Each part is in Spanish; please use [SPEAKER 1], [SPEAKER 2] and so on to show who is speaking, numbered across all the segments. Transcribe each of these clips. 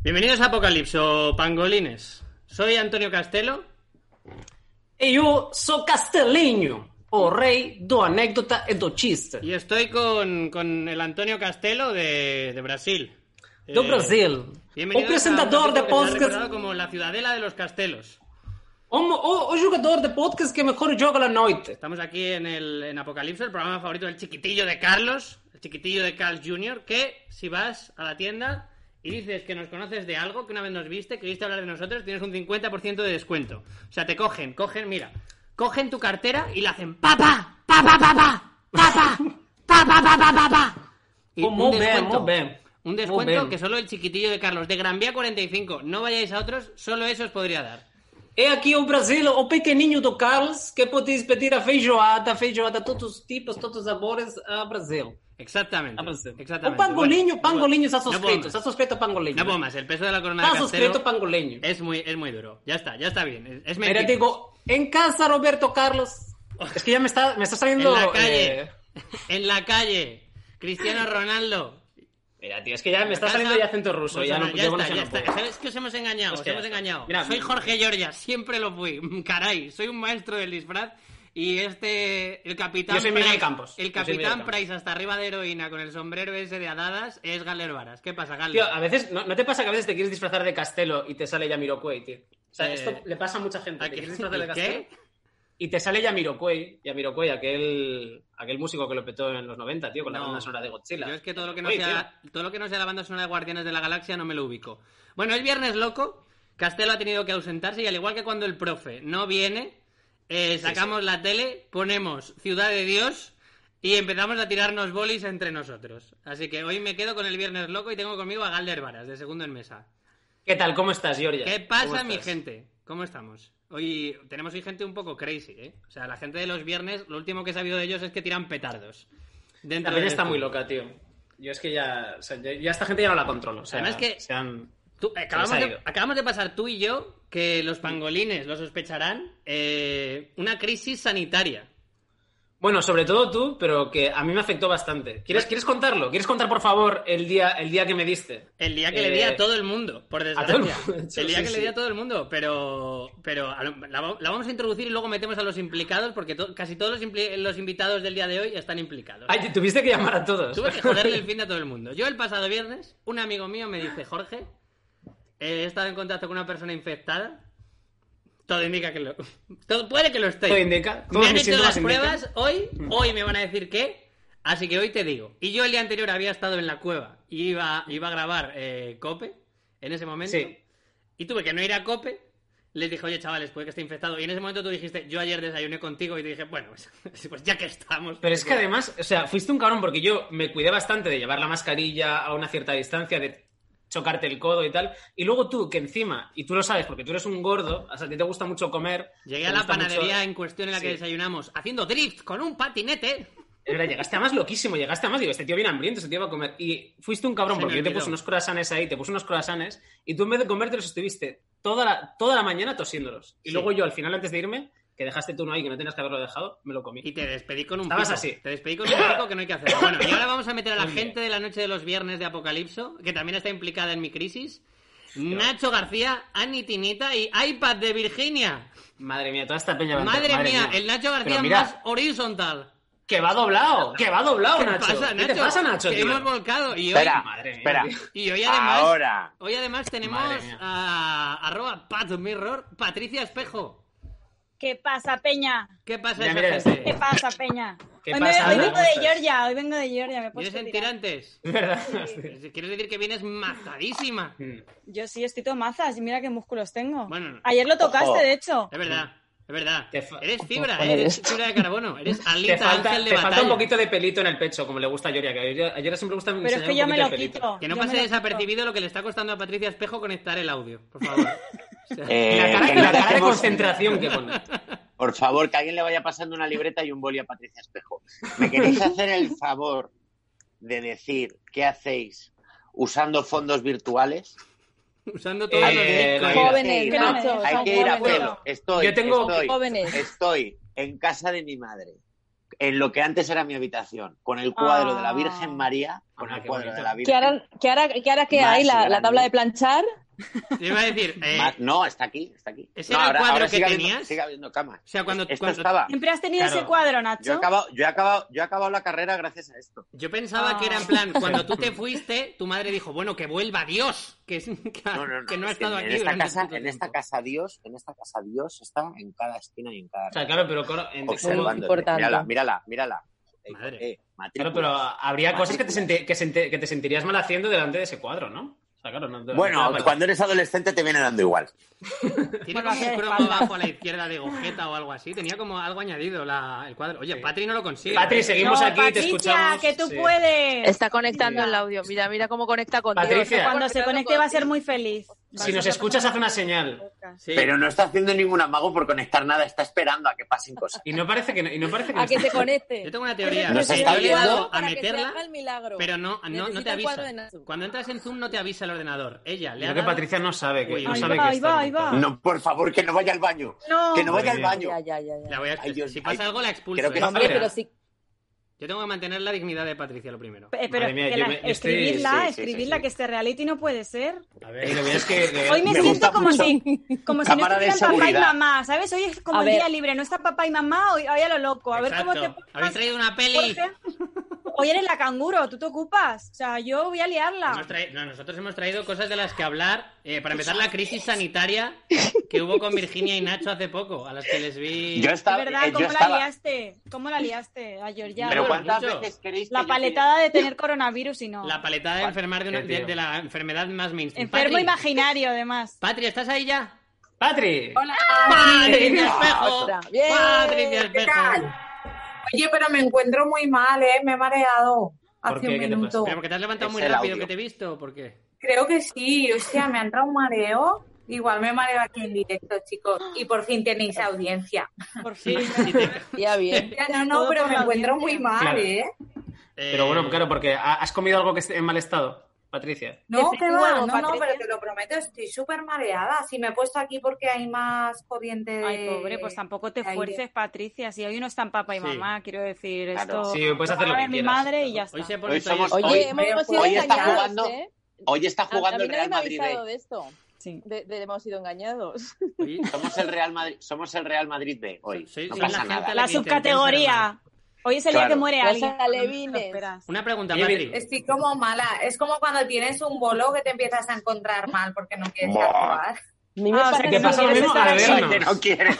[SPEAKER 1] Bienvenidos a Apocalipso, pangolines. Soy Antonio Castelo.
[SPEAKER 2] E yo soy castelleño, o rey do anécdota e do chiste.
[SPEAKER 1] Y estoy con, con el Antonio Castelo de, de Brasil.
[SPEAKER 2] Do
[SPEAKER 1] Eh,
[SPEAKER 2] Brasil.
[SPEAKER 1] bienvenidos
[SPEAKER 2] o presentador
[SPEAKER 1] a un
[SPEAKER 2] de
[SPEAKER 1] tipo que se ha
[SPEAKER 2] podcast.
[SPEAKER 1] recordado como la ciudadela de los castelos.
[SPEAKER 2] O, mo- o- o jugador de podcast que mejor juega la noche.
[SPEAKER 1] Estamos aquí en, el, en Apocalipso, el programa favorito del chiquitillo de Carlos, el chiquitillo de Carl Jr., que si vas a la tienda y dices que nos conoces de algo, que una vez nos viste, que viste hablar de nosotros, tienes un 50% de descuento. O sea, te cogen, cogen, mira, cogen tu cartera y la hacen ¡Papá! ¡Papá, papá! ¡Papá! ¡Papá, papá, papá! Y
[SPEAKER 2] Oh, muy bien, muy bien.
[SPEAKER 1] Un
[SPEAKER 2] Muy
[SPEAKER 1] descuento
[SPEAKER 2] bien.
[SPEAKER 1] que solo el chiquitillo de Carlos, de Gran Vía 45, no vayáis a otros, solo eso os podría dar.
[SPEAKER 2] E aquí É o Brasil, o pequenininho do Carlos, que podéis pedir a feijoada, feijoada, todos os tipos, todos os sabores, a Brasil.
[SPEAKER 1] Exactamente.
[SPEAKER 2] A Brasil.
[SPEAKER 1] exactamente.
[SPEAKER 2] O pangolinho,
[SPEAKER 1] Bueno,
[SPEAKER 2] pangolinho está
[SPEAKER 1] no puedo
[SPEAKER 2] suscrito,
[SPEAKER 1] más.
[SPEAKER 2] está suscrito a pangolinho.
[SPEAKER 1] No puedo más, el peso de la corona
[SPEAKER 2] está
[SPEAKER 1] de Castelo
[SPEAKER 2] suscrito pangolinho.
[SPEAKER 1] es muy, es muy duro. Ya está, ya está bien. Es, es
[SPEAKER 2] Mira,
[SPEAKER 1] mentira.
[SPEAKER 2] digo, en casa, Roberto Carlos. Es que ya me está, me está
[SPEAKER 1] en
[SPEAKER 2] saliendo...
[SPEAKER 1] la calle.
[SPEAKER 2] eh,
[SPEAKER 1] En la calle. Cristiano Ronaldo.
[SPEAKER 2] Mira, tío, es que ya me está
[SPEAKER 1] Casa-
[SPEAKER 2] saliendo ya acento ruso. Ya, no,
[SPEAKER 1] Bolsonaro, Pues ya
[SPEAKER 2] yo con
[SPEAKER 1] está,
[SPEAKER 2] eso
[SPEAKER 1] ya
[SPEAKER 2] no
[SPEAKER 1] está.
[SPEAKER 2] puedo.
[SPEAKER 1] ¿Sabes qué os hemos engañado?
[SPEAKER 2] Hostia,
[SPEAKER 1] os hemos
[SPEAKER 2] ya está.
[SPEAKER 1] engañado.
[SPEAKER 2] Mira,
[SPEAKER 1] soy
[SPEAKER 2] mi-
[SPEAKER 1] Jorge Giorgia, siempre lo fui. Mm, Caray, soy un maestro del disfraz. Y este, el capitán.
[SPEAKER 2] Yo soy Miguel
[SPEAKER 1] Price-
[SPEAKER 2] Campos.
[SPEAKER 1] El
[SPEAKER 2] Yo soy Miguel
[SPEAKER 1] capitán
[SPEAKER 2] Campos.
[SPEAKER 1] Price hasta arriba de heroína con el sombrero ese de Adadas es Galer Varas. ¿Qué pasa, Galer?
[SPEAKER 2] Tío, a veces, ¿no, no te pasa que a veces te quieres disfrazar de Castelo y te sale Yamiroquai, tío? O sea,
[SPEAKER 1] Eh,
[SPEAKER 2] esto le pasa a mucha gente.
[SPEAKER 1] ¿a
[SPEAKER 2] Te
[SPEAKER 1] qué?
[SPEAKER 2] quieres disfrazar de
[SPEAKER 1] ¿Qué?
[SPEAKER 2] Castelo y te sale Yamiroquai. Yamiroquai, aquel, aquel músico que lo petó en los 90, tío, con la
[SPEAKER 1] No.
[SPEAKER 2] banda sonora de Godzilla.
[SPEAKER 1] Yo es que todo lo que no
[SPEAKER 2] Oye,
[SPEAKER 1] sea todo lo que no sea la banda sonora de Guardianes de la Galaxia no me lo ubico. Bueno, es viernes loco. Castelo ha tenido que ausentarse y al igual que cuando el profe no viene, eh, sacamos la tele, ponemos Ciudad de Dios y empezamos a tirarnos bolis entre nosotros. Así que hoy me quedo con el viernes loco y tengo conmigo a Galder Varas, de segundo en mesa.
[SPEAKER 2] ¿Qué tal? ¿Cómo estás, Giorgia?
[SPEAKER 1] ¿Qué
[SPEAKER 2] ¿Cómo
[SPEAKER 1] pasa,
[SPEAKER 2] estás?
[SPEAKER 1] mi gente? ¿Cómo estamos? Hoy tenemos hoy gente un poco crazy, ¿eh? O sea, la gente de los viernes, lo último que he sabido de ellos es que tiran petardos.
[SPEAKER 2] La
[SPEAKER 1] Dentro
[SPEAKER 2] peña
[SPEAKER 1] del
[SPEAKER 2] está muy
[SPEAKER 1] estudio.
[SPEAKER 2] loca, tío. Yo es que ya, o sea, ya, ya esta gente ya no la controlo. O sea,
[SPEAKER 1] Además que-
[SPEAKER 2] se han-
[SPEAKER 1] Tú- acabamos,
[SPEAKER 2] Se les ha
[SPEAKER 1] de,
[SPEAKER 2] ido.
[SPEAKER 1] acabamos de pasar tú y yo, que los pangolines lo sospecharán, eh, una crisis sanitaria.
[SPEAKER 2] Bueno, sobre todo tú, pero que a mí me afectó bastante. ¿Quieres, ¿quieres contarlo? ¿Quieres contar, por favor, el día, el día que me diste?
[SPEAKER 1] El día que le di
[SPEAKER 2] Eh,
[SPEAKER 1] a todo el mundo, por desgracia.
[SPEAKER 2] todo el mundo,
[SPEAKER 1] el día
[SPEAKER 2] sí,
[SPEAKER 1] que le
[SPEAKER 2] sí.
[SPEAKER 1] di a todo el mundo, pero, pero a lo- la, va- la vamos a introducir y luego metemos a los implicados, porque to- casi todos los, impli- los invitados del día de hoy están implicados.
[SPEAKER 2] Ay, tuviste que llamar a todos.
[SPEAKER 1] Tuve que joderle el fin de todo el mundo. Yo el pasado viernes, un amigo mío me dice, Jorge, eh, he estado en contacto con una persona infectada. Todo indica que lo... Todo, puede que lo esté.
[SPEAKER 2] Todo indica, Mm.
[SPEAKER 1] me
[SPEAKER 2] todos
[SPEAKER 1] han
[SPEAKER 2] mis
[SPEAKER 1] hecho las
[SPEAKER 2] síntomas indican.
[SPEAKER 1] pruebas hoy, hoy me van a decir qué. Así que hoy te digo. Y yo el día anterior había estado en la cueva y iba, iba a grabar eh, Cope en ese momento.
[SPEAKER 2] Sí.
[SPEAKER 1] Y tuve que no ir a Cope. Les dije, oye, chavales, puede que esté infectado. Y en ese momento tú dijiste, yo ayer desayuné contigo y te dije, bueno, pues, pues ya que estamos.
[SPEAKER 2] Pero es que además, o sea, fuiste un cabrón porque yo me cuidé bastante de llevar la mascarilla a una cierta distancia, de chocarte el codo y tal. Y luego tú, que encima, y tú lo sabes porque tú eres un gordo, o sea, a ti te gusta mucho comer.
[SPEAKER 1] Llegué
[SPEAKER 2] te
[SPEAKER 1] a la
[SPEAKER 2] gusta mucho-
[SPEAKER 1] panadería en cuestión en la que
[SPEAKER 2] Sí.
[SPEAKER 1] desayunamos, haciendo drift con un patinete.
[SPEAKER 2] Es verdad, llegaste a más loquísimo, llegaste a más, digo, este tío viene hambriento, este tío va a comer. Y fuiste un cabrón,
[SPEAKER 1] Se me
[SPEAKER 2] porque yo te
[SPEAKER 1] olvidó.
[SPEAKER 2] puse unos croissants ahí, te puse unos croissants, y tú en vez de comértelos estuviste toda la, toda la mañana tosiéndolos. Y
[SPEAKER 1] Sí.
[SPEAKER 2] luego yo, al final, antes de irme, que dejaste tú uno ahí, que no tenías que haberlo dejado, me lo comí.
[SPEAKER 1] Y te despedí con un
[SPEAKER 2] Estabas
[SPEAKER 1] pico.
[SPEAKER 2] así.
[SPEAKER 1] Te despedí con un pico que no hay que hacer. Bueno, y ahora vamos a meter a la
[SPEAKER 2] Muy bien.
[SPEAKER 1] gente de la noche de los viernes de Apocalipso, que también está implicada en mi crisis. Nacho García, Ani Tinita y iPad de Virginia.
[SPEAKER 2] Madre mía, toda esta peña. va a
[SPEAKER 1] Madre,
[SPEAKER 2] entrar,
[SPEAKER 1] mía, el Nacho García
[SPEAKER 2] Ah, Pero mira,
[SPEAKER 1] más horizontal.
[SPEAKER 2] que va doblado, que va doblado,
[SPEAKER 1] ¿Qué
[SPEAKER 2] Nacho.
[SPEAKER 1] pasa,
[SPEAKER 2] ¿Qué
[SPEAKER 1] Nacho?
[SPEAKER 2] te pasa, Nacho,
[SPEAKER 1] Que
[SPEAKER 2] tío?
[SPEAKER 1] hemos volcado. Y hoy,
[SPEAKER 3] Espera,
[SPEAKER 2] madre mía,
[SPEAKER 3] espera.
[SPEAKER 2] tío.
[SPEAKER 1] y hoy además,
[SPEAKER 3] Ahora.
[SPEAKER 1] hoy además tenemos
[SPEAKER 2] Madre mía.
[SPEAKER 1] a arroba Pat Mirror, Patricia Espejo.
[SPEAKER 4] ¿Qué pasa, Peña?
[SPEAKER 1] ¿Qué pasa
[SPEAKER 2] Mira, este.
[SPEAKER 1] esa
[SPEAKER 2] mira,
[SPEAKER 1] gente?
[SPEAKER 4] ¿Qué pasa, Peña?
[SPEAKER 2] ¿Qué
[SPEAKER 4] hoy
[SPEAKER 2] pasa,
[SPEAKER 4] me, hoy
[SPEAKER 2] Ana?
[SPEAKER 4] vengo
[SPEAKER 2] ¿Cómo
[SPEAKER 4] de
[SPEAKER 2] estás?
[SPEAKER 4] Georgia, hoy vengo de Georgia, me he
[SPEAKER 1] ¿Vienes
[SPEAKER 4] puesto
[SPEAKER 1] en
[SPEAKER 4] tirante.
[SPEAKER 1] tirantes?
[SPEAKER 2] Es verdad.
[SPEAKER 1] Quieres decir que vienes matadísima.
[SPEAKER 2] Mm.
[SPEAKER 4] Yo sí, estoy tomazas y mira qué músculos tengo.
[SPEAKER 1] Bueno,
[SPEAKER 4] Ayer lo tocaste,
[SPEAKER 3] Ojo.
[SPEAKER 4] de hecho.
[SPEAKER 1] es verdad. Es verdad.
[SPEAKER 2] Te fa-
[SPEAKER 1] Eres fibra,
[SPEAKER 3] Joder,
[SPEAKER 1] ¿eh? eres
[SPEAKER 3] esto.
[SPEAKER 1] fibra de carbono. Eres
[SPEAKER 2] Te
[SPEAKER 1] alita
[SPEAKER 2] falta,
[SPEAKER 1] ángel de
[SPEAKER 2] te falta
[SPEAKER 1] batalla.
[SPEAKER 2] un poquito de pelito en el pecho, como le gusta a Yoria, que a Yoria, a Yoria siempre le gusta
[SPEAKER 5] Pero es
[SPEAKER 2] enseñar
[SPEAKER 5] que
[SPEAKER 2] un
[SPEAKER 5] yo me
[SPEAKER 2] poquito
[SPEAKER 5] lo
[SPEAKER 2] de pelito.
[SPEAKER 5] quito.
[SPEAKER 1] Que no
[SPEAKER 5] yo me
[SPEAKER 1] pase
[SPEAKER 5] lo quito.
[SPEAKER 1] desapercibido lo que le está costando a Patricia Espejo conectar el audio, por favor. O sea,
[SPEAKER 2] Y
[SPEAKER 3] Eh,
[SPEAKER 2] La cara,
[SPEAKER 3] que
[SPEAKER 2] la
[SPEAKER 3] nos
[SPEAKER 2] cara de
[SPEAKER 3] dejemos-
[SPEAKER 2] concentración que pone.
[SPEAKER 3] Por favor, que alguien le vaya pasando una libreta y un boli a Patricia Espejo. ¿Me queréis hacer el favor de decir qué hacéis usando fondos virtuales?
[SPEAKER 1] usando todos
[SPEAKER 2] Eh,
[SPEAKER 1] los discos.
[SPEAKER 2] David.
[SPEAKER 6] Jóvenes,
[SPEAKER 3] Sí,
[SPEAKER 6] muchachos,
[SPEAKER 5] no,
[SPEAKER 3] Hay
[SPEAKER 6] son
[SPEAKER 3] que ir a
[SPEAKER 6] jóvenes.
[SPEAKER 3] pelo. Estoy,
[SPEAKER 2] Yo tengo-
[SPEAKER 3] estoy,
[SPEAKER 6] Jóvenes.
[SPEAKER 3] estoy en casa de mi madre, en lo que antes era mi habitación, con el cuadro de la Virgen María, con
[SPEAKER 2] Ah,
[SPEAKER 3] el
[SPEAKER 2] qué
[SPEAKER 3] cuadro
[SPEAKER 2] bonito.
[SPEAKER 3] de la Virgen.
[SPEAKER 6] ¿Qué hará, qué hará, qué hará que
[SPEAKER 3] Más
[SPEAKER 6] hay? La,
[SPEAKER 3] grande.
[SPEAKER 6] la tabla de planchar.
[SPEAKER 1] Yo iba a decir, eh,
[SPEAKER 3] Ma- No, está aquí, está aquí.
[SPEAKER 1] ¿Ese
[SPEAKER 3] No,
[SPEAKER 1] era el cuadro que
[SPEAKER 3] sigue habiendo-
[SPEAKER 1] tenías?
[SPEAKER 3] sigue habiendo camas.
[SPEAKER 1] O sea, cuando-
[SPEAKER 3] Esto
[SPEAKER 1] cuando-
[SPEAKER 3] estaba.
[SPEAKER 5] Siempre has tenido
[SPEAKER 2] Claro.
[SPEAKER 5] ese cuadro,
[SPEAKER 3] Yo he,
[SPEAKER 5] Nacho.
[SPEAKER 3] acabado, yo, he acabado, yo he acabado la carrera gracias a esto.
[SPEAKER 1] yo pensaba
[SPEAKER 5] Ah.
[SPEAKER 1] que era en plan, cuando tú te fuiste, tu madre dijo, bueno, que vuelva Dios, que, es- que ha-
[SPEAKER 3] No, no, no.
[SPEAKER 1] que no ha
[SPEAKER 3] es que
[SPEAKER 1] estado
[SPEAKER 3] en
[SPEAKER 1] aquí
[SPEAKER 3] Esta
[SPEAKER 1] durante
[SPEAKER 3] casa,
[SPEAKER 1] tanto
[SPEAKER 3] en esta
[SPEAKER 1] tiempo.
[SPEAKER 3] casa Dios, en esta casa Dios está en cada esquina y en cada
[SPEAKER 2] O sea, claro, pero claro, en-
[SPEAKER 3] observando.
[SPEAKER 6] importante.
[SPEAKER 3] Mírala, mírala, mírala. Eh,
[SPEAKER 1] Madre.
[SPEAKER 3] eh,
[SPEAKER 2] claro,
[SPEAKER 3] matrícula.
[SPEAKER 2] pero habría cosas que te, sente- que, sente- que te sentirías mal haciendo delante de ese cuadro, ¿no? O sea, claro, no- no-
[SPEAKER 3] Bueno,
[SPEAKER 2] no-
[SPEAKER 3] cuando eres adolescente te viene dando igual.
[SPEAKER 1] Tiene
[SPEAKER 5] Bueno,
[SPEAKER 1] como un
[SPEAKER 5] hacer
[SPEAKER 1] cromo
[SPEAKER 5] espalda.
[SPEAKER 1] abajo a la izquierda de Gogeta o algo así. Tenía como algo añadido la- el cuadro. Oye, Patri no lo consigue.
[SPEAKER 2] Patri, seguimos
[SPEAKER 5] No,
[SPEAKER 2] aquí, te
[SPEAKER 5] Patricia,
[SPEAKER 2] escuchamos.
[SPEAKER 5] que tú
[SPEAKER 2] Sí.
[SPEAKER 5] puedes.
[SPEAKER 6] Está conectando el audio. Mira, mira cómo conecta con
[SPEAKER 2] Dios. Patricia.
[SPEAKER 5] Cuando se conecte va a ser muy feliz. Va
[SPEAKER 2] Si
[SPEAKER 5] a
[SPEAKER 2] nos
[SPEAKER 5] ser-
[SPEAKER 2] escuchas, haz una señal.
[SPEAKER 1] Sí.
[SPEAKER 3] Pero no está haciendo ningún amago por conectar nada, está esperando a que pasen cosas.
[SPEAKER 2] Y no parece que, y no ¿eh? parece que
[SPEAKER 6] A que
[SPEAKER 2] estés-
[SPEAKER 6] se conecte.
[SPEAKER 1] Yo tengo una teoría.
[SPEAKER 3] Nos
[SPEAKER 1] Yo
[SPEAKER 3] está
[SPEAKER 1] le he
[SPEAKER 3] guiando
[SPEAKER 1] dado a
[SPEAKER 6] para que se
[SPEAKER 1] meterla,
[SPEAKER 6] haga el milagro.
[SPEAKER 1] pero no, no, no
[SPEAKER 6] Necesita
[SPEAKER 1] te
[SPEAKER 6] el cuadro
[SPEAKER 1] avisa.
[SPEAKER 6] de Nacho.
[SPEAKER 1] Cuando entras en Zoom no te avisa el ordenador. Ella le
[SPEAKER 2] Yo
[SPEAKER 1] ha
[SPEAKER 2] que
[SPEAKER 1] dado-
[SPEAKER 2] Patricia no sabe que
[SPEAKER 1] Uy,
[SPEAKER 2] no
[SPEAKER 1] ahí
[SPEAKER 2] sabe
[SPEAKER 5] va,
[SPEAKER 2] que
[SPEAKER 5] ahí
[SPEAKER 2] está
[SPEAKER 5] va,
[SPEAKER 2] en
[SPEAKER 5] ahí
[SPEAKER 2] un cuadro.
[SPEAKER 5] va.
[SPEAKER 3] No, por favor, que no vaya al baño.
[SPEAKER 5] No.
[SPEAKER 3] Que no vaya al
[SPEAKER 2] Muy bien.
[SPEAKER 3] baño.
[SPEAKER 6] Ya, ya, ya, ya.
[SPEAKER 1] La voy a-
[SPEAKER 3] Ay, Dios
[SPEAKER 1] si
[SPEAKER 3] mío.
[SPEAKER 1] pasa algo la expulso.
[SPEAKER 3] Creo que
[SPEAKER 1] ¿eh?
[SPEAKER 3] no
[SPEAKER 6] Hombre,
[SPEAKER 2] Espera.
[SPEAKER 6] pero sí.
[SPEAKER 1] Yo tengo que mantener la dignidad de Patricia lo primero.
[SPEAKER 5] Eh, Pero
[SPEAKER 2] Madre mía,
[SPEAKER 5] que
[SPEAKER 2] yo
[SPEAKER 5] la-
[SPEAKER 2] me- yo estoy-
[SPEAKER 5] escribirla,
[SPEAKER 3] sí, sí, sí,
[SPEAKER 5] escribirla,
[SPEAKER 3] sí.
[SPEAKER 5] que este reality no puede ser.
[SPEAKER 2] A ver, lo que es que- lo que-
[SPEAKER 5] Hoy me,
[SPEAKER 3] Me gusta
[SPEAKER 5] siento como
[SPEAKER 3] mucho.
[SPEAKER 5] si, como si no
[SPEAKER 3] Cámara de
[SPEAKER 5] estuvieran papá y
[SPEAKER 3] seguridad.
[SPEAKER 5] mamá, ¿sabes? Hoy es como
[SPEAKER 6] A
[SPEAKER 5] el
[SPEAKER 6] ver.
[SPEAKER 5] día libre, no está papá y mamá, hoy, hoy a lo loco. A ver
[SPEAKER 1] Exacto.
[SPEAKER 5] cómo te portas,
[SPEAKER 1] Habéis traído una peli.
[SPEAKER 5] Jorge. Hoy eres la canguro, tú te ocupas. O sea, yo voy a liarla.
[SPEAKER 1] Hemos traído- no, nosotros hemos traído cosas de las que hablar. eh, para empezar, la crisis sanitaria que hubo con Virginia y Nacho hace poco, a las que les vi.
[SPEAKER 3] Yo
[SPEAKER 5] De
[SPEAKER 3] estaba.
[SPEAKER 5] verdad,
[SPEAKER 3] eh, yo
[SPEAKER 5] ¿cómo la
[SPEAKER 3] estaba-
[SPEAKER 5] liaste? ¿cómo la liaste a Georgia?
[SPEAKER 3] Pero
[SPEAKER 1] Bueno,
[SPEAKER 3] ¿cuántas
[SPEAKER 1] mucho.
[SPEAKER 3] veces queréis que
[SPEAKER 5] La
[SPEAKER 3] yo
[SPEAKER 5] paletada de tener coronavirus y no.
[SPEAKER 1] La paletada de enfermar de, una-
[SPEAKER 2] Qué tío.
[SPEAKER 1] de- de la enfermedad más mainstream.
[SPEAKER 5] Enfermo
[SPEAKER 1] Patri,
[SPEAKER 5] imaginario, además.
[SPEAKER 1] Patri, ¿estás ahí ya?
[SPEAKER 2] Patri,
[SPEAKER 7] Hola.
[SPEAKER 1] ¡Patricia Espejo!
[SPEAKER 6] Otra. Bien.
[SPEAKER 1] ¡Patricia
[SPEAKER 7] Eh, ¿Qué
[SPEAKER 1] Espejo!
[SPEAKER 7] tal? Oye, pero me encuentro muy mal, ¿eh? Me he mareado
[SPEAKER 2] ¿Por
[SPEAKER 7] hace
[SPEAKER 2] qué?
[SPEAKER 7] un
[SPEAKER 2] ¿Qué te
[SPEAKER 7] minuto.
[SPEAKER 1] Pero porque te has levantado
[SPEAKER 3] Es
[SPEAKER 1] muy
[SPEAKER 3] el
[SPEAKER 1] rápido
[SPEAKER 3] audio.
[SPEAKER 1] que te he visto, ¿o por qué?
[SPEAKER 7] Creo que sí, o sea, me ha entrado un mareo. Igual me mareo aquí en directo, chicos. Y por fin tenéis audiencia.
[SPEAKER 5] Por fin.
[SPEAKER 6] Ya bien.
[SPEAKER 7] Ya, no, no,
[SPEAKER 5] Todo
[SPEAKER 7] pero
[SPEAKER 5] por
[SPEAKER 7] me
[SPEAKER 5] la
[SPEAKER 7] encuentro
[SPEAKER 5] audiencia.
[SPEAKER 7] muy mal,
[SPEAKER 2] Claro.
[SPEAKER 7] ¿eh?
[SPEAKER 2] pero
[SPEAKER 1] Eh,
[SPEAKER 2] bueno, claro, porque ha- has comido algo que esté en mal estado, Patricia.
[SPEAKER 7] No,
[SPEAKER 6] Te
[SPEAKER 7] que
[SPEAKER 6] friego
[SPEAKER 7] va,
[SPEAKER 6] algo,
[SPEAKER 7] no, no,
[SPEAKER 6] Patricia.
[SPEAKER 7] pero te lo prometo, estoy súper mareada. Si me he puesto aquí porque hay más corriente de...
[SPEAKER 5] Ay, pobre, pues tampoco te
[SPEAKER 7] de aire.
[SPEAKER 5] fuerces, Patricia. Si hoy no están papá y
[SPEAKER 1] Sí.
[SPEAKER 5] mamá, quiero decir,
[SPEAKER 3] Claro.
[SPEAKER 5] esto...
[SPEAKER 2] Sí, puedes hacer
[SPEAKER 5] Va
[SPEAKER 2] lo
[SPEAKER 5] a
[SPEAKER 2] que
[SPEAKER 5] ver mi
[SPEAKER 2] quieras.
[SPEAKER 5] madre y ya está.
[SPEAKER 1] Hoy se pone
[SPEAKER 3] Hoy
[SPEAKER 1] todo-
[SPEAKER 3] somos-
[SPEAKER 6] Oye,
[SPEAKER 3] Hoy-
[SPEAKER 6] hemos sido
[SPEAKER 3] hoy está
[SPEAKER 6] engañados,
[SPEAKER 3] jugando-
[SPEAKER 6] ¿eh?
[SPEAKER 3] Hoy está
[SPEAKER 6] A, a
[SPEAKER 3] jugando
[SPEAKER 6] mí
[SPEAKER 3] el
[SPEAKER 6] nadie
[SPEAKER 3] Real
[SPEAKER 6] me ha
[SPEAKER 3] Madrid.
[SPEAKER 6] avisado
[SPEAKER 3] B.
[SPEAKER 6] de esto.
[SPEAKER 5] Sí.
[SPEAKER 6] De, de hemos sido engañados.
[SPEAKER 1] Oye,
[SPEAKER 3] Somos el Real Madrid, somos el Real Madrid B hoy.
[SPEAKER 1] Soy-
[SPEAKER 3] no
[SPEAKER 1] soy
[SPEAKER 3] pasa
[SPEAKER 1] la gente
[SPEAKER 3] nada.
[SPEAKER 5] La
[SPEAKER 1] que intenta
[SPEAKER 5] subcategoría. Hoy es el día
[SPEAKER 3] Claro.
[SPEAKER 5] que muere
[SPEAKER 6] Los
[SPEAKER 5] alguien.
[SPEAKER 6] alevines.
[SPEAKER 5] No te lo esperas.
[SPEAKER 1] Una pregunta,
[SPEAKER 2] Oye,
[SPEAKER 1] Patri.
[SPEAKER 7] Estoy como mala. Es como cuando tienes un bolo que te empiezas a encontrar mal porque no quieres
[SPEAKER 3] Buah.
[SPEAKER 7] actuar.
[SPEAKER 6] A mí
[SPEAKER 5] me Ah, o sea, parece que
[SPEAKER 2] que pasa lo
[SPEAKER 5] quieres
[SPEAKER 2] mismo
[SPEAKER 5] estar
[SPEAKER 2] al
[SPEAKER 5] aquí.
[SPEAKER 2] vernos.
[SPEAKER 3] Que no quiere.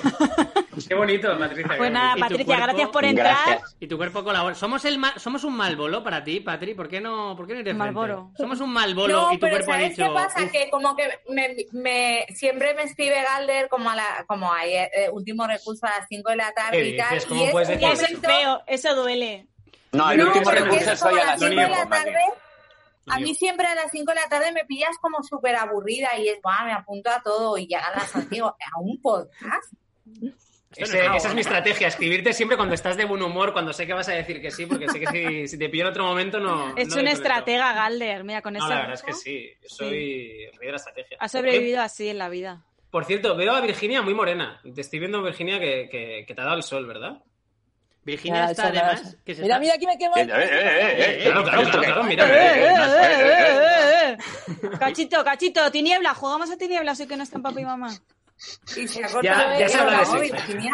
[SPEAKER 2] Qué bonito, Patricia.
[SPEAKER 5] Pues nada,
[SPEAKER 1] ¿Y tu
[SPEAKER 5] Patricia,
[SPEAKER 1] cuerpo?
[SPEAKER 5] gracias por entrar.
[SPEAKER 3] Gracias.
[SPEAKER 1] Y tu cuerpo colabora. Somos el ma- somos un mal bolo para ti, Patri. ¿Por qué no? ¿Por qué no eres
[SPEAKER 5] Malboro.
[SPEAKER 1] Somos un mal bolo
[SPEAKER 7] no,
[SPEAKER 1] y tu
[SPEAKER 7] pero
[SPEAKER 1] cuerpo ha
[SPEAKER 7] ¿sabes
[SPEAKER 1] dicho.
[SPEAKER 7] qué pasa?
[SPEAKER 1] "Uf,
[SPEAKER 7] Que como que me, me- siempre me escribe Galder como a la, como ayer, eh, último recurso a las 5 de la
[SPEAKER 2] ¿Qué
[SPEAKER 7] tarde y tal.
[SPEAKER 2] dices? ¿Cómo
[SPEAKER 7] y es
[SPEAKER 2] puedes
[SPEAKER 7] un
[SPEAKER 2] decir
[SPEAKER 5] Eso es
[SPEAKER 7] momento-
[SPEAKER 5] feo, eso duele.
[SPEAKER 3] No, el
[SPEAKER 2] No,
[SPEAKER 3] último
[SPEAKER 7] porque
[SPEAKER 3] recurso
[SPEAKER 7] es
[SPEAKER 3] es
[SPEAKER 7] como
[SPEAKER 3] hoy a
[SPEAKER 7] a las
[SPEAKER 3] las
[SPEAKER 7] 5 de la
[SPEAKER 3] 5.
[SPEAKER 7] tarde. A mí
[SPEAKER 2] Dios.
[SPEAKER 7] siempre a las 5 de la tarde me pillas como súper aburrida y es, va, me apunto a todo y ya a las 5, a un podcast.
[SPEAKER 2] Ese- esa es mi estrategia, escribirte siempre cuando estás de buen humor, cuando sé que vas a decir que sí, porque sé que si, si te pillo en otro momento no...
[SPEAKER 5] Es
[SPEAKER 2] no
[SPEAKER 5] un
[SPEAKER 2] desconecto.
[SPEAKER 5] estratega, Galder. Mira, con
[SPEAKER 2] No,
[SPEAKER 5] eso
[SPEAKER 2] la verdad es que sí. Yo soy el rey de la estrategia.
[SPEAKER 5] ha sobrevivido así en la vida.
[SPEAKER 2] Por cierto, veo a Virginia muy morena. Te estoy viendo, Virginia, que, que- que te ha dado el sol, ¿verdad?
[SPEAKER 1] Virginia está además. Que se
[SPEAKER 6] Mira,
[SPEAKER 1] está-
[SPEAKER 6] mira, aquí me quemo.
[SPEAKER 3] Eh, eh, eh,
[SPEAKER 2] Claro, claro, claro, claro, mira.
[SPEAKER 5] Cachito, cachito, tiniebla, jugamos a tiniebla, soy que no están papá y mamá.
[SPEAKER 7] Y se ha
[SPEAKER 2] Ya-
[SPEAKER 7] el
[SPEAKER 6] ya se
[SPEAKER 7] pelo,
[SPEAKER 6] habla de
[SPEAKER 7] ¿no,
[SPEAKER 2] sexo.
[SPEAKER 7] Virginia?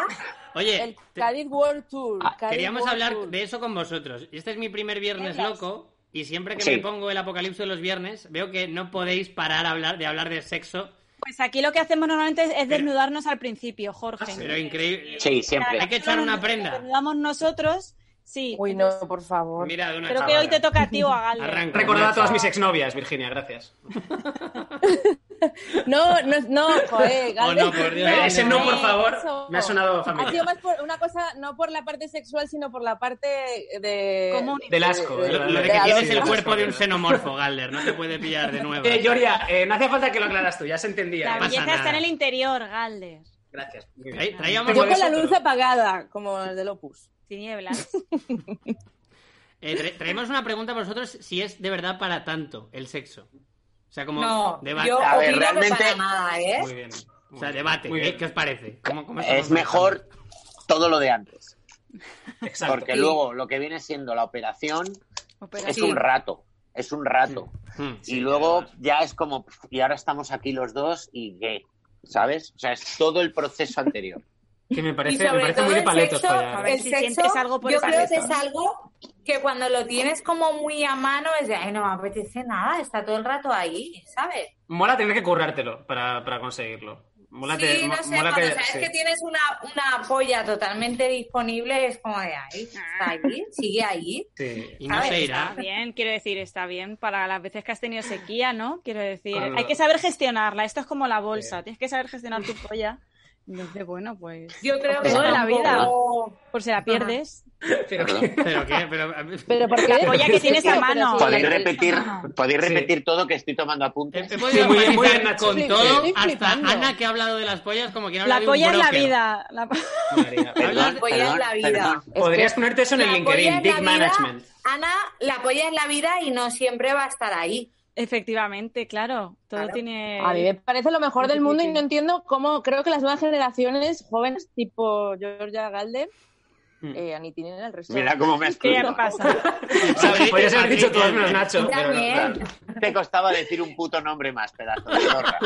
[SPEAKER 1] Oye,
[SPEAKER 6] El
[SPEAKER 1] te-
[SPEAKER 6] Cádiz World Tour. Cádiz
[SPEAKER 1] eh, ah, queríamos
[SPEAKER 6] World
[SPEAKER 1] hablar
[SPEAKER 6] Tour.
[SPEAKER 1] de eso con vosotros. Este es mi primer viernes
[SPEAKER 6] Venga.
[SPEAKER 1] loco. Y siempre que
[SPEAKER 3] Sí.
[SPEAKER 1] me pongo el apocalipsis de los viernes, veo que no podéis parar a hablar, de hablar de sexo.
[SPEAKER 5] Pues aquí lo que hacemos normalmente es, es desnudarnos al principio, Jorge.
[SPEAKER 1] Pero increíble.
[SPEAKER 3] Sí, siempre.
[SPEAKER 1] Hay que echar una prenda.
[SPEAKER 5] Nos desnudamos nosotros, sí.
[SPEAKER 6] Uy, no, por favor.
[SPEAKER 1] Mira, de una
[SPEAKER 5] Creo que hoy te
[SPEAKER 1] chavala.
[SPEAKER 5] toca a ti o a Galder.
[SPEAKER 1] Arranca.
[SPEAKER 2] Recordad a todas mis exnovias, Virginia, gracias.
[SPEAKER 6] No, no, no, joder,
[SPEAKER 1] Oh, no, por Dios.
[SPEAKER 2] Ese no, por favor,
[SPEAKER 6] eso.
[SPEAKER 2] me ha sonado
[SPEAKER 6] Ha sido
[SPEAKER 2] familiar.
[SPEAKER 6] más por una cosa, no por la parte sexual, sino por la parte de...
[SPEAKER 7] Común.
[SPEAKER 2] Del asco.
[SPEAKER 6] de-
[SPEAKER 1] Lo, lo de
[SPEAKER 6] de
[SPEAKER 1] que
[SPEAKER 6] a
[SPEAKER 1] tienes
[SPEAKER 6] los
[SPEAKER 1] el
[SPEAKER 6] dos.
[SPEAKER 1] cuerpo de un xenomorfo, Galder. No te puede pillar de nuevo.
[SPEAKER 2] Eh, Yoria, eh, no hace falta que lo aclaras tú, ya se entendía.
[SPEAKER 1] no
[SPEAKER 5] La
[SPEAKER 1] pasa
[SPEAKER 2] eh.
[SPEAKER 5] belleza está
[SPEAKER 1] nada.
[SPEAKER 5] en el interior, Galder.
[SPEAKER 2] Gracias. Muy bien.
[SPEAKER 1] Tra- traíamos-
[SPEAKER 6] Yo con la
[SPEAKER 2] vosotros.
[SPEAKER 6] luz apagada, como el del Opus.
[SPEAKER 5] Tinieblas.
[SPEAKER 1] eh, tra- traemos una pregunta para vosotros si es de verdad para tanto el sexo. O sea, como
[SPEAKER 7] No,
[SPEAKER 1] debate.
[SPEAKER 7] yo
[SPEAKER 3] A ver,
[SPEAKER 7] opino
[SPEAKER 3] realmente-
[SPEAKER 7] que para nada, ¿eh?
[SPEAKER 2] Muy bien.
[SPEAKER 1] O sea, debate.
[SPEAKER 2] Muy
[SPEAKER 1] ¿eh?
[SPEAKER 2] bien.
[SPEAKER 1] ¿Qué os parece? ¿Cómo- cómo estamos
[SPEAKER 3] Es mejor todo lo de antes.
[SPEAKER 2] Exacto.
[SPEAKER 3] Porque luego lo que viene siendo la operación es
[SPEAKER 7] Sí.
[SPEAKER 3] un rato. Es un rato.
[SPEAKER 2] Hmm.
[SPEAKER 1] trabajando? Mm.
[SPEAKER 3] y luego ya es como, "Pf, y ahora estamos aquí los dos y qué, ¿sabes? O sea, es todo me parece anterior.
[SPEAKER 2] Que me
[SPEAKER 7] Y
[SPEAKER 2] parece, me
[SPEAKER 7] sobre
[SPEAKER 2] parece
[SPEAKER 7] todo
[SPEAKER 2] muy de
[SPEAKER 7] el
[SPEAKER 2] paletos ¿eh?
[SPEAKER 7] sexo,
[SPEAKER 2] follar.
[SPEAKER 7] a ver,
[SPEAKER 5] El
[SPEAKER 7] si
[SPEAKER 5] sexo,
[SPEAKER 7] sientes algo por yo
[SPEAKER 5] esa
[SPEAKER 7] creo que
[SPEAKER 3] letra.
[SPEAKER 7] es algo que cuando lo tienes como muy a mano es de, ay, no me apetece nada, está todo el rato ahí, ¿sabes?
[SPEAKER 2] Mola tener que currártelo para, para conseguirlo. Mola
[SPEAKER 7] sí,
[SPEAKER 2] te-
[SPEAKER 7] no
[SPEAKER 2] mo-
[SPEAKER 7] sé,
[SPEAKER 2] mola
[SPEAKER 7] cuando
[SPEAKER 2] que-
[SPEAKER 7] sabes
[SPEAKER 2] sí.
[SPEAKER 7] que tienes una, una polla totalmente disponible es como de, ay,
[SPEAKER 5] Ah.
[SPEAKER 7] está ahí, sigue ahí.
[SPEAKER 2] Sí.
[SPEAKER 1] Y no
[SPEAKER 7] ¿sabes?
[SPEAKER 1] se
[SPEAKER 5] Está
[SPEAKER 1] irá. ¿eh?
[SPEAKER 5] bien, quiero decir, está bien para las veces que has tenido sequía, ¿no? Quiero decir,
[SPEAKER 2] Claro.
[SPEAKER 5] hay que saber gestionarla. Esto es como la bolsa, tienes que saber gestionar tu polla. Entonces, bueno, pues
[SPEAKER 7] Yo creo que
[SPEAKER 5] Todo en la
[SPEAKER 7] tampoco-
[SPEAKER 5] por si la pierdes.
[SPEAKER 2] Pero-
[SPEAKER 1] ¿Pero qué? Pero, a mí-
[SPEAKER 6] Pero porque...
[SPEAKER 5] La polla que tienes a mano.
[SPEAKER 3] Podéis repetir, podéis
[SPEAKER 2] Sí. Em,
[SPEAKER 3] repetir todo que estoy tomando
[SPEAKER 1] He,
[SPEAKER 3] apuntes.
[SPEAKER 1] he podido
[SPEAKER 2] Sí, muy bien, muy bien,
[SPEAKER 1] empatizar
[SPEAKER 2] Nacho.
[SPEAKER 1] con
[SPEAKER 6] Sí,
[SPEAKER 1] todo
[SPEAKER 6] estoy
[SPEAKER 1] hasta
[SPEAKER 6] flipando.
[SPEAKER 1] Ana que ha hablado de las pollas como quien habla
[SPEAKER 5] La
[SPEAKER 1] de un
[SPEAKER 5] polla es la
[SPEAKER 1] broker.
[SPEAKER 5] vida. La po-
[SPEAKER 2] María.
[SPEAKER 3] Perdón,
[SPEAKER 7] La polla
[SPEAKER 3] perdón,
[SPEAKER 7] es la vida.
[SPEAKER 3] perdón.
[SPEAKER 2] Podrías ponerte eso en el
[SPEAKER 7] La polla
[SPEAKER 2] LinkedIn,
[SPEAKER 7] es
[SPEAKER 2] Big
[SPEAKER 7] la vida,
[SPEAKER 2] Management.
[SPEAKER 7] Ana, la polla es la vida y no siempre va a estar ahí.
[SPEAKER 5] Efectivamente, claro. Todo
[SPEAKER 7] Claro.
[SPEAKER 5] tiene.
[SPEAKER 6] A mí me parece lo mejor del mundo y no entiendo cómo creo que las nuevas generaciones jóvenes tipo Georgia Galde
[SPEAKER 2] Mm.
[SPEAKER 6] eh, ni tienen el resto.
[SPEAKER 3] Hmm. Mira cómo me has
[SPEAKER 5] ¿Qué ya pasa?
[SPEAKER 2] O sea, Podrías haber dicho
[SPEAKER 1] Patricia,
[SPEAKER 2] todos menos Nacho. pero no,
[SPEAKER 7] También.
[SPEAKER 2] claro.
[SPEAKER 3] Te costaba decir un puto nombre más, pedazo de zorra.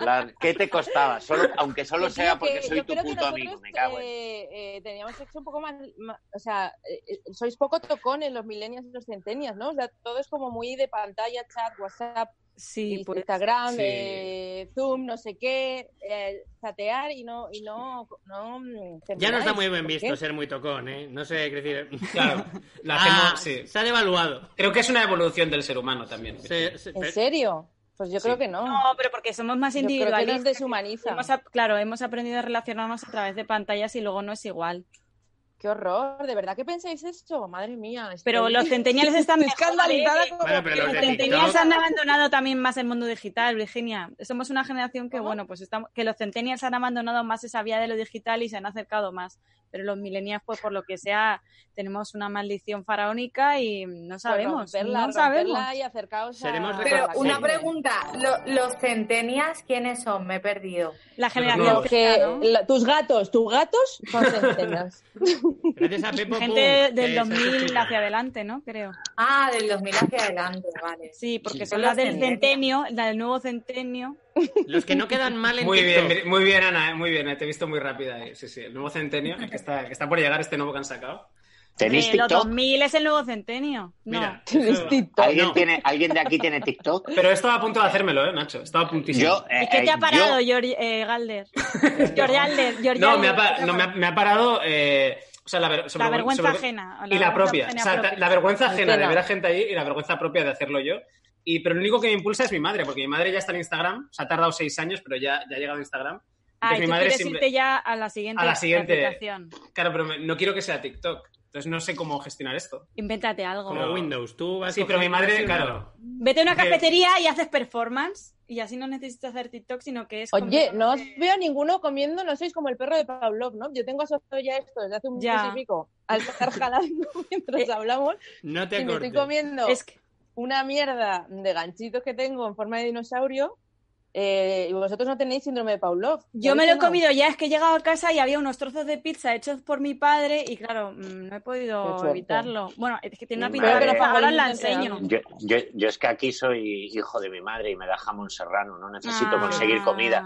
[SPEAKER 3] La- ¿Qué te costaba? Solo, aunque solo
[SPEAKER 6] Yo
[SPEAKER 3] sea
[SPEAKER 6] creo
[SPEAKER 3] porque
[SPEAKER 6] que-
[SPEAKER 3] soy
[SPEAKER 6] yo
[SPEAKER 3] tu
[SPEAKER 6] creo que
[SPEAKER 3] puto
[SPEAKER 6] nosotros,
[SPEAKER 3] amigo, me cago en.
[SPEAKER 6] eh, eh, teníamos sexo un poco más, ma- o sea, eh, eh, sois poco tocones los millennials y los centenias, ¿no? O sea, todo es como muy de pantalla, chat, WhatsApp,
[SPEAKER 5] Sí, pues.
[SPEAKER 6] Instagram,
[SPEAKER 2] sí.
[SPEAKER 6] eh, Zoom, no sé qué, eh, chatear y no y no, no mm,
[SPEAKER 1] Ya no está
[SPEAKER 6] termináis.
[SPEAKER 1] muy bien
[SPEAKER 6] ¿Por
[SPEAKER 1] visto
[SPEAKER 6] qué?
[SPEAKER 1] ser muy tocón, ¿eh? No sé qué decir.
[SPEAKER 2] Claro, la
[SPEAKER 1] Ah,
[SPEAKER 2] hacemos, sí.
[SPEAKER 1] Se ha devaluado.
[SPEAKER 2] Creo que es una evolución del ser humano también.
[SPEAKER 1] Se- se-
[SPEAKER 6] ¿En serio? Pues yo creo que no.
[SPEAKER 5] No, pero porque somos más
[SPEAKER 6] Yo creo que nos
[SPEAKER 5] individualistas.
[SPEAKER 6] deshumaniza.
[SPEAKER 5] Hemos ap- claro, hemos aprendido a relacionarnos a través de pantallas y luego no es igual.
[SPEAKER 6] Qué horror, ¿de verdad que pensáis esto? Madre mía. estoy-
[SPEAKER 5] Pero los centeniales están mejor,
[SPEAKER 6] escandalizada
[SPEAKER 5] ¿eh?
[SPEAKER 6] con-
[SPEAKER 1] Bueno, pero los
[SPEAKER 5] Los
[SPEAKER 1] de
[SPEAKER 5] centenials
[SPEAKER 1] TikTok...
[SPEAKER 5] han abandonado también más el mundo digital, Virginia. Somos una generación que, bueno, pues estamos, que los centenials han abandonado más esa vía de lo digital y se han acercado más. Pero los millennials, pues por lo que sea, tenemos una maldición faraónica y no
[SPEAKER 6] Pues
[SPEAKER 5] sabemos.
[SPEAKER 6] romperla,
[SPEAKER 5] no sabemos.
[SPEAKER 6] romperla y acercaos a-
[SPEAKER 1] Seremos
[SPEAKER 7] Pero
[SPEAKER 1] Ah, sí.
[SPEAKER 7] una pregunta, lo- los centenias, ¿quiénes son? Me he perdido.
[SPEAKER 5] La
[SPEAKER 2] Los
[SPEAKER 5] generación
[SPEAKER 6] Los
[SPEAKER 5] Z,
[SPEAKER 6] que-
[SPEAKER 5] ¿no?
[SPEAKER 6] la- tus gatos, tus gatos son centenias.
[SPEAKER 1] Gracias a Pepo
[SPEAKER 5] Gente
[SPEAKER 1] Pum, que
[SPEAKER 5] del
[SPEAKER 1] se ha
[SPEAKER 5] 2000
[SPEAKER 1] suscrito.
[SPEAKER 5] hacia adelante, ¿no? Creo.
[SPEAKER 7] Ah, del 2000 hacia adelante, vale.
[SPEAKER 5] Sí, porque
[SPEAKER 7] Sí.
[SPEAKER 5] son las del
[SPEAKER 7] Centenials.
[SPEAKER 5] centenio, la del nuevo centenio.
[SPEAKER 1] Los que no quedan mal en
[SPEAKER 2] Muy
[SPEAKER 1] TikTok.
[SPEAKER 2] bien, muy bien, Ana, eh, muy bien. eh, Te he visto muy rápida. eh, Sí, sí. El nuevo centenio, el que está, el que está por llegar, este nuevo que han sacado.
[SPEAKER 3] ¿Tenéis
[SPEAKER 5] Eh, los
[SPEAKER 3] TikTok?
[SPEAKER 5] 2000 es el nuevo centenio. No.
[SPEAKER 1] Mira,
[SPEAKER 6] Tienes
[SPEAKER 1] eso-
[SPEAKER 6] TikTok.
[SPEAKER 3] ¿Alguien,
[SPEAKER 1] No.
[SPEAKER 3] tiene, ¿Alguien de aquí tiene TikTok?
[SPEAKER 2] Pero estaba a punto de hacérmelo, ¿eh, Nacho? Estaba a puntísimo.
[SPEAKER 3] Yo, eh,
[SPEAKER 5] Es que te ha
[SPEAKER 3] eh,
[SPEAKER 5] parado,
[SPEAKER 3] yo-
[SPEAKER 5] Jordi- eh, Galder. Jordi Alder. Jordi
[SPEAKER 2] No,
[SPEAKER 5] Alder,
[SPEAKER 2] me ha, pa-
[SPEAKER 5] te
[SPEAKER 2] no, me ha- me ha parado. eh, o sea, la, ver- sobre-
[SPEAKER 5] La vergüenza
[SPEAKER 2] sobre-
[SPEAKER 5] ajena. o
[SPEAKER 2] Y la propia. O
[SPEAKER 5] vergüenza
[SPEAKER 2] sea,
[SPEAKER 5] ajena
[SPEAKER 2] ta- la vergüenza ajena de
[SPEAKER 6] Ajena.
[SPEAKER 2] ver a gente ahí y la vergüenza propia de hacerlo yo. Y, pero lo único que me impulsa es mi madre, porque mi madre ya está en Instagram. O sea, ha tardado seis años, pero ya, ya ha llegado a Instagram.
[SPEAKER 5] Ah,
[SPEAKER 2] Entonces,
[SPEAKER 5] y
[SPEAKER 2] mi
[SPEAKER 5] tú
[SPEAKER 2] madre
[SPEAKER 5] quieres
[SPEAKER 2] siempre-
[SPEAKER 5] irte ya a la siguiente,
[SPEAKER 2] A la siguiente.
[SPEAKER 5] aplicación.
[SPEAKER 2] Claro, pero me- no quiero que sea TikTok. Entonces no sé cómo gestionar esto.
[SPEAKER 5] Invéntate algo.
[SPEAKER 1] Como
[SPEAKER 2] Pero-
[SPEAKER 1] Windows, tú vas
[SPEAKER 2] Sí, pero mi
[SPEAKER 1] cogiendo
[SPEAKER 2] madre,
[SPEAKER 1] así,
[SPEAKER 2] claro.
[SPEAKER 5] Vete a una
[SPEAKER 2] que-
[SPEAKER 5] cafetería y haces performance. Y así no necesitas hacer TikTok, sino que es.
[SPEAKER 6] Oye,
[SPEAKER 5] completamente-
[SPEAKER 6] no os veo a ninguno comiendo, no sois como el perro de Pavlov, ¿no? Yo tengo asociado ya esto desde hace un
[SPEAKER 5] Ya.
[SPEAKER 6] mes y pico, al estar jalando mientras hablamos,
[SPEAKER 1] No
[SPEAKER 6] y
[SPEAKER 1] Eh, te
[SPEAKER 6] me estoy
[SPEAKER 1] cortes.
[SPEAKER 6] comiendo
[SPEAKER 5] Es que-
[SPEAKER 6] una mierda de ganchitos que tengo en forma de dinosaurio, eh, y vosotros no tenéis síndrome de Pavlov.
[SPEAKER 5] Yo me lo he
[SPEAKER 6] ¿sabéis o no?
[SPEAKER 5] comido ya, es que he llegado a casa y había unos trozos de pizza hechos por mi padre y claro, mm, no he
[SPEAKER 6] Qué
[SPEAKER 5] podido
[SPEAKER 6] suerte.
[SPEAKER 5] evitarlo. Bueno, es que tiene una
[SPEAKER 3] Mi
[SPEAKER 5] pinta
[SPEAKER 3] madre-
[SPEAKER 5] que ahora os la
[SPEAKER 6] Realmente,
[SPEAKER 5] enseño.
[SPEAKER 3] Yo, yo, yo es que aquí soy hijo de mi madre y me da jamón serrano. No necesito conseguir
[SPEAKER 5] Ah.
[SPEAKER 3] comida.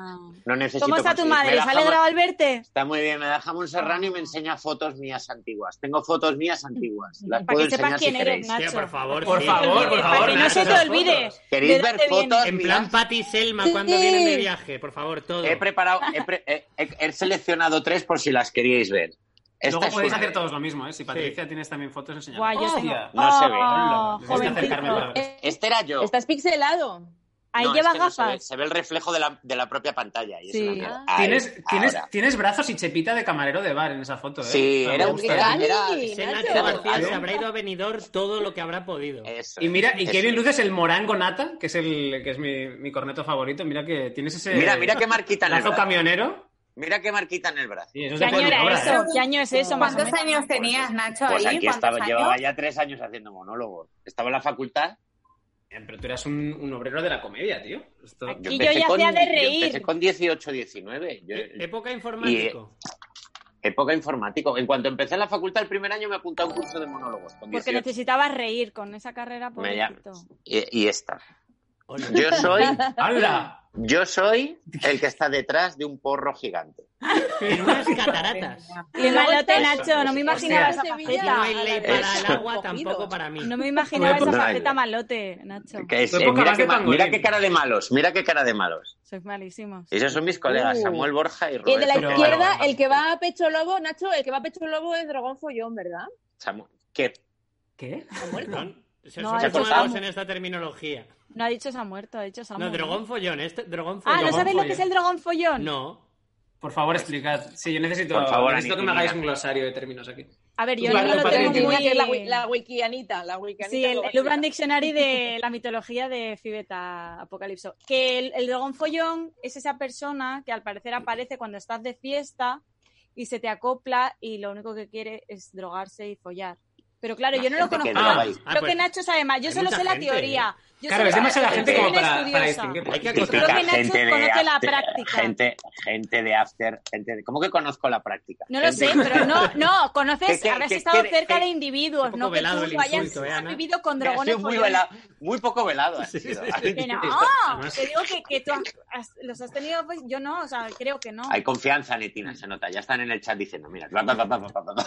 [SPEAKER 3] No necesito
[SPEAKER 5] ¿Cómo está tu
[SPEAKER 3] conseguir- me da
[SPEAKER 5] madre? ¿Se ha
[SPEAKER 3] jamón-
[SPEAKER 5] alegrado al verte?
[SPEAKER 3] Está muy bien, me da
[SPEAKER 5] Ah.
[SPEAKER 3] jamón serrano y me enseña fotos mías antiguas. Tengo fotos mías antiguas. Las
[SPEAKER 5] Mm, Para
[SPEAKER 3] puedo
[SPEAKER 5] que sepas
[SPEAKER 3] enseñar
[SPEAKER 5] quién
[SPEAKER 3] si
[SPEAKER 5] eres,
[SPEAKER 3] queréis.
[SPEAKER 5] Nacho.
[SPEAKER 1] Tía, por favor,
[SPEAKER 2] Por
[SPEAKER 1] sí.
[SPEAKER 2] favor, por
[SPEAKER 5] Para
[SPEAKER 2] favor,
[SPEAKER 5] que no
[SPEAKER 2] nada,
[SPEAKER 5] se te
[SPEAKER 2] esas
[SPEAKER 5] olvide.
[SPEAKER 2] fotos.
[SPEAKER 5] ¿De
[SPEAKER 3] ¿Queréis ver
[SPEAKER 5] dónde viene?
[SPEAKER 3] fotos?
[SPEAKER 1] En
[SPEAKER 3] mías?
[SPEAKER 1] plan Patty Selma cuando
[SPEAKER 6] Sí.
[SPEAKER 1] vienen de viaje, por favor, todo.
[SPEAKER 3] He preparado, he, pre- he- he- he seleccionado tres por si las queríais ver. Esta
[SPEAKER 2] Luego
[SPEAKER 3] es
[SPEAKER 2] podéis
[SPEAKER 3] una
[SPEAKER 2] hacer
[SPEAKER 3] de-
[SPEAKER 2] todos lo mismo, ¿eh? Si Patricia tienes también fotos, enseñadme.
[SPEAKER 5] Guay, yo
[SPEAKER 2] Hostia.
[SPEAKER 3] No se ve.
[SPEAKER 5] Oh,
[SPEAKER 2] Tienes que
[SPEAKER 5] jovencito.
[SPEAKER 2] acercarme a la-
[SPEAKER 3] Este era yo.
[SPEAKER 6] Estás pixelado.
[SPEAKER 5] Ahí
[SPEAKER 3] No, es
[SPEAKER 5] lleva
[SPEAKER 3] que no
[SPEAKER 5] gafas.
[SPEAKER 3] se, ve, se ve el reflejo de la, de la propia pantalla. Y es
[SPEAKER 5] Sí. Ah.
[SPEAKER 3] una mierda. Ahí,
[SPEAKER 2] Tienes, tienes,
[SPEAKER 3] ahora.
[SPEAKER 2] tienes brazos y chepita de camarero de bar en esa foto, ¿eh?
[SPEAKER 3] Sí,
[SPEAKER 2] Me
[SPEAKER 3] era un
[SPEAKER 2] gusta.
[SPEAKER 3] era- era-
[SPEAKER 8] Dani,
[SPEAKER 1] Ese Nacho
[SPEAKER 8] Nacho.
[SPEAKER 1] García se
[SPEAKER 2] ¿no?
[SPEAKER 1] habrá ido a venidor todo lo que habrá podido.
[SPEAKER 3] Eso
[SPEAKER 2] Y
[SPEAKER 3] es,
[SPEAKER 2] mira, y
[SPEAKER 3] eso
[SPEAKER 2] qué bien
[SPEAKER 3] es.
[SPEAKER 2] luces el morango nata, que es el que es mi, mi corneto favorito. Mira que tienes ese
[SPEAKER 3] Mira, mira qué marquita en el
[SPEAKER 2] lazo
[SPEAKER 3] brazo.
[SPEAKER 2] camionero.
[SPEAKER 3] Mira qué marquita en el brazo.
[SPEAKER 2] Sí, eso es
[SPEAKER 5] ¿Qué
[SPEAKER 2] de
[SPEAKER 5] año era
[SPEAKER 2] conductora,
[SPEAKER 5] eso?
[SPEAKER 2] ¿eh?
[SPEAKER 5] ¿Qué año es eso, más o
[SPEAKER 7] ¿Cuántos
[SPEAKER 5] menos?
[SPEAKER 7] años tenías, Nacho,
[SPEAKER 3] Pues
[SPEAKER 7] ahí?
[SPEAKER 3] aquí estaba,
[SPEAKER 7] ¿Cuántos
[SPEAKER 3] llevaba
[SPEAKER 7] años?
[SPEAKER 3] ya tres años haciendo monólogos. Estaba en la facultad.
[SPEAKER 2] Eh, Pero tú eras un, un obrero de la comedia, tío. Esto-
[SPEAKER 5] Aquí
[SPEAKER 3] Yo
[SPEAKER 5] Y yo
[SPEAKER 3] empecé
[SPEAKER 5] ya
[SPEAKER 3] con,
[SPEAKER 5] hacía de
[SPEAKER 3] yo
[SPEAKER 5] reír.
[SPEAKER 3] empecé con 18, 19. Yo-
[SPEAKER 1] E- Época informático.
[SPEAKER 3] época informático. En cuanto empecé en la facultad el primer año me apunté a un curso de monólogos. Con
[SPEAKER 5] Porque
[SPEAKER 3] 18.
[SPEAKER 5] necesitabas reír con esa carrera,
[SPEAKER 3] Me llamo-
[SPEAKER 5] pobrecito.
[SPEAKER 3] y, y esta.
[SPEAKER 1] Ole.
[SPEAKER 3] Yo soy,
[SPEAKER 2] ¡Hala!
[SPEAKER 3] yo soy el que está detrás de un porro gigante.
[SPEAKER 1] En unas cataratas.
[SPEAKER 5] Qué malote, Nacho, no me imaginaba esa
[SPEAKER 8] Hostia.
[SPEAKER 1] Y
[SPEAKER 5] faceta.
[SPEAKER 1] no hay ley para el agua, tampoco para mí.
[SPEAKER 5] No me imaginaba esa
[SPEAKER 3] No,
[SPEAKER 5] faceta
[SPEAKER 3] no.
[SPEAKER 5] malote, Nacho.
[SPEAKER 3] Que es-
[SPEAKER 2] Tú
[SPEAKER 3] eh,
[SPEAKER 2] época
[SPEAKER 3] mira,
[SPEAKER 2] más
[SPEAKER 3] qué
[SPEAKER 2] de
[SPEAKER 3] ma-
[SPEAKER 2] pangolín.
[SPEAKER 3] mira qué cara de malos, mira qué cara de malos.
[SPEAKER 5] Sois malísimos.
[SPEAKER 3] Esos son mis colegas,
[SPEAKER 8] Uh.
[SPEAKER 3] Samuel Borja y
[SPEAKER 8] Y de
[SPEAKER 3] Roberto.
[SPEAKER 8] la
[SPEAKER 2] Pero-
[SPEAKER 8] izquierda, el que va a pecho lobo, Nacho, el que va a pecho lobo es Dragón Follón, ¿verdad?
[SPEAKER 3] Samu- ¿Qué?
[SPEAKER 2] ¿Qué?
[SPEAKER 1] Perdón, Se
[SPEAKER 5] No,
[SPEAKER 1] son
[SPEAKER 5] ha
[SPEAKER 3] dicho
[SPEAKER 1] nuevos
[SPEAKER 3] Samu.
[SPEAKER 1] en esta terminología.
[SPEAKER 5] No ha dicho se ha muerto, ha dicho se ha
[SPEAKER 1] No,
[SPEAKER 5] muerto.
[SPEAKER 1] dragón follón. Este, dragón
[SPEAKER 5] Ah,
[SPEAKER 1] follón.
[SPEAKER 5] ¿no sabéis lo que es
[SPEAKER 2] follón.
[SPEAKER 5] el dragón follón?
[SPEAKER 1] No.
[SPEAKER 2] Por favor, explicad. Sí, yo necesito,
[SPEAKER 3] Pues, Por favor,
[SPEAKER 2] necesito que me
[SPEAKER 3] Anitina.
[SPEAKER 2] hagáis un glosario de términos aquí.
[SPEAKER 5] A ver, yo
[SPEAKER 2] Vale,
[SPEAKER 5] no lo
[SPEAKER 2] vale,
[SPEAKER 5] tengo
[SPEAKER 2] yo-
[SPEAKER 5] muy...
[SPEAKER 8] la, wi- la wikianita, la wikianita.
[SPEAKER 5] Sí, el,
[SPEAKER 8] lo va a
[SPEAKER 5] el Urban
[SPEAKER 8] explicar.
[SPEAKER 5] Dictionary de la mitología de Fibeta Apocalipso. Que el, el dragón follón es esa persona que al parecer aparece cuando estás de fiesta y se te acopla y lo único que quiere es drogarse y follar. Pero claro, yo no lo
[SPEAKER 3] Gente que
[SPEAKER 5] conozco.
[SPEAKER 3] droga
[SPEAKER 5] más.
[SPEAKER 3] y-
[SPEAKER 1] Ah,
[SPEAKER 5] Creo
[SPEAKER 1] pues,
[SPEAKER 5] que Nacho sabe más. Yo
[SPEAKER 1] hay
[SPEAKER 5] solo
[SPEAKER 1] mucha
[SPEAKER 5] sé la
[SPEAKER 1] gente, ¿eh?
[SPEAKER 5] teoría. Yo
[SPEAKER 2] Claro,
[SPEAKER 5] solo
[SPEAKER 2] es
[SPEAKER 5] sé la
[SPEAKER 2] demasiada
[SPEAKER 5] teoría,
[SPEAKER 2] gente
[SPEAKER 5] soy
[SPEAKER 2] como
[SPEAKER 5] una
[SPEAKER 2] para, para
[SPEAKER 5] estudiosa.
[SPEAKER 2] distinguir.
[SPEAKER 1] Hay que
[SPEAKER 5] Creo
[SPEAKER 1] acostar.
[SPEAKER 5] que Nacho conoce la práctica.
[SPEAKER 3] gente, gente de after, gente de- ¿Cómo que conozco la práctica?
[SPEAKER 5] No lo sé,
[SPEAKER 3] Gente-
[SPEAKER 5] pero no, no, conoces,
[SPEAKER 3] Que- que-
[SPEAKER 5] habrás
[SPEAKER 3] que-
[SPEAKER 5] estado
[SPEAKER 3] que-
[SPEAKER 5] cerca
[SPEAKER 3] que-
[SPEAKER 5] de individuos,
[SPEAKER 1] un poco
[SPEAKER 5] no que tú
[SPEAKER 1] velado el
[SPEAKER 5] hayas
[SPEAKER 1] insulto, ¿eh, Ana?
[SPEAKER 5] vivido con
[SPEAKER 3] Ha
[SPEAKER 5] dragones
[SPEAKER 3] sido muy,
[SPEAKER 5] follones.
[SPEAKER 3] vela- muy poco velado. ¿eh? ha sido.
[SPEAKER 5] Que no, Oh, te digo que, que tú has- has- los has tenido, pues yo no, o sea, creo que no.
[SPEAKER 3] Hay confianza, Netina, se nota. Ya están en el chat diciendo, mira, bla, bla, bla, bla, bla, bla, bla.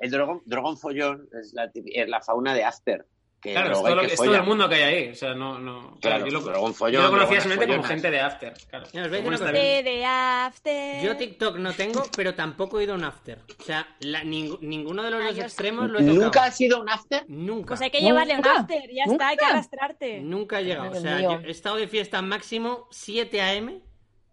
[SPEAKER 3] el dragón, dragón follón es la, tipi- es la fauna de after. Que
[SPEAKER 2] Claro, es
[SPEAKER 3] droga y
[SPEAKER 2] todo, lo-
[SPEAKER 3] que
[SPEAKER 2] es
[SPEAKER 3] folla.
[SPEAKER 2] todo el mundo que hay ahí. O sea, no. no
[SPEAKER 3] Claro,
[SPEAKER 2] yo lo,
[SPEAKER 3] dragón
[SPEAKER 2] yo
[SPEAKER 3] follón,
[SPEAKER 2] lo conocía
[SPEAKER 3] dragonas
[SPEAKER 2] solamente como
[SPEAKER 3] follonas.
[SPEAKER 2] gente de after. Claro.
[SPEAKER 1] Ya, os voy a decir
[SPEAKER 2] Bueno,
[SPEAKER 1] una
[SPEAKER 2] está
[SPEAKER 1] cosa.
[SPEAKER 2] bien.
[SPEAKER 5] De, de after.
[SPEAKER 1] pues,
[SPEAKER 5] Pues,
[SPEAKER 1] Yo TikTok no tengo, pero tampoco he ido a un after. O sea, la- ning- ninguno de los
[SPEAKER 5] Ah,
[SPEAKER 1] dos
[SPEAKER 5] yo sí.
[SPEAKER 1] extremos lo he tocado.
[SPEAKER 3] ¿Nunca ha sido un after?
[SPEAKER 1] Nunca.
[SPEAKER 5] Pues hay que
[SPEAKER 8] Nunca.
[SPEAKER 5] llevarle un after, ya está,
[SPEAKER 8] Nunca.
[SPEAKER 5] hay que arrastrarte.
[SPEAKER 1] Nunca he llegado. O
[SPEAKER 8] Dios
[SPEAKER 1] sea,
[SPEAKER 8] mío.
[SPEAKER 1] yo he estado de fiesta máximo 7 AM.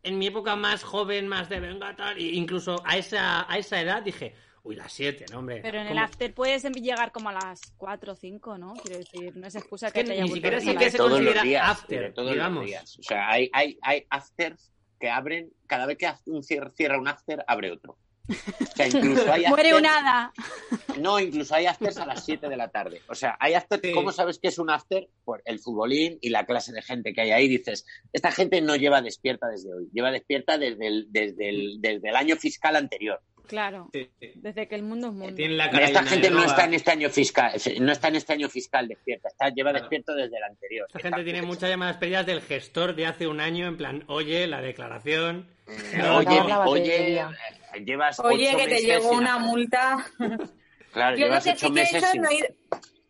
[SPEAKER 1] En mi época más joven, más de venga, tal. e incluso a esa, a esa edad dije, uy, las 7, no, hombre.
[SPEAKER 5] Pero en el
[SPEAKER 1] ¿cómo?
[SPEAKER 5] after puedes em, llegar como a las 4 o 5, ¿no? Quiero decir, no es excusa
[SPEAKER 1] Es
[SPEAKER 5] que,
[SPEAKER 1] que
[SPEAKER 5] te haya
[SPEAKER 1] ni
[SPEAKER 5] gustado
[SPEAKER 1] siquiera
[SPEAKER 5] a
[SPEAKER 1] sé qué
[SPEAKER 5] la
[SPEAKER 3] de
[SPEAKER 5] vez.
[SPEAKER 1] se
[SPEAKER 3] todos los
[SPEAKER 1] considera
[SPEAKER 3] días,
[SPEAKER 1] after,
[SPEAKER 3] y de todos
[SPEAKER 1] digamos.
[SPEAKER 3] Los días. O sea, hay, hay, hay afters que abren, cada vez que un cier- cierra un after, abre otro. O sea, incluso hay
[SPEAKER 5] Muere un
[SPEAKER 3] afters-
[SPEAKER 5] hada.
[SPEAKER 3] No, incluso hay afters a las 7 de la tarde. O sea, hay after.
[SPEAKER 2] Sí.
[SPEAKER 3] ¿Cómo sabes que es un after? Por el futbolín y la clase de gente que hay ahí. Dices, esta gente no lleva despierta desde hoy, lleva despierta desde el, desde el, desde el año fiscal anterior.
[SPEAKER 5] Claro,
[SPEAKER 2] Sí, sí.
[SPEAKER 5] desde que el mundo es mundo.
[SPEAKER 2] Tienen la cara
[SPEAKER 3] Esta
[SPEAKER 2] llena de
[SPEAKER 3] gente no
[SPEAKER 2] droga.
[SPEAKER 3] está en este año fiscal, no está en este año fiscal despierta, está, lleva
[SPEAKER 2] Claro.
[SPEAKER 3] despierto desde el anterior.
[SPEAKER 1] Esta gente tiene muchas llamadas perdidas del gestor de hace un año, en plan, oye, la declaración.
[SPEAKER 3] Oye,
[SPEAKER 8] la
[SPEAKER 3] oye,
[SPEAKER 8] batería.
[SPEAKER 3] eh, llevas
[SPEAKER 7] Oye,
[SPEAKER 3] ocho
[SPEAKER 7] que te
[SPEAKER 3] meses
[SPEAKER 7] llegó
[SPEAKER 3] sin-
[SPEAKER 7] una multa.
[SPEAKER 3] Claro,
[SPEAKER 7] Yo lo
[SPEAKER 3] llevas
[SPEAKER 7] que
[SPEAKER 3] ocho
[SPEAKER 7] sí que he
[SPEAKER 3] meses
[SPEAKER 7] hecho
[SPEAKER 3] sin-
[SPEAKER 7] no he ido,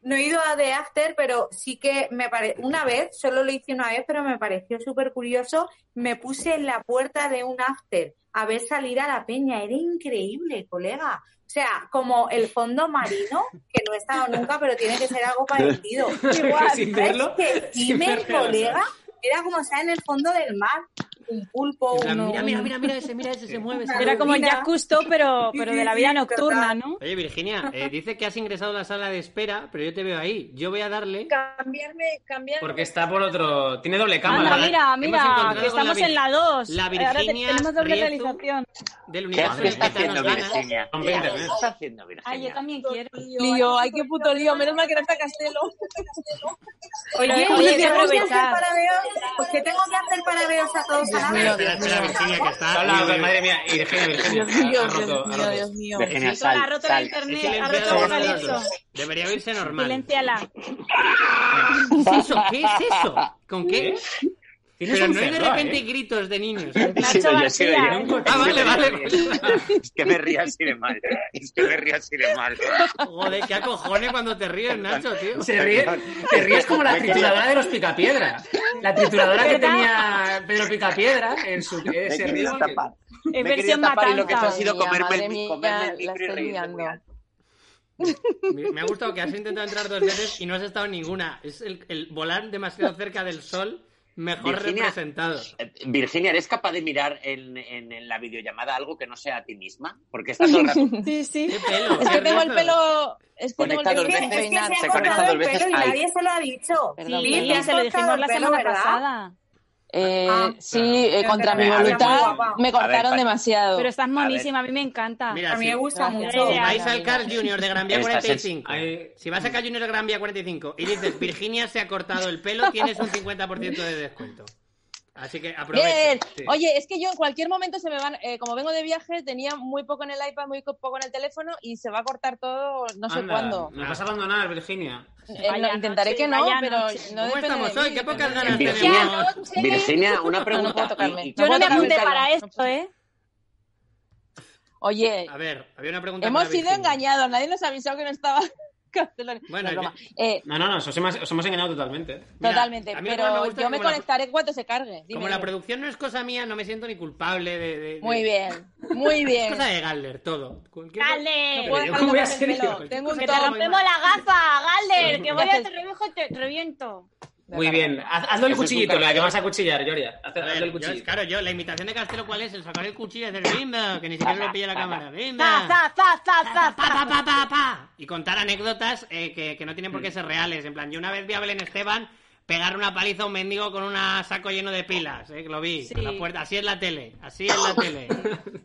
[SPEAKER 7] no he ido a The After, pero sí que me parece una vez, solo lo hice una vez, pero me pareció súper curioso. Me puse en la puerta de un After a ver salir a la peña. Era increíble, colega. O sea, como el fondo marino, que no he estado nunca, pero tiene que ser algo parecido.
[SPEAKER 2] Igual, sin
[SPEAKER 7] ¿sabes
[SPEAKER 2] verlo,
[SPEAKER 7] qué?
[SPEAKER 2] sin
[SPEAKER 7] Dime,
[SPEAKER 2] verlo,
[SPEAKER 7] colega, era como estar en el fondo del mar. Un pulpo,
[SPEAKER 1] En plan,
[SPEAKER 7] uno-
[SPEAKER 1] mira, mira, mira, mira ese, mira ese, se mueve. se mueve.
[SPEAKER 5] Era como
[SPEAKER 7] Mira.
[SPEAKER 5] ya justo, pero,
[SPEAKER 7] Sí,
[SPEAKER 5] pero
[SPEAKER 7] sí,
[SPEAKER 5] de la
[SPEAKER 7] sí,
[SPEAKER 5] vida
[SPEAKER 7] total.
[SPEAKER 5] nocturna, ¿no?
[SPEAKER 1] Oye, Virginia, eh, dice que has ingresado a la sala de espera, pero yo te veo ahí. Yo voy a darle.
[SPEAKER 8] Cambiarme, cambiarme.
[SPEAKER 2] Porque está por otro. Tiene
[SPEAKER 1] Ah,
[SPEAKER 2] doble cámara.
[SPEAKER 5] Anda,
[SPEAKER 1] Vale.
[SPEAKER 5] mira,
[SPEAKER 1] Hemos
[SPEAKER 5] mira,
[SPEAKER 1] encontrado
[SPEAKER 5] que estamos
[SPEAKER 1] la
[SPEAKER 5] en la 2.
[SPEAKER 1] la
[SPEAKER 5] Ahora te-
[SPEAKER 1] Virginia
[SPEAKER 5] tenemos doble
[SPEAKER 1] Prieto.
[SPEAKER 5] realización.
[SPEAKER 1] del
[SPEAKER 3] ¿Qué
[SPEAKER 1] universo.
[SPEAKER 3] haces? ¿Qué está
[SPEAKER 1] de Gitanos
[SPEAKER 3] haciendo
[SPEAKER 1] Ganas.
[SPEAKER 3] Virginia?
[SPEAKER 2] Rompe
[SPEAKER 3] ¿Qué
[SPEAKER 2] internet.
[SPEAKER 3] estás haciendo Virginia?
[SPEAKER 5] Ay, yo también quiero.
[SPEAKER 8] Lío, ay, qué puto lío. Menos mal que no está Castelo.
[SPEAKER 5] Oye,
[SPEAKER 7] Oye,
[SPEAKER 5] oye,
[SPEAKER 7] ¿qué
[SPEAKER 5] que
[SPEAKER 7] tengo que hacer
[SPEAKER 5] aprovechar.
[SPEAKER 7] para veros? Pues, ¿qué tengo que hacer para veros a todos a la vez?
[SPEAKER 1] Espera, espera, Virginia, que está.
[SPEAKER 2] Hola,
[SPEAKER 1] Uy, uy, uy.
[SPEAKER 2] madre mía. Y Virginia, Virginia.
[SPEAKER 8] Dios mío,
[SPEAKER 2] Ha- ha roto,
[SPEAKER 8] Dios
[SPEAKER 2] ha
[SPEAKER 8] mío,
[SPEAKER 2] roto.
[SPEAKER 8] Dios mío.
[SPEAKER 3] Virginia,
[SPEAKER 5] Nicola,
[SPEAKER 3] sal,
[SPEAKER 5] ha roto
[SPEAKER 3] sal.
[SPEAKER 5] el internet,
[SPEAKER 1] Silencio
[SPEAKER 5] ha
[SPEAKER 1] de
[SPEAKER 5] roto
[SPEAKER 1] los
[SPEAKER 5] Apocalipso.
[SPEAKER 1] dos. Debería oírse normal.
[SPEAKER 5] Silenciala.
[SPEAKER 1] ¿Qué es eso? ¿Qué es eso? ¿Con qué?
[SPEAKER 2] Tienes
[SPEAKER 1] Pero
[SPEAKER 2] un
[SPEAKER 1] no hay de
[SPEAKER 2] cerdo,
[SPEAKER 1] repente
[SPEAKER 2] ¿eh?
[SPEAKER 1] gritos de niños.
[SPEAKER 3] Sí,
[SPEAKER 5] Nacho
[SPEAKER 3] no, yo sí
[SPEAKER 5] García.
[SPEAKER 3] veía.
[SPEAKER 1] Ah, vale, vale.
[SPEAKER 2] ¿eh?
[SPEAKER 3] Es que me río así de mal. Es que me río así de mal.
[SPEAKER 1] Joder, qué acojones cuando te ríes, Nacho, tío.
[SPEAKER 2] Se ríe, te ríes como la trituradora de los Picapiedra. La trituradora que
[SPEAKER 5] ¿Verdad?
[SPEAKER 2] tenía Pedro Picapiedra en su... eh,
[SPEAKER 3] Me he
[SPEAKER 2] se ríe
[SPEAKER 3] querido
[SPEAKER 2] porque-
[SPEAKER 3] tapar.
[SPEAKER 5] En
[SPEAKER 3] Me he querido
[SPEAKER 5] versión
[SPEAKER 3] tapar y lo que he hecho ha
[SPEAKER 5] matanza.
[SPEAKER 3] sido
[SPEAKER 8] Madre
[SPEAKER 3] comerme el,
[SPEAKER 8] mía,
[SPEAKER 3] comerme
[SPEAKER 8] la
[SPEAKER 3] el micro y
[SPEAKER 8] estoy
[SPEAKER 3] reírme
[SPEAKER 8] liando.
[SPEAKER 3] muy alto.
[SPEAKER 1] Me me ha gustado que has intentado entrar dos veces y no has estado en ninguna. Es el, el volar demasiado cerca del sol mejor
[SPEAKER 3] Virginia.
[SPEAKER 1] representado.
[SPEAKER 3] Eh, Virginia, ¿eres capaz de mirar en, en- en la videollamada algo que no sea a ti misma? Porque estás todo el rato-
[SPEAKER 5] Sí, sí.
[SPEAKER 1] ¡Qué pelo!
[SPEAKER 8] Es
[SPEAKER 1] qué
[SPEAKER 8] que tengo el
[SPEAKER 1] rizo!
[SPEAKER 8] pelo. Es que tengo el
[SPEAKER 3] Conecta
[SPEAKER 8] pelo
[SPEAKER 3] dos
[SPEAKER 7] Es que
[SPEAKER 3] veces.
[SPEAKER 7] se
[SPEAKER 8] despeinado.
[SPEAKER 7] ha
[SPEAKER 3] Se
[SPEAKER 7] cortado
[SPEAKER 3] conecta
[SPEAKER 7] el
[SPEAKER 3] dos veces
[SPEAKER 7] pelo y
[SPEAKER 3] ahí.
[SPEAKER 7] nadie se lo ha dicho.
[SPEAKER 6] Perdón,
[SPEAKER 7] Sí,
[SPEAKER 6] perdón.
[SPEAKER 7] te
[SPEAKER 5] Lidia,
[SPEAKER 7] has
[SPEAKER 5] se lo dijimos
[SPEAKER 7] cortado
[SPEAKER 5] la
[SPEAKER 7] el pelo,
[SPEAKER 5] semana
[SPEAKER 7] ¿verdad?
[SPEAKER 5] pasada.
[SPEAKER 6] Eh,
[SPEAKER 7] Ah,
[SPEAKER 6] sí, eh,
[SPEAKER 7] claro.
[SPEAKER 6] contra mi
[SPEAKER 3] A ver,
[SPEAKER 6] voluntad
[SPEAKER 7] guapa.
[SPEAKER 6] me
[SPEAKER 3] A ver,
[SPEAKER 6] cortaron
[SPEAKER 3] Pat-
[SPEAKER 6] demasiado.
[SPEAKER 5] Pero estás
[SPEAKER 3] ver.
[SPEAKER 5] monísima, a mí me encanta.
[SPEAKER 1] Mira,
[SPEAKER 7] A mí
[SPEAKER 1] sí.
[SPEAKER 7] me gusta
[SPEAKER 6] Gracias.
[SPEAKER 7] mucho.
[SPEAKER 1] Si vais al Carl Junior de Gran Vía
[SPEAKER 3] Estás
[SPEAKER 1] 45.
[SPEAKER 2] Ahí-
[SPEAKER 1] Si vas a Carl Junior de Gran Vía 45 y dices Virginia se ha cortado el pelo, tienes un 50% de descuento. Así que aprovecha.
[SPEAKER 8] Bien.
[SPEAKER 1] Sí.
[SPEAKER 8] Oye, es que yo en cualquier momento se me van. eh, como vengo de viaje, tenía muy poco en el iPad, muy poco en el teléfono y se va a cortar todo no sé
[SPEAKER 2] Anda,
[SPEAKER 8] cuándo.
[SPEAKER 2] Me vas a abandonar, Virginia.
[SPEAKER 8] Eh,
[SPEAKER 5] Vaya
[SPEAKER 8] no, intentaré
[SPEAKER 5] noche,
[SPEAKER 8] que no,
[SPEAKER 5] vaya
[SPEAKER 8] pero
[SPEAKER 5] noche.
[SPEAKER 8] no
[SPEAKER 1] ¿Cómo
[SPEAKER 8] depende
[SPEAKER 1] estamos
[SPEAKER 8] de
[SPEAKER 1] hoy?
[SPEAKER 8] mí.
[SPEAKER 1] ¿Qué pocas ganas
[SPEAKER 8] Virginia,
[SPEAKER 3] Virginia,
[SPEAKER 1] tenemos?
[SPEAKER 8] noche.
[SPEAKER 3] Virginia, una
[SPEAKER 8] No, no
[SPEAKER 3] pregunta.
[SPEAKER 8] puedo tocarme.
[SPEAKER 3] ¿Y- y-
[SPEAKER 5] Yo no me
[SPEAKER 8] Vota,
[SPEAKER 5] apunté
[SPEAKER 8] vota.
[SPEAKER 5] para esto, ¿eh?
[SPEAKER 8] Oye,
[SPEAKER 1] A ver, había una pregunta.
[SPEAKER 8] hemos
[SPEAKER 1] para
[SPEAKER 8] sido
[SPEAKER 1] Virginia.
[SPEAKER 8] engañados. Nadie nos avisó que no estaba. Castellón.
[SPEAKER 1] Bueno,
[SPEAKER 8] No, broma.
[SPEAKER 1] yo-
[SPEAKER 8] Eh,
[SPEAKER 2] No, no, no, os hemos, os hemos engañado totalmente.
[SPEAKER 1] Mira,
[SPEAKER 8] totalmente,
[SPEAKER 1] a mí lo que más
[SPEAKER 8] pero
[SPEAKER 1] me gusta es
[SPEAKER 8] yo me
[SPEAKER 1] como la-
[SPEAKER 8] conectaré cuando se cargue. Dime,
[SPEAKER 1] Como la
[SPEAKER 8] dime.
[SPEAKER 1] producción no es cosa mía, no me siento ni culpable de. de- de-
[SPEAKER 8] Muy bien, muy
[SPEAKER 1] Es
[SPEAKER 8] bien.
[SPEAKER 1] cosa de Galler, todo. Cualquier-
[SPEAKER 8] No
[SPEAKER 5] ¡Galder!
[SPEAKER 8] puedo
[SPEAKER 6] ¿eh?
[SPEAKER 8] dejar de
[SPEAKER 2] ¿Cómo voy a
[SPEAKER 8] tocarme
[SPEAKER 2] ser
[SPEAKER 8] el pelo.
[SPEAKER 2] yo?
[SPEAKER 8] Tengo un
[SPEAKER 5] ¡Que
[SPEAKER 8] toque.
[SPEAKER 5] te rompemos la gafa, Galder! ¡Que voy
[SPEAKER 8] Ya
[SPEAKER 5] a
[SPEAKER 8] te-
[SPEAKER 5] tu revijo y te reviento!
[SPEAKER 2] Muy bien. Haz- hazlo el
[SPEAKER 3] Eso es un
[SPEAKER 2] cuchillito, la que
[SPEAKER 3] cartel.
[SPEAKER 2] vas a cuchillar, Gloria. Haz-
[SPEAKER 1] A ver,
[SPEAKER 2] hazlo el
[SPEAKER 1] yo-
[SPEAKER 2] cuchillito.
[SPEAKER 1] claro, yo, la imitación de Castelo, ¿cuál es? El sacar el cuchillo y hacer bimba, que ni siquiera le pilla la cámara.
[SPEAKER 5] ¡Za,
[SPEAKER 1] Bimba.
[SPEAKER 5] za, za, za, za,
[SPEAKER 1] Pa,
[SPEAKER 5] za!
[SPEAKER 1] pa, pa, pa, pa. Y contar anécdotas eh, que, que no tienen por qué ser reales. En plan, yo una vez vi a Belén Esteban pegar una paliza a un mendigo con un saco lleno de pilas, eh, que lo vi.
[SPEAKER 5] Sí.
[SPEAKER 1] con la puerta. Así es la tele, así es la tele.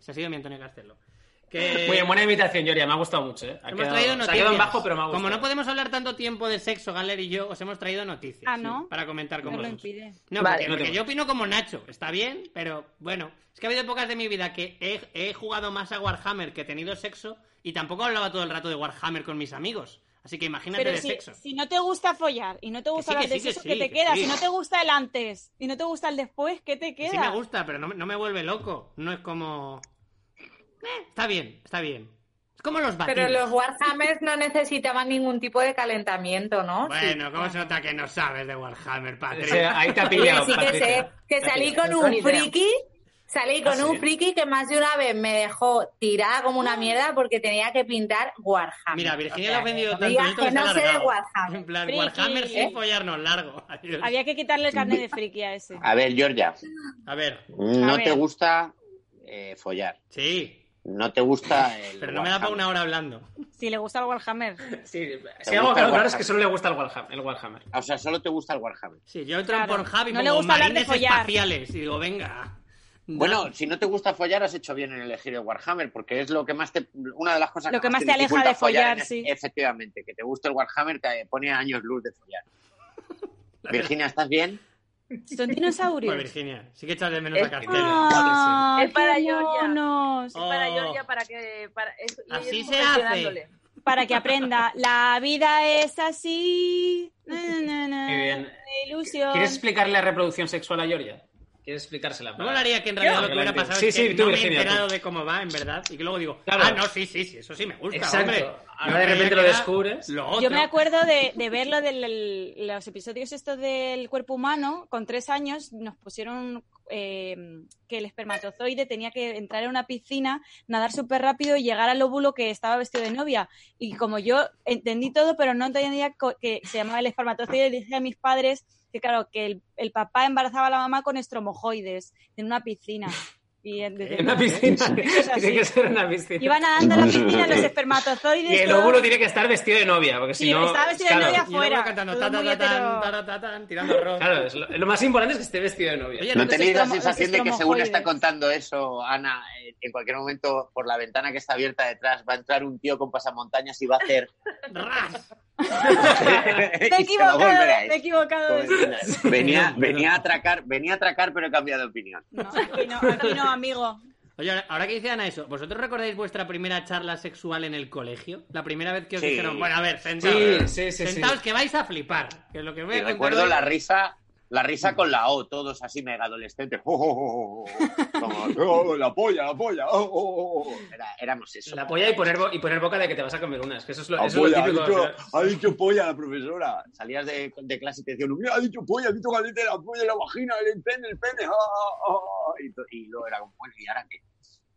[SPEAKER 1] Se ha sido mi Antonio Castelo. Que...
[SPEAKER 2] Muy bien, buena invitación, Gloria. Me ha gustado mucho, ¿eh? Ha
[SPEAKER 1] Hemos
[SPEAKER 2] quedado-
[SPEAKER 1] traído
[SPEAKER 2] se ha
[SPEAKER 1] noticias.
[SPEAKER 2] quedado en bajo, pero me ha gustado.
[SPEAKER 1] Como no podemos hablar tanto tiempo de sexo, Galer y yo, os hemos traído noticias.
[SPEAKER 5] Ah, ¿no?
[SPEAKER 1] Para comentar
[SPEAKER 5] No
[SPEAKER 1] cómo
[SPEAKER 5] lo
[SPEAKER 1] somos.
[SPEAKER 5] impide.
[SPEAKER 1] No, porque,
[SPEAKER 2] Vale. No te
[SPEAKER 1] porque
[SPEAKER 2] va.
[SPEAKER 1] yo opino como Nacho, está bien, pero bueno, es que ha habido épocas de mi vida que he, he jugado más a Warhammer que he tenido sexo y tampoco hablaba todo el rato de Warhammer con mis amigos. Así que imagínate
[SPEAKER 5] Pero
[SPEAKER 1] de
[SPEAKER 5] si,
[SPEAKER 1] sexo.
[SPEAKER 5] si no te gusta follar y no te gusta
[SPEAKER 1] sí,
[SPEAKER 5] hablar
[SPEAKER 1] que
[SPEAKER 5] de
[SPEAKER 1] sí, que
[SPEAKER 5] sexo,
[SPEAKER 1] sí,
[SPEAKER 5] ¿qué te
[SPEAKER 1] que
[SPEAKER 5] queda?
[SPEAKER 1] sí.
[SPEAKER 5] Si no te gusta el antes y no te gusta el después, ¿qué te
[SPEAKER 1] Que
[SPEAKER 5] queda?
[SPEAKER 1] Sí me gusta, pero no, me- no me vuelve loco. No es como... Eh, está bien, está bien. Es como los batidos.
[SPEAKER 7] Pero los Warhammers no necesitaban ningún tipo de calentamiento, ¿no?
[SPEAKER 1] Bueno, ¿cómo se nota que no sabes de Warhammer,
[SPEAKER 2] O
[SPEAKER 1] Patrick?
[SPEAKER 2] sea, ahí te ha
[SPEAKER 7] Sí,
[SPEAKER 2] pillado,
[SPEAKER 7] Ah. sí que
[SPEAKER 2] Patricia.
[SPEAKER 7] sé, que
[SPEAKER 2] Te ha
[SPEAKER 7] salí
[SPEAKER 2] pillado.
[SPEAKER 7] con
[SPEAKER 8] ni
[SPEAKER 7] un
[SPEAKER 8] idea.
[SPEAKER 7] friki, salí con
[SPEAKER 2] ¿Ah,
[SPEAKER 7] un
[SPEAKER 2] sí?
[SPEAKER 7] friki que más de una vez me dejó tirada como una mierda porque tenía que pintar Warhammer.
[SPEAKER 1] Mira, Virginia
[SPEAKER 7] O
[SPEAKER 1] lo
[SPEAKER 7] sea,
[SPEAKER 1] ha vendido
[SPEAKER 7] no
[SPEAKER 1] tanto.
[SPEAKER 7] digas
[SPEAKER 1] esto
[SPEAKER 7] que
[SPEAKER 1] está
[SPEAKER 7] no sé de
[SPEAKER 1] alargado.
[SPEAKER 7] Warhammer.
[SPEAKER 1] En plan,
[SPEAKER 5] Friki.
[SPEAKER 1] Warhammer sin
[SPEAKER 5] ¿Eh?
[SPEAKER 1] follarnos largo. Adiós.
[SPEAKER 5] Había que quitarle el carnet de friki a
[SPEAKER 1] Ah.
[SPEAKER 5] ese.
[SPEAKER 3] A ver, Georgia,
[SPEAKER 1] A ver,
[SPEAKER 3] no
[SPEAKER 5] A ver.
[SPEAKER 3] te gusta eh, follar.
[SPEAKER 1] sí,
[SPEAKER 3] No te gusta el
[SPEAKER 1] pero no me da para
[SPEAKER 3] Warhammer.
[SPEAKER 1] una hora hablando.
[SPEAKER 5] Si le gusta el Warhammer.
[SPEAKER 2] Sí, si
[SPEAKER 3] gusta
[SPEAKER 2] algo claro, claro es
[SPEAKER 3] el
[SPEAKER 2] que
[SPEAKER 3] Warhammer?
[SPEAKER 2] solo le gusta el Warhammer. El Warhammer.
[SPEAKER 3] O sea, solo te gusta el Warhammer.
[SPEAKER 1] Sí, yo entro
[SPEAKER 5] Claro,
[SPEAKER 1] por Javi
[SPEAKER 5] no
[SPEAKER 1] como
[SPEAKER 5] le gusta hablar de
[SPEAKER 1] marines
[SPEAKER 5] follar.
[SPEAKER 1] espaciales y digo, venga.
[SPEAKER 3] Bueno, si no te gusta follar, has hecho bien en elegir el Warhammer, porque es lo que más te, una de las cosas
[SPEAKER 5] Lo que más te aleja
[SPEAKER 3] dificulta
[SPEAKER 5] de follar,
[SPEAKER 3] en-
[SPEAKER 5] sí.
[SPEAKER 3] Efectivamente, que te guste el Warhammer te pone a años luz de follar. Virginia, ¿estás bien?
[SPEAKER 5] Son
[SPEAKER 1] Pues
[SPEAKER 5] dinosaurios.
[SPEAKER 1] Virginia, sí que echas de menos a Castelo.
[SPEAKER 5] Ah,
[SPEAKER 6] Es para
[SPEAKER 5] qué
[SPEAKER 6] Georgia.
[SPEAKER 5] monos.
[SPEAKER 1] Oh,
[SPEAKER 6] para que...
[SPEAKER 1] Así se hace.
[SPEAKER 5] Para que aprenda. La vida es así. Na, na, na, na.
[SPEAKER 2] Muy bien.
[SPEAKER 5] De ilusión.
[SPEAKER 2] ¿Quieres explicarle la reproducción sexual a Georgia? ¿Quieres explicársela?
[SPEAKER 1] No molaría que en realidad
[SPEAKER 2] Yo.
[SPEAKER 1] lo que hubiera pasado
[SPEAKER 2] Sí,
[SPEAKER 1] es
[SPEAKER 2] sí,
[SPEAKER 1] que
[SPEAKER 2] tú,
[SPEAKER 1] no me he
[SPEAKER 2] Virginia, tú.
[SPEAKER 1] enterado de cómo va, en verdad, y que luego digo,
[SPEAKER 2] Claro.
[SPEAKER 1] ah, no, sí, sí, sí, eso sí me gusta,
[SPEAKER 2] Exacto.
[SPEAKER 1] hombre. No
[SPEAKER 2] Ahora de
[SPEAKER 1] creía
[SPEAKER 2] repente
[SPEAKER 1] que
[SPEAKER 2] lo
[SPEAKER 1] era
[SPEAKER 2] descubres.
[SPEAKER 1] Lo otro.
[SPEAKER 5] Yo me acuerdo de, de ver lo de los episodios estos del cuerpo humano. Con tres años nos pusieron eh, que el espermatozoide tenía que entrar en una piscina, nadar súper rápido y llegar al óvulo que estaba vestido de novia. Y como yo entendí todo, pero no entendía co- que se llamaba el espermatozoide, dije a mis padres que, claro, que el, el papá embarazaba a la mamá con estromojoides en una piscina. Y en- desde-
[SPEAKER 2] En una piscina.
[SPEAKER 5] Es así.
[SPEAKER 2] Tiene que ser en una piscina.
[SPEAKER 5] Iba nadando a la piscina los espermatozoides.
[SPEAKER 2] Y el
[SPEAKER 5] todos-
[SPEAKER 2] óvulo tiene que estar vestido de novia, porque si
[SPEAKER 5] Sí,
[SPEAKER 2] no.
[SPEAKER 5] estaba vestido de
[SPEAKER 2] claro,
[SPEAKER 5] novia.
[SPEAKER 1] Y luego
[SPEAKER 5] afuera,
[SPEAKER 1] cantando,
[SPEAKER 5] todo
[SPEAKER 1] ta, ta,
[SPEAKER 5] muy
[SPEAKER 1] ta, tan,
[SPEAKER 5] hetero.
[SPEAKER 1] ta, ra, ta, tan, tirando arroz.
[SPEAKER 2] Claro, es lo, lo más importante es que esté vestido de novia.
[SPEAKER 1] Oye,
[SPEAKER 3] ¿No
[SPEAKER 1] no te-
[SPEAKER 3] tenéis la
[SPEAKER 5] estromo- los
[SPEAKER 3] sensación de que según está
[SPEAKER 5] estromojoides.
[SPEAKER 3] contando eso, Ana, eh, en cualquier momento por la ventana que está abierta detrás va a entrar un tío con pasamontañas y va a hacer...
[SPEAKER 1] ras.
[SPEAKER 3] Y
[SPEAKER 5] Me he
[SPEAKER 3] se va a
[SPEAKER 5] equivocado,
[SPEAKER 3] volver a
[SPEAKER 5] me he
[SPEAKER 3] ir.
[SPEAKER 5] equivocado.
[SPEAKER 3] Venía, venía a atracar, venía a atracar, pero he cambiado de opinión.
[SPEAKER 5] No, aquí no, aquí no, amigo.
[SPEAKER 1] Oye, ahora- ahora que dice Ana eso, ¿vosotros recordáis vuestra primera charla sexual en el colegio? La primera vez que os
[SPEAKER 3] Sí.
[SPEAKER 1] dijeron, bueno, a ver,
[SPEAKER 2] Sí,
[SPEAKER 1] sentaos,
[SPEAKER 2] sí, sí, sí.
[SPEAKER 1] sentaos que vais a flipar. Que es lo que voy a
[SPEAKER 3] Y
[SPEAKER 1] contar
[SPEAKER 3] recuerdo
[SPEAKER 1] hoy-
[SPEAKER 3] la risa, la
[SPEAKER 2] Mm.
[SPEAKER 3] risa con la O, todos así mega adolescentes. Oh, oh, oh, oh. Como, "Oh, la polla, la polla. oh, oh, oh, oh". Era- éramos eso.
[SPEAKER 2] La polla y poner, bo- y poner boca de que te vas a comer unas. Que eso es lo,
[SPEAKER 3] La
[SPEAKER 2] eso es lo
[SPEAKER 3] polla, ha
[SPEAKER 2] típico.
[SPEAKER 3] dicho-
[SPEAKER 2] ¿verdad?
[SPEAKER 3] ha dicho polla la profesora. Salías de, de clase y te decían, mira, ha dicho polla, ha dicho caliente la polla, la vagina, el pene, el pene. ah, ah, ah". "Pues, Y, to- y luego era como, bueno, ¿y ahora qué?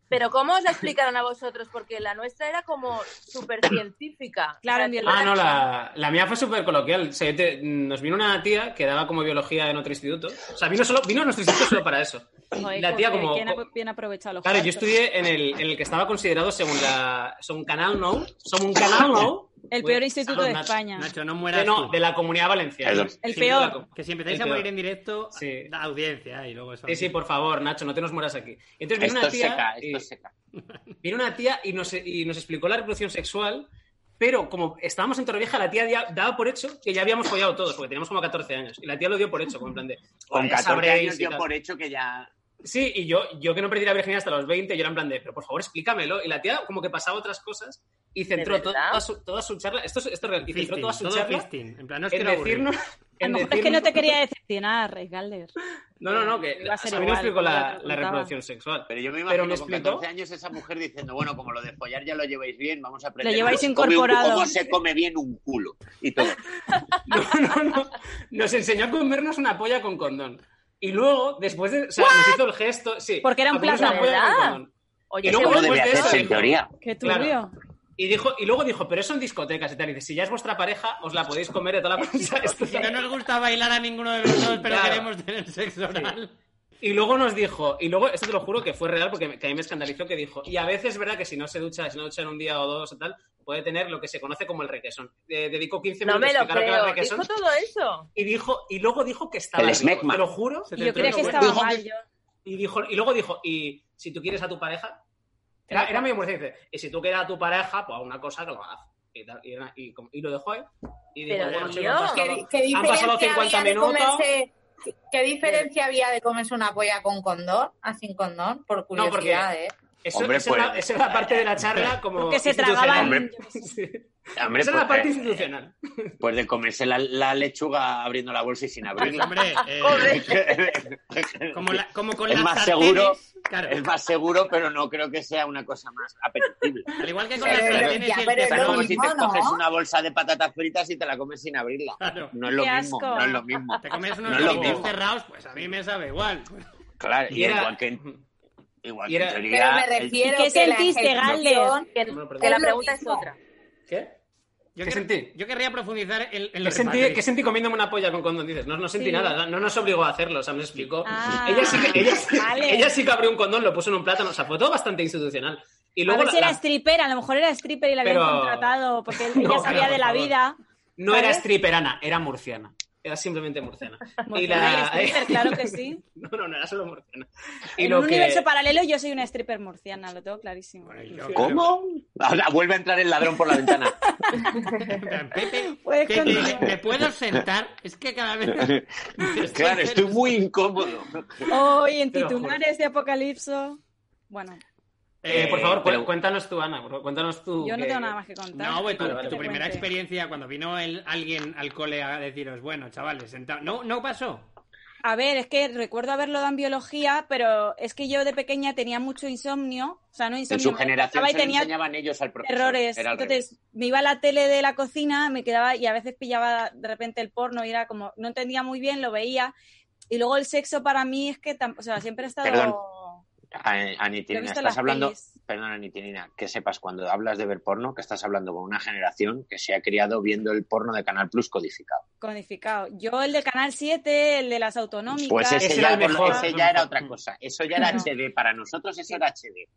[SPEAKER 6] Pero ¿cómo os la explicaron a vosotros? Porque la nuestra era como súper científica.
[SPEAKER 5] Claro, en
[SPEAKER 2] Ah, no, la, la mía fue súper coloquial. O sea, yo te- nos vino una tía que daba como biología en otro instituto. O sea, vino, solo, vino a nuestro instituto solo para eso.
[SPEAKER 5] Joder,
[SPEAKER 2] la tía
[SPEAKER 5] joder,
[SPEAKER 2] como-
[SPEAKER 5] bien, ap- bien aprovechado los
[SPEAKER 2] Claro, yo
[SPEAKER 5] cuartos.
[SPEAKER 2] estudié en el, en el que estaba considerado según la... Son Canal No. Son un Canal No.
[SPEAKER 5] El
[SPEAKER 2] Bueno,
[SPEAKER 5] peor instituto
[SPEAKER 2] claro,
[SPEAKER 5] de
[SPEAKER 2] Nacho-
[SPEAKER 5] España.
[SPEAKER 1] Nacho, no
[SPEAKER 2] De,
[SPEAKER 1] mueras.
[SPEAKER 2] no,
[SPEAKER 1] tú.
[SPEAKER 2] de la Comunidad Valenciana.
[SPEAKER 3] Perdón.
[SPEAKER 5] El
[SPEAKER 2] Siempre la
[SPEAKER 5] peor.
[SPEAKER 2] co-
[SPEAKER 1] Que si empezáis
[SPEAKER 2] El
[SPEAKER 1] a
[SPEAKER 2] peor.
[SPEAKER 1] morir en directo,
[SPEAKER 2] Sí.
[SPEAKER 1] la audiencia y luego eso.
[SPEAKER 2] Sí, sí, por favor, Nacho, no te nos mueras aquí. Entonces vino
[SPEAKER 3] Esto
[SPEAKER 2] una
[SPEAKER 3] es
[SPEAKER 2] tía...
[SPEAKER 3] seca,
[SPEAKER 2] y-
[SPEAKER 3] esto es seca.
[SPEAKER 2] Vino una tía y nos, y nos explicó la reproducción sexual, pero como estábamos en Torrevieja, la tía ya daba por hecho que ya habíamos follado todos, porque teníamos como 14 años. Y la tía lo dio por hecho, como en plan de.
[SPEAKER 3] Con
[SPEAKER 2] "Oye, ya
[SPEAKER 3] 14
[SPEAKER 2] sabréis",
[SPEAKER 3] años
[SPEAKER 2] y
[SPEAKER 3] yo
[SPEAKER 2] tal.
[SPEAKER 3] por hecho que ya...
[SPEAKER 2] Sí, y yo, yo que no perdí la virginidad hasta los 20, yo era en plan de, pero por favor explícamelo. Y la tía como que pasaba otras cosas y centró
[SPEAKER 6] ¿De
[SPEAKER 2] to-
[SPEAKER 6] verdad?
[SPEAKER 2] toda su, toda su charla. Esto es, esto es real. Y centró
[SPEAKER 1] Fisting,
[SPEAKER 2] toda su
[SPEAKER 1] todo
[SPEAKER 2] charla
[SPEAKER 1] fisting. En plan, no os
[SPEAKER 2] en
[SPEAKER 1] quiero aburrir.
[SPEAKER 2] decirnos.
[SPEAKER 5] A
[SPEAKER 2] en
[SPEAKER 5] lo mejor es que no
[SPEAKER 2] decirnos-
[SPEAKER 5] te quería decepcionar, Reis Galder.
[SPEAKER 2] No, no, no, que
[SPEAKER 5] Iba a ser
[SPEAKER 2] a mí me
[SPEAKER 5] igual,
[SPEAKER 2] explicó
[SPEAKER 5] ya te
[SPEAKER 2] la,
[SPEAKER 5] lo
[SPEAKER 2] la
[SPEAKER 5] contaba.
[SPEAKER 2] reproducción sexual.
[SPEAKER 3] Pero yo me
[SPEAKER 2] Pero
[SPEAKER 3] imagino
[SPEAKER 2] me
[SPEAKER 3] con
[SPEAKER 2] explicó-
[SPEAKER 3] 14 años esa mujer diciendo, bueno, como lo de follar ya lo lleváis bien, vamos a aprender.
[SPEAKER 5] Lo lleváis
[SPEAKER 3] cómo- cómo-
[SPEAKER 5] incorporado.
[SPEAKER 3] Cómo se come bien un culo. Y todo.
[SPEAKER 2] No, no, no. Nos enseñó a comernos una polla con condón. Y luego, después de. O sea, nos hizo el gesto. Sí.
[SPEAKER 5] Porque era un
[SPEAKER 2] a comernos una
[SPEAKER 6] plato.
[SPEAKER 2] polla con
[SPEAKER 6] ¿Verdad?
[SPEAKER 2] condón.
[SPEAKER 6] Oye,
[SPEAKER 2] Y luego
[SPEAKER 3] Eso
[SPEAKER 6] seguro-
[SPEAKER 2] después
[SPEAKER 3] debe
[SPEAKER 2] de eso
[SPEAKER 3] hacerse en
[SPEAKER 2] dijo-
[SPEAKER 3] teoría.
[SPEAKER 5] Qué turbio.
[SPEAKER 2] Claro. Y, dijo, y luego dijo, pero eso en discotecas y tal. Y dice, si ya es vuestra pareja, os la podéis comer de toda la prensa.
[SPEAKER 1] Si no nos gusta bailar a ninguno de los dos, pero
[SPEAKER 2] Claro.
[SPEAKER 1] queremos tener sexo oral.
[SPEAKER 2] Y luego nos dijo, y luego, esto te lo juro que fue real porque me- que a mí me escandalizó, que dijo, y a veces es verdad que si no se ducha, si no ducha en un día o dos o tal, puede tener lo que se conoce como el requesón. Eh, dedicó 15
[SPEAKER 6] No
[SPEAKER 2] minutos
[SPEAKER 6] me
[SPEAKER 2] a
[SPEAKER 6] lo
[SPEAKER 2] explicar qué era el
[SPEAKER 6] creo.
[SPEAKER 2] requesón.
[SPEAKER 6] Dijo todo eso.
[SPEAKER 2] Y, dijo, y luego dijo que estaba
[SPEAKER 3] El
[SPEAKER 2] rico.
[SPEAKER 3] smegma.
[SPEAKER 2] Te lo juro.
[SPEAKER 1] Se te
[SPEAKER 5] Y yo
[SPEAKER 1] entró
[SPEAKER 5] creía
[SPEAKER 1] lo
[SPEAKER 5] que
[SPEAKER 1] bueno.
[SPEAKER 5] estaba
[SPEAKER 3] Dijo que-
[SPEAKER 5] mal yo.
[SPEAKER 2] Y, dijo, y luego dijo, y si tú quieres a tu pareja, era, era medio murciélago, dice, y si tú quieres a tu pareja, pues a una cosa que lo hagas. Y, tal, y, era- y como- y lo dejó ahí. Y dijo,
[SPEAKER 6] Pero,
[SPEAKER 2] bueno,
[SPEAKER 6] Dios.
[SPEAKER 2] chicos, pues han pasado-
[SPEAKER 7] ¿Qué, qué
[SPEAKER 2] han pasado 50
[SPEAKER 7] diferencia había de
[SPEAKER 2] minutos.
[SPEAKER 7] comerse... qué- ¿Qué diferencia había de comerse una polla con condón a sin condón? Por
[SPEAKER 2] porque-
[SPEAKER 7] curiosidad, ¿eh?
[SPEAKER 2] Eso,
[SPEAKER 3] Hombre,
[SPEAKER 2] esa, era,
[SPEAKER 3] pues.
[SPEAKER 2] esa era la parte de la charla como.
[SPEAKER 5] Porque se
[SPEAKER 2] institucional.
[SPEAKER 5] tragaban-
[SPEAKER 3] Hombre,
[SPEAKER 2] Sí.
[SPEAKER 3] Hombre,
[SPEAKER 2] esa era la
[SPEAKER 3] pues,
[SPEAKER 2] parte
[SPEAKER 3] eh,
[SPEAKER 2] institucional.
[SPEAKER 3] pues de comerse la, la lechuga abriendo la bolsa y sin abrirla.
[SPEAKER 1] Hombre, eh, como, la- como con
[SPEAKER 3] Es
[SPEAKER 1] las
[SPEAKER 3] más
[SPEAKER 1] sartenes,
[SPEAKER 3] seguro,
[SPEAKER 1] claro,
[SPEAKER 3] es más seguro, pero no creo que sea una cosa más apetecible.
[SPEAKER 1] al igual que con las
[SPEAKER 7] Pero,
[SPEAKER 1] sartenes
[SPEAKER 7] ya,
[SPEAKER 1] y el
[SPEAKER 7] pero
[SPEAKER 3] Es
[SPEAKER 7] no,
[SPEAKER 1] teflón,
[SPEAKER 3] como si te
[SPEAKER 7] no, no.
[SPEAKER 3] coges una bolsa de patatas fritas y te la comes sin abrirla.
[SPEAKER 1] claro.
[SPEAKER 3] No es lo
[SPEAKER 5] Qué
[SPEAKER 3] mismo,
[SPEAKER 5] asco.
[SPEAKER 3] no es lo mismo.
[SPEAKER 1] Te comes unos
[SPEAKER 3] No es lo
[SPEAKER 1] doritos
[SPEAKER 3] mismo.
[SPEAKER 1] cerrados, pues a mí me sabe igual.
[SPEAKER 3] Claro, y
[SPEAKER 2] Y era-
[SPEAKER 3] igual que,
[SPEAKER 2] y
[SPEAKER 3] igual que en
[SPEAKER 2] era-
[SPEAKER 3] teoría,
[SPEAKER 7] Pero me
[SPEAKER 3] el-
[SPEAKER 7] refiero
[SPEAKER 5] ¿Y qué
[SPEAKER 7] que
[SPEAKER 5] sentiste,
[SPEAKER 7] la
[SPEAKER 5] Galder?
[SPEAKER 7] ejecución-
[SPEAKER 6] Que,
[SPEAKER 2] No, perdón.
[SPEAKER 6] que la
[SPEAKER 7] Es lo
[SPEAKER 6] pregunta es
[SPEAKER 7] mismo.
[SPEAKER 6] otra.
[SPEAKER 2] ¿Qué?
[SPEAKER 1] Yo,
[SPEAKER 2] ¿Qué
[SPEAKER 1] quer-
[SPEAKER 2] sentí?
[SPEAKER 1] yo querría profundizar en, en lo
[SPEAKER 2] ¿Qué
[SPEAKER 1] de
[SPEAKER 2] sentí,
[SPEAKER 1] Patrick.
[SPEAKER 2] qué sentí comiéndome una polla con condón? Dices, no, no sentí
[SPEAKER 5] Sí.
[SPEAKER 2] nada, no nos obligó a hacerlo, o sea, me explicó.
[SPEAKER 5] Ah.
[SPEAKER 2] ella, sí que, ella, sí-
[SPEAKER 5] Vale.
[SPEAKER 2] ella sí que abrió un condón, lo puso en un plátano, o sea, fue todo bastante institucional. Y
[SPEAKER 5] A
[SPEAKER 2] luego
[SPEAKER 5] ver si
[SPEAKER 2] la-
[SPEAKER 5] era este,
[SPEAKER 2] la-
[SPEAKER 5] stripper, a lo mejor era stripper y la habían
[SPEAKER 2] Pero-
[SPEAKER 5] contratado porque ella
[SPEAKER 2] No,
[SPEAKER 5] sabía
[SPEAKER 2] pero,
[SPEAKER 5] de la
[SPEAKER 2] por favor.
[SPEAKER 5] vida.
[SPEAKER 2] no
[SPEAKER 5] ¿vale?
[SPEAKER 2] era stripperana, era murciana. Era simplemente murciana. Y
[SPEAKER 5] Murciana
[SPEAKER 2] la-
[SPEAKER 5] y stripper, claro que sí.
[SPEAKER 2] No, no, no era solo murciana. Y
[SPEAKER 5] En
[SPEAKER 2] lo
[SPEAKER 5] un
[SPEAKER 2] que-
[SPEAKER 5] universo paralelo yo soy una stripper murciana, lo tengo clarísimo.
[SPEAKER 1] Bueno, yo-
[SPEAKER 3] ¿Cómo? Ahora vuelve a entrar el ladrón por la ventana.
[SPEAKER 1] En plan, Pepe,
[SPEAKER 5] Puedes
[SPEAKER 1] Pepe,
[SPEAKER 5] continuar.
[SPEAKER 1] ¿me puedo sentar? Es que cada vez...
[SPEAKER 3] Claro, estoy muy incómodo.
[SPEAKER 5] Hoy en
[SPEAKER 2] Te lo juro.
[SPEAKER 5] titulares de Apocalipso. Bueno,
[SPEAKER 2] Eh, por favor, cu-
[SPEAKER 3] Pero-
[SPEAKER 2] cuéntanos tú, Ana, por favor, cuéntanos tú.
[SPEAKER 5] yo no
[SPEAKER 2] que-
[SPEAKER 5] tengo nada más que contar.
[SPEAKER 1] No, güey, tu,
[SPEAKER 2] Vale, vale,
[SPEAKER 1] tu
[SPEAKER 2] vale.
[SPEAKER 1] primera
[SPEAKER 5] Cuente.
[SPEAKER 1] experiencia cuando vino el- alguien al cole a deciros, bueno, chavales, sentado. No, no pasó.
[SPEAKER 5] A ver, es que recuerdo haberlo dado en biología, pero es que yo de pequeña tenía mucho insomnio. O sea, no
[SPEAKER 3] En
[SPEAKER 5] insomnio.
[SPEAKER 3] su
[SPEAKER 5] me
[SPEAKER 3] generación
[SPEAKER 5] despertaba y
[SPEAKER 3] se lo
[SPEAKER 5] tenía
[SPEAKER 3] enseñaban ellos al profesor.
[SPEAKER 5] errores.
[SPEAKER 3] Era al
[SPEAKER 5] Entonces me iba a la tele de la cocina, me quedaba y a veces pillaba de repente el porno y era como, no entendía muy bien, lo veía. Y luego el sexo para mí es que, tam- o sea, siempre ha estado...
[SPEAKER 3] Perdón. revés. A-
[SPEAKER 5] Yo he
[SPEAKER 3] Anitinina,
[SPEAKER 5] visto
[SPEAKER 3] ah, estás
[SPEAKER 5] las
[SPEAKER 3] hablando...
[SPEAKER 5] pelis.
[SPEAKER 3] Perdón, Anitinina, que sepas cuando hablas de ver porno que estás hablando con una generación que se ha criado viendo el porno de Canal Plus codificado.
[SPEAKER 5] Codificado. Yo el de Canal 7, el de las autonómicas.
[SPEAKER 3] Pues ese
[SPEAKER 2] Ese era
[SPEAKER 3] ya,
[SPEAKER 2] el
[SPEAKER 3] por-
[SPEAKER 2] mejor.
[SPEAKER 3] ese ya era otra
[SPEAKER 2] Mm.
[SPEAKER 3] cosa. Eso ya era
[SPEAKER 5] No.
[SPEAKER 3] HD. Para nosotros eso era HD.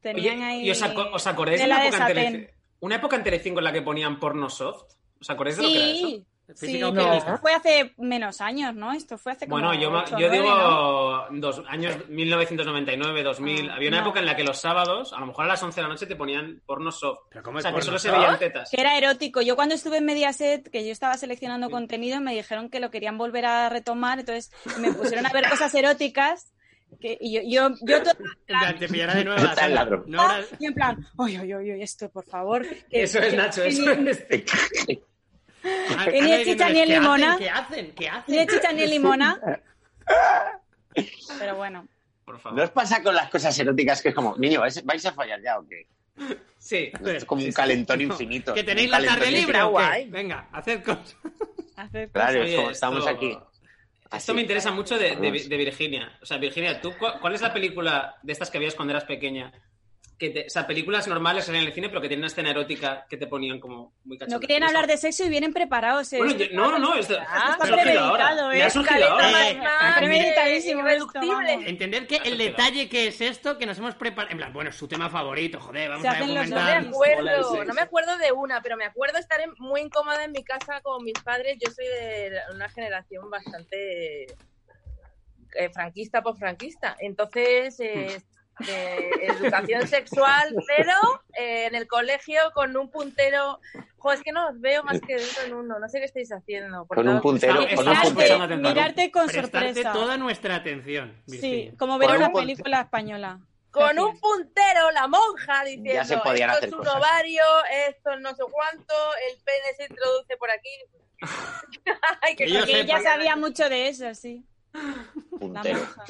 [SPEAKER 5] Tenían
[SPEAKER 2] Oye,
[SPEAKER 5] ahí
[SPEAKER 2] ¿y os, aco- os acordáis de
[SPEAKER 5] tela
[SPEAKER 2] una época, en
[SPEAKER 5] satén.
[SPEAKER 2] Tele- una época en Telecinco en la que ponían porno soft? ¿Os acordáis de lo que era eso?
[SPEAKER 5] Sí, sí,
[SPEAKER 1] Física o
[SPEAKER 5] pero
[SPEAKER 1] química.
[SPEAKER 5] esto fue hace menos años, ¿no? Esto fue hace como
[SPEAKER 2] Bueno, yo, ma-
[SPEAKER 5] ocho o
[SPEAKER 2] yo
[SPEAKER 5] nueve,
[SPEAKER 2] digo
[SPEAKER 5] ¿no?
[SPEAKER 2] dos años 1999, 2000.
[SPEAKER 5] Ah,
[SPEAKER 2] Había una
[SPEAKER 5] no.
[SPEAKER 2] época en la que los sábados, a lo mejor a las 11 de la noche, te ponían porno soft.
[SPEAKER 1] Pero ¿cómo
[SPEAKER 2] O
[SPEAKER 1] es
[SPEAKER 2] sea, que
[SPEAKER 1] porno
[SPEAKER 2] solo se
[SPEAKER 1] soft?
[SPEAKER 2] veían tetas.
[SPEAKER 5] que era erótico. Yo cuando estuve en Mediaset, que yo estaba seleccionando
[SPEAKER 2] Sí.
[SPEAKER 5] contenido, me dijeron que lo querían volver a retomar, entonces me pusieron a ver cosas eróticas. Que, y yo, yo, yo to-
[SPEAKER 1] En plan, Te pillará de nuevo.
[SPEAKER 3] Está el ladrón.
[SPEAKER 1] No habrá-
[SPEAKER 5] y en plan, oye, oye, oye, esto, por favor. que-
[SPEAKER 2] Eso es,
[SPEAKER 5] que-
[SPEAKER 2] Nacho,
[SPEAKER 5] que
[SPEAKER 2] eso
[SPEAKER 5] ni-
[SPEAKER 2] es.
[SPEAKER 1] Ah,
[SPEAKER 5] Que ni
[SPEAKER 1] ah,
[SPEAKER 5] chicha ni
[SPEAKER 1] ¿qué
[SPEAKER 5] el
[SPEAKER 1] hacen?
[SPEAKER 5] limona.
[SPEAKER 1] ¿Qué hacen? ¿Qué hacen?
[SPEAKER 5] Ni de chicha ni de limona. Pero bueno.
[SPEAKER 2] Por
[SPEAKER 3] ¿No os
[SPEAKER 2] favor.
[SPEAKER 3] pasa con las cosas eróticas que es como, niño, ¿vais, vais a fallar ya o qué?
[SPEAKER 2] Sí.
[SPEAKER 3] Es como
[SPEAKER 1] Sí,
[SPEAKER 3] un
[SPEAKER 1] sí.
[SPEAKER 3] calentón
[SPEAKER 1] No,
[SPEAKER 3] infinito.
[SPEAKER 1] Que
[SPEAKER 3] un
[SPEAKER 1] tenéis la tarde
[SPEAKER 3] calentón
[SPEAKER 1] libre.
[SPEAKER 3] infinito.
[SPEAKER 1] ¿o qué?
[SPEAKER 6] guay.
[SPEAKER 1] Venga, haced cosas.
[SPEAKER 5] hacer
[SPEAKER 3] Claro, es
[SPEAKER 2] Oye,
[SPEAKER 3] como estamos
[SPEAKER 2] esto-
[SPEAKER 3] aquí.
[SPEAKER 2] Esto
[SPEAKER 3] Así.
[SPEAKER 2] me interesa mucho de, de-
[SPEAKER 3] Vamos.
[SPEAKER 2] de Virginia. O sea, Virginia, ¿tú cu- cuál es la película de estas que veías cuando eras pequeña que te- o sea, películas normales que salen en el cine, pero que tienen una escena erótica que te ponían como muy cachonda.
[SPEAKER 5] No quieren hablar de sexo y vienen preparados. eh.
[SPEAKER 2] Bueno, yo- no, no, no, esto-
[SPEAKER 5] Ah,
[SPEAKER 2] me ha surgido ahora.
[SPEAKER 5] premeditado,
[SPEAKER 2] Me ha
[SPEAKER 5] eh,
[SPEAKER 2] surgido ahora.
[SPEAKER 5] caleta,
[SPEAKER 1] Eh,
[SPEAKER 5] madre,
[SPEAKER 1] está
[SPEAKER 5] premeditadísimo esto,
[SPEAKER 6] irreductible.
[SPEAKER 5] vamos.
[SPEAKER 1] Entender que el detalle que es esto que nos hemos preparado. En plan, bueno, es su tema favorito, joder, vamos
[SPEAKER 5] Se
[SPEAKER 1] a
[SPEAKER 5] hacen los
[SPEAKER 6] No me
[SPEAKER 1] documentar.
[SPEAKER 5] dos
[SPEAKER 6] acuerdo, no me acuerdo de una, pero me acuerdo estar en- muy incómoda en mi casa con mis padres. Yo soy de la- una generación bastante eh, franquista por franquista. Entonces, eh, de educación sexual, pero eh, en el colegio con un puntero. Jo, es que no os veo más que de uno en uno. No sé qué estáis haciendo. por
[SPEAKER 3] Con un
[SPEAKER 6] favor.
[SPEAKER 3] puntero,
[SPEAKER 2] Está-
[SPEAKER 3] con un
[SPEAKER 2] está-
[SPEAKER 3] puntero.
[SPEAKER 2] está-
[SPEAKER 5] Mirarte, mirarte con
[SPEAKER 1] Prestarte
[SPEAKER 5] sorpresa.
[SPEAKER 1] toda nuestra atención. Virginia.
[SPEAKER 5] Sí, como ver
[SPEAKER 3] Con
[SPEAKER 5] una
[SPEAKER 3] un-
[SPEAKER 5] película española.
[SPEAKER 6] Con un puntero, la monja diciendo,
[SPEAKER 3] Ya se podían
[SPEAKER 6] esto
[SPEAKER 3] hacer
[SPEAKER 6] es un
[SPEAKER 3] cosas".
[SPEAKER 6] ovario, esto es no sé cuánto, el pene se introduce por aquí. Ay, qué
[SPEAKER 1] Que yo
[SPEAKER 6] coño.
[SPEAKER 5] Porque
[SPEAKER 1] sepa.
[SPEAKER 5] ella sabía mucho de eso, sí. La
[SPEAKER 3] Puntero.
[SPEAKER 5] monja.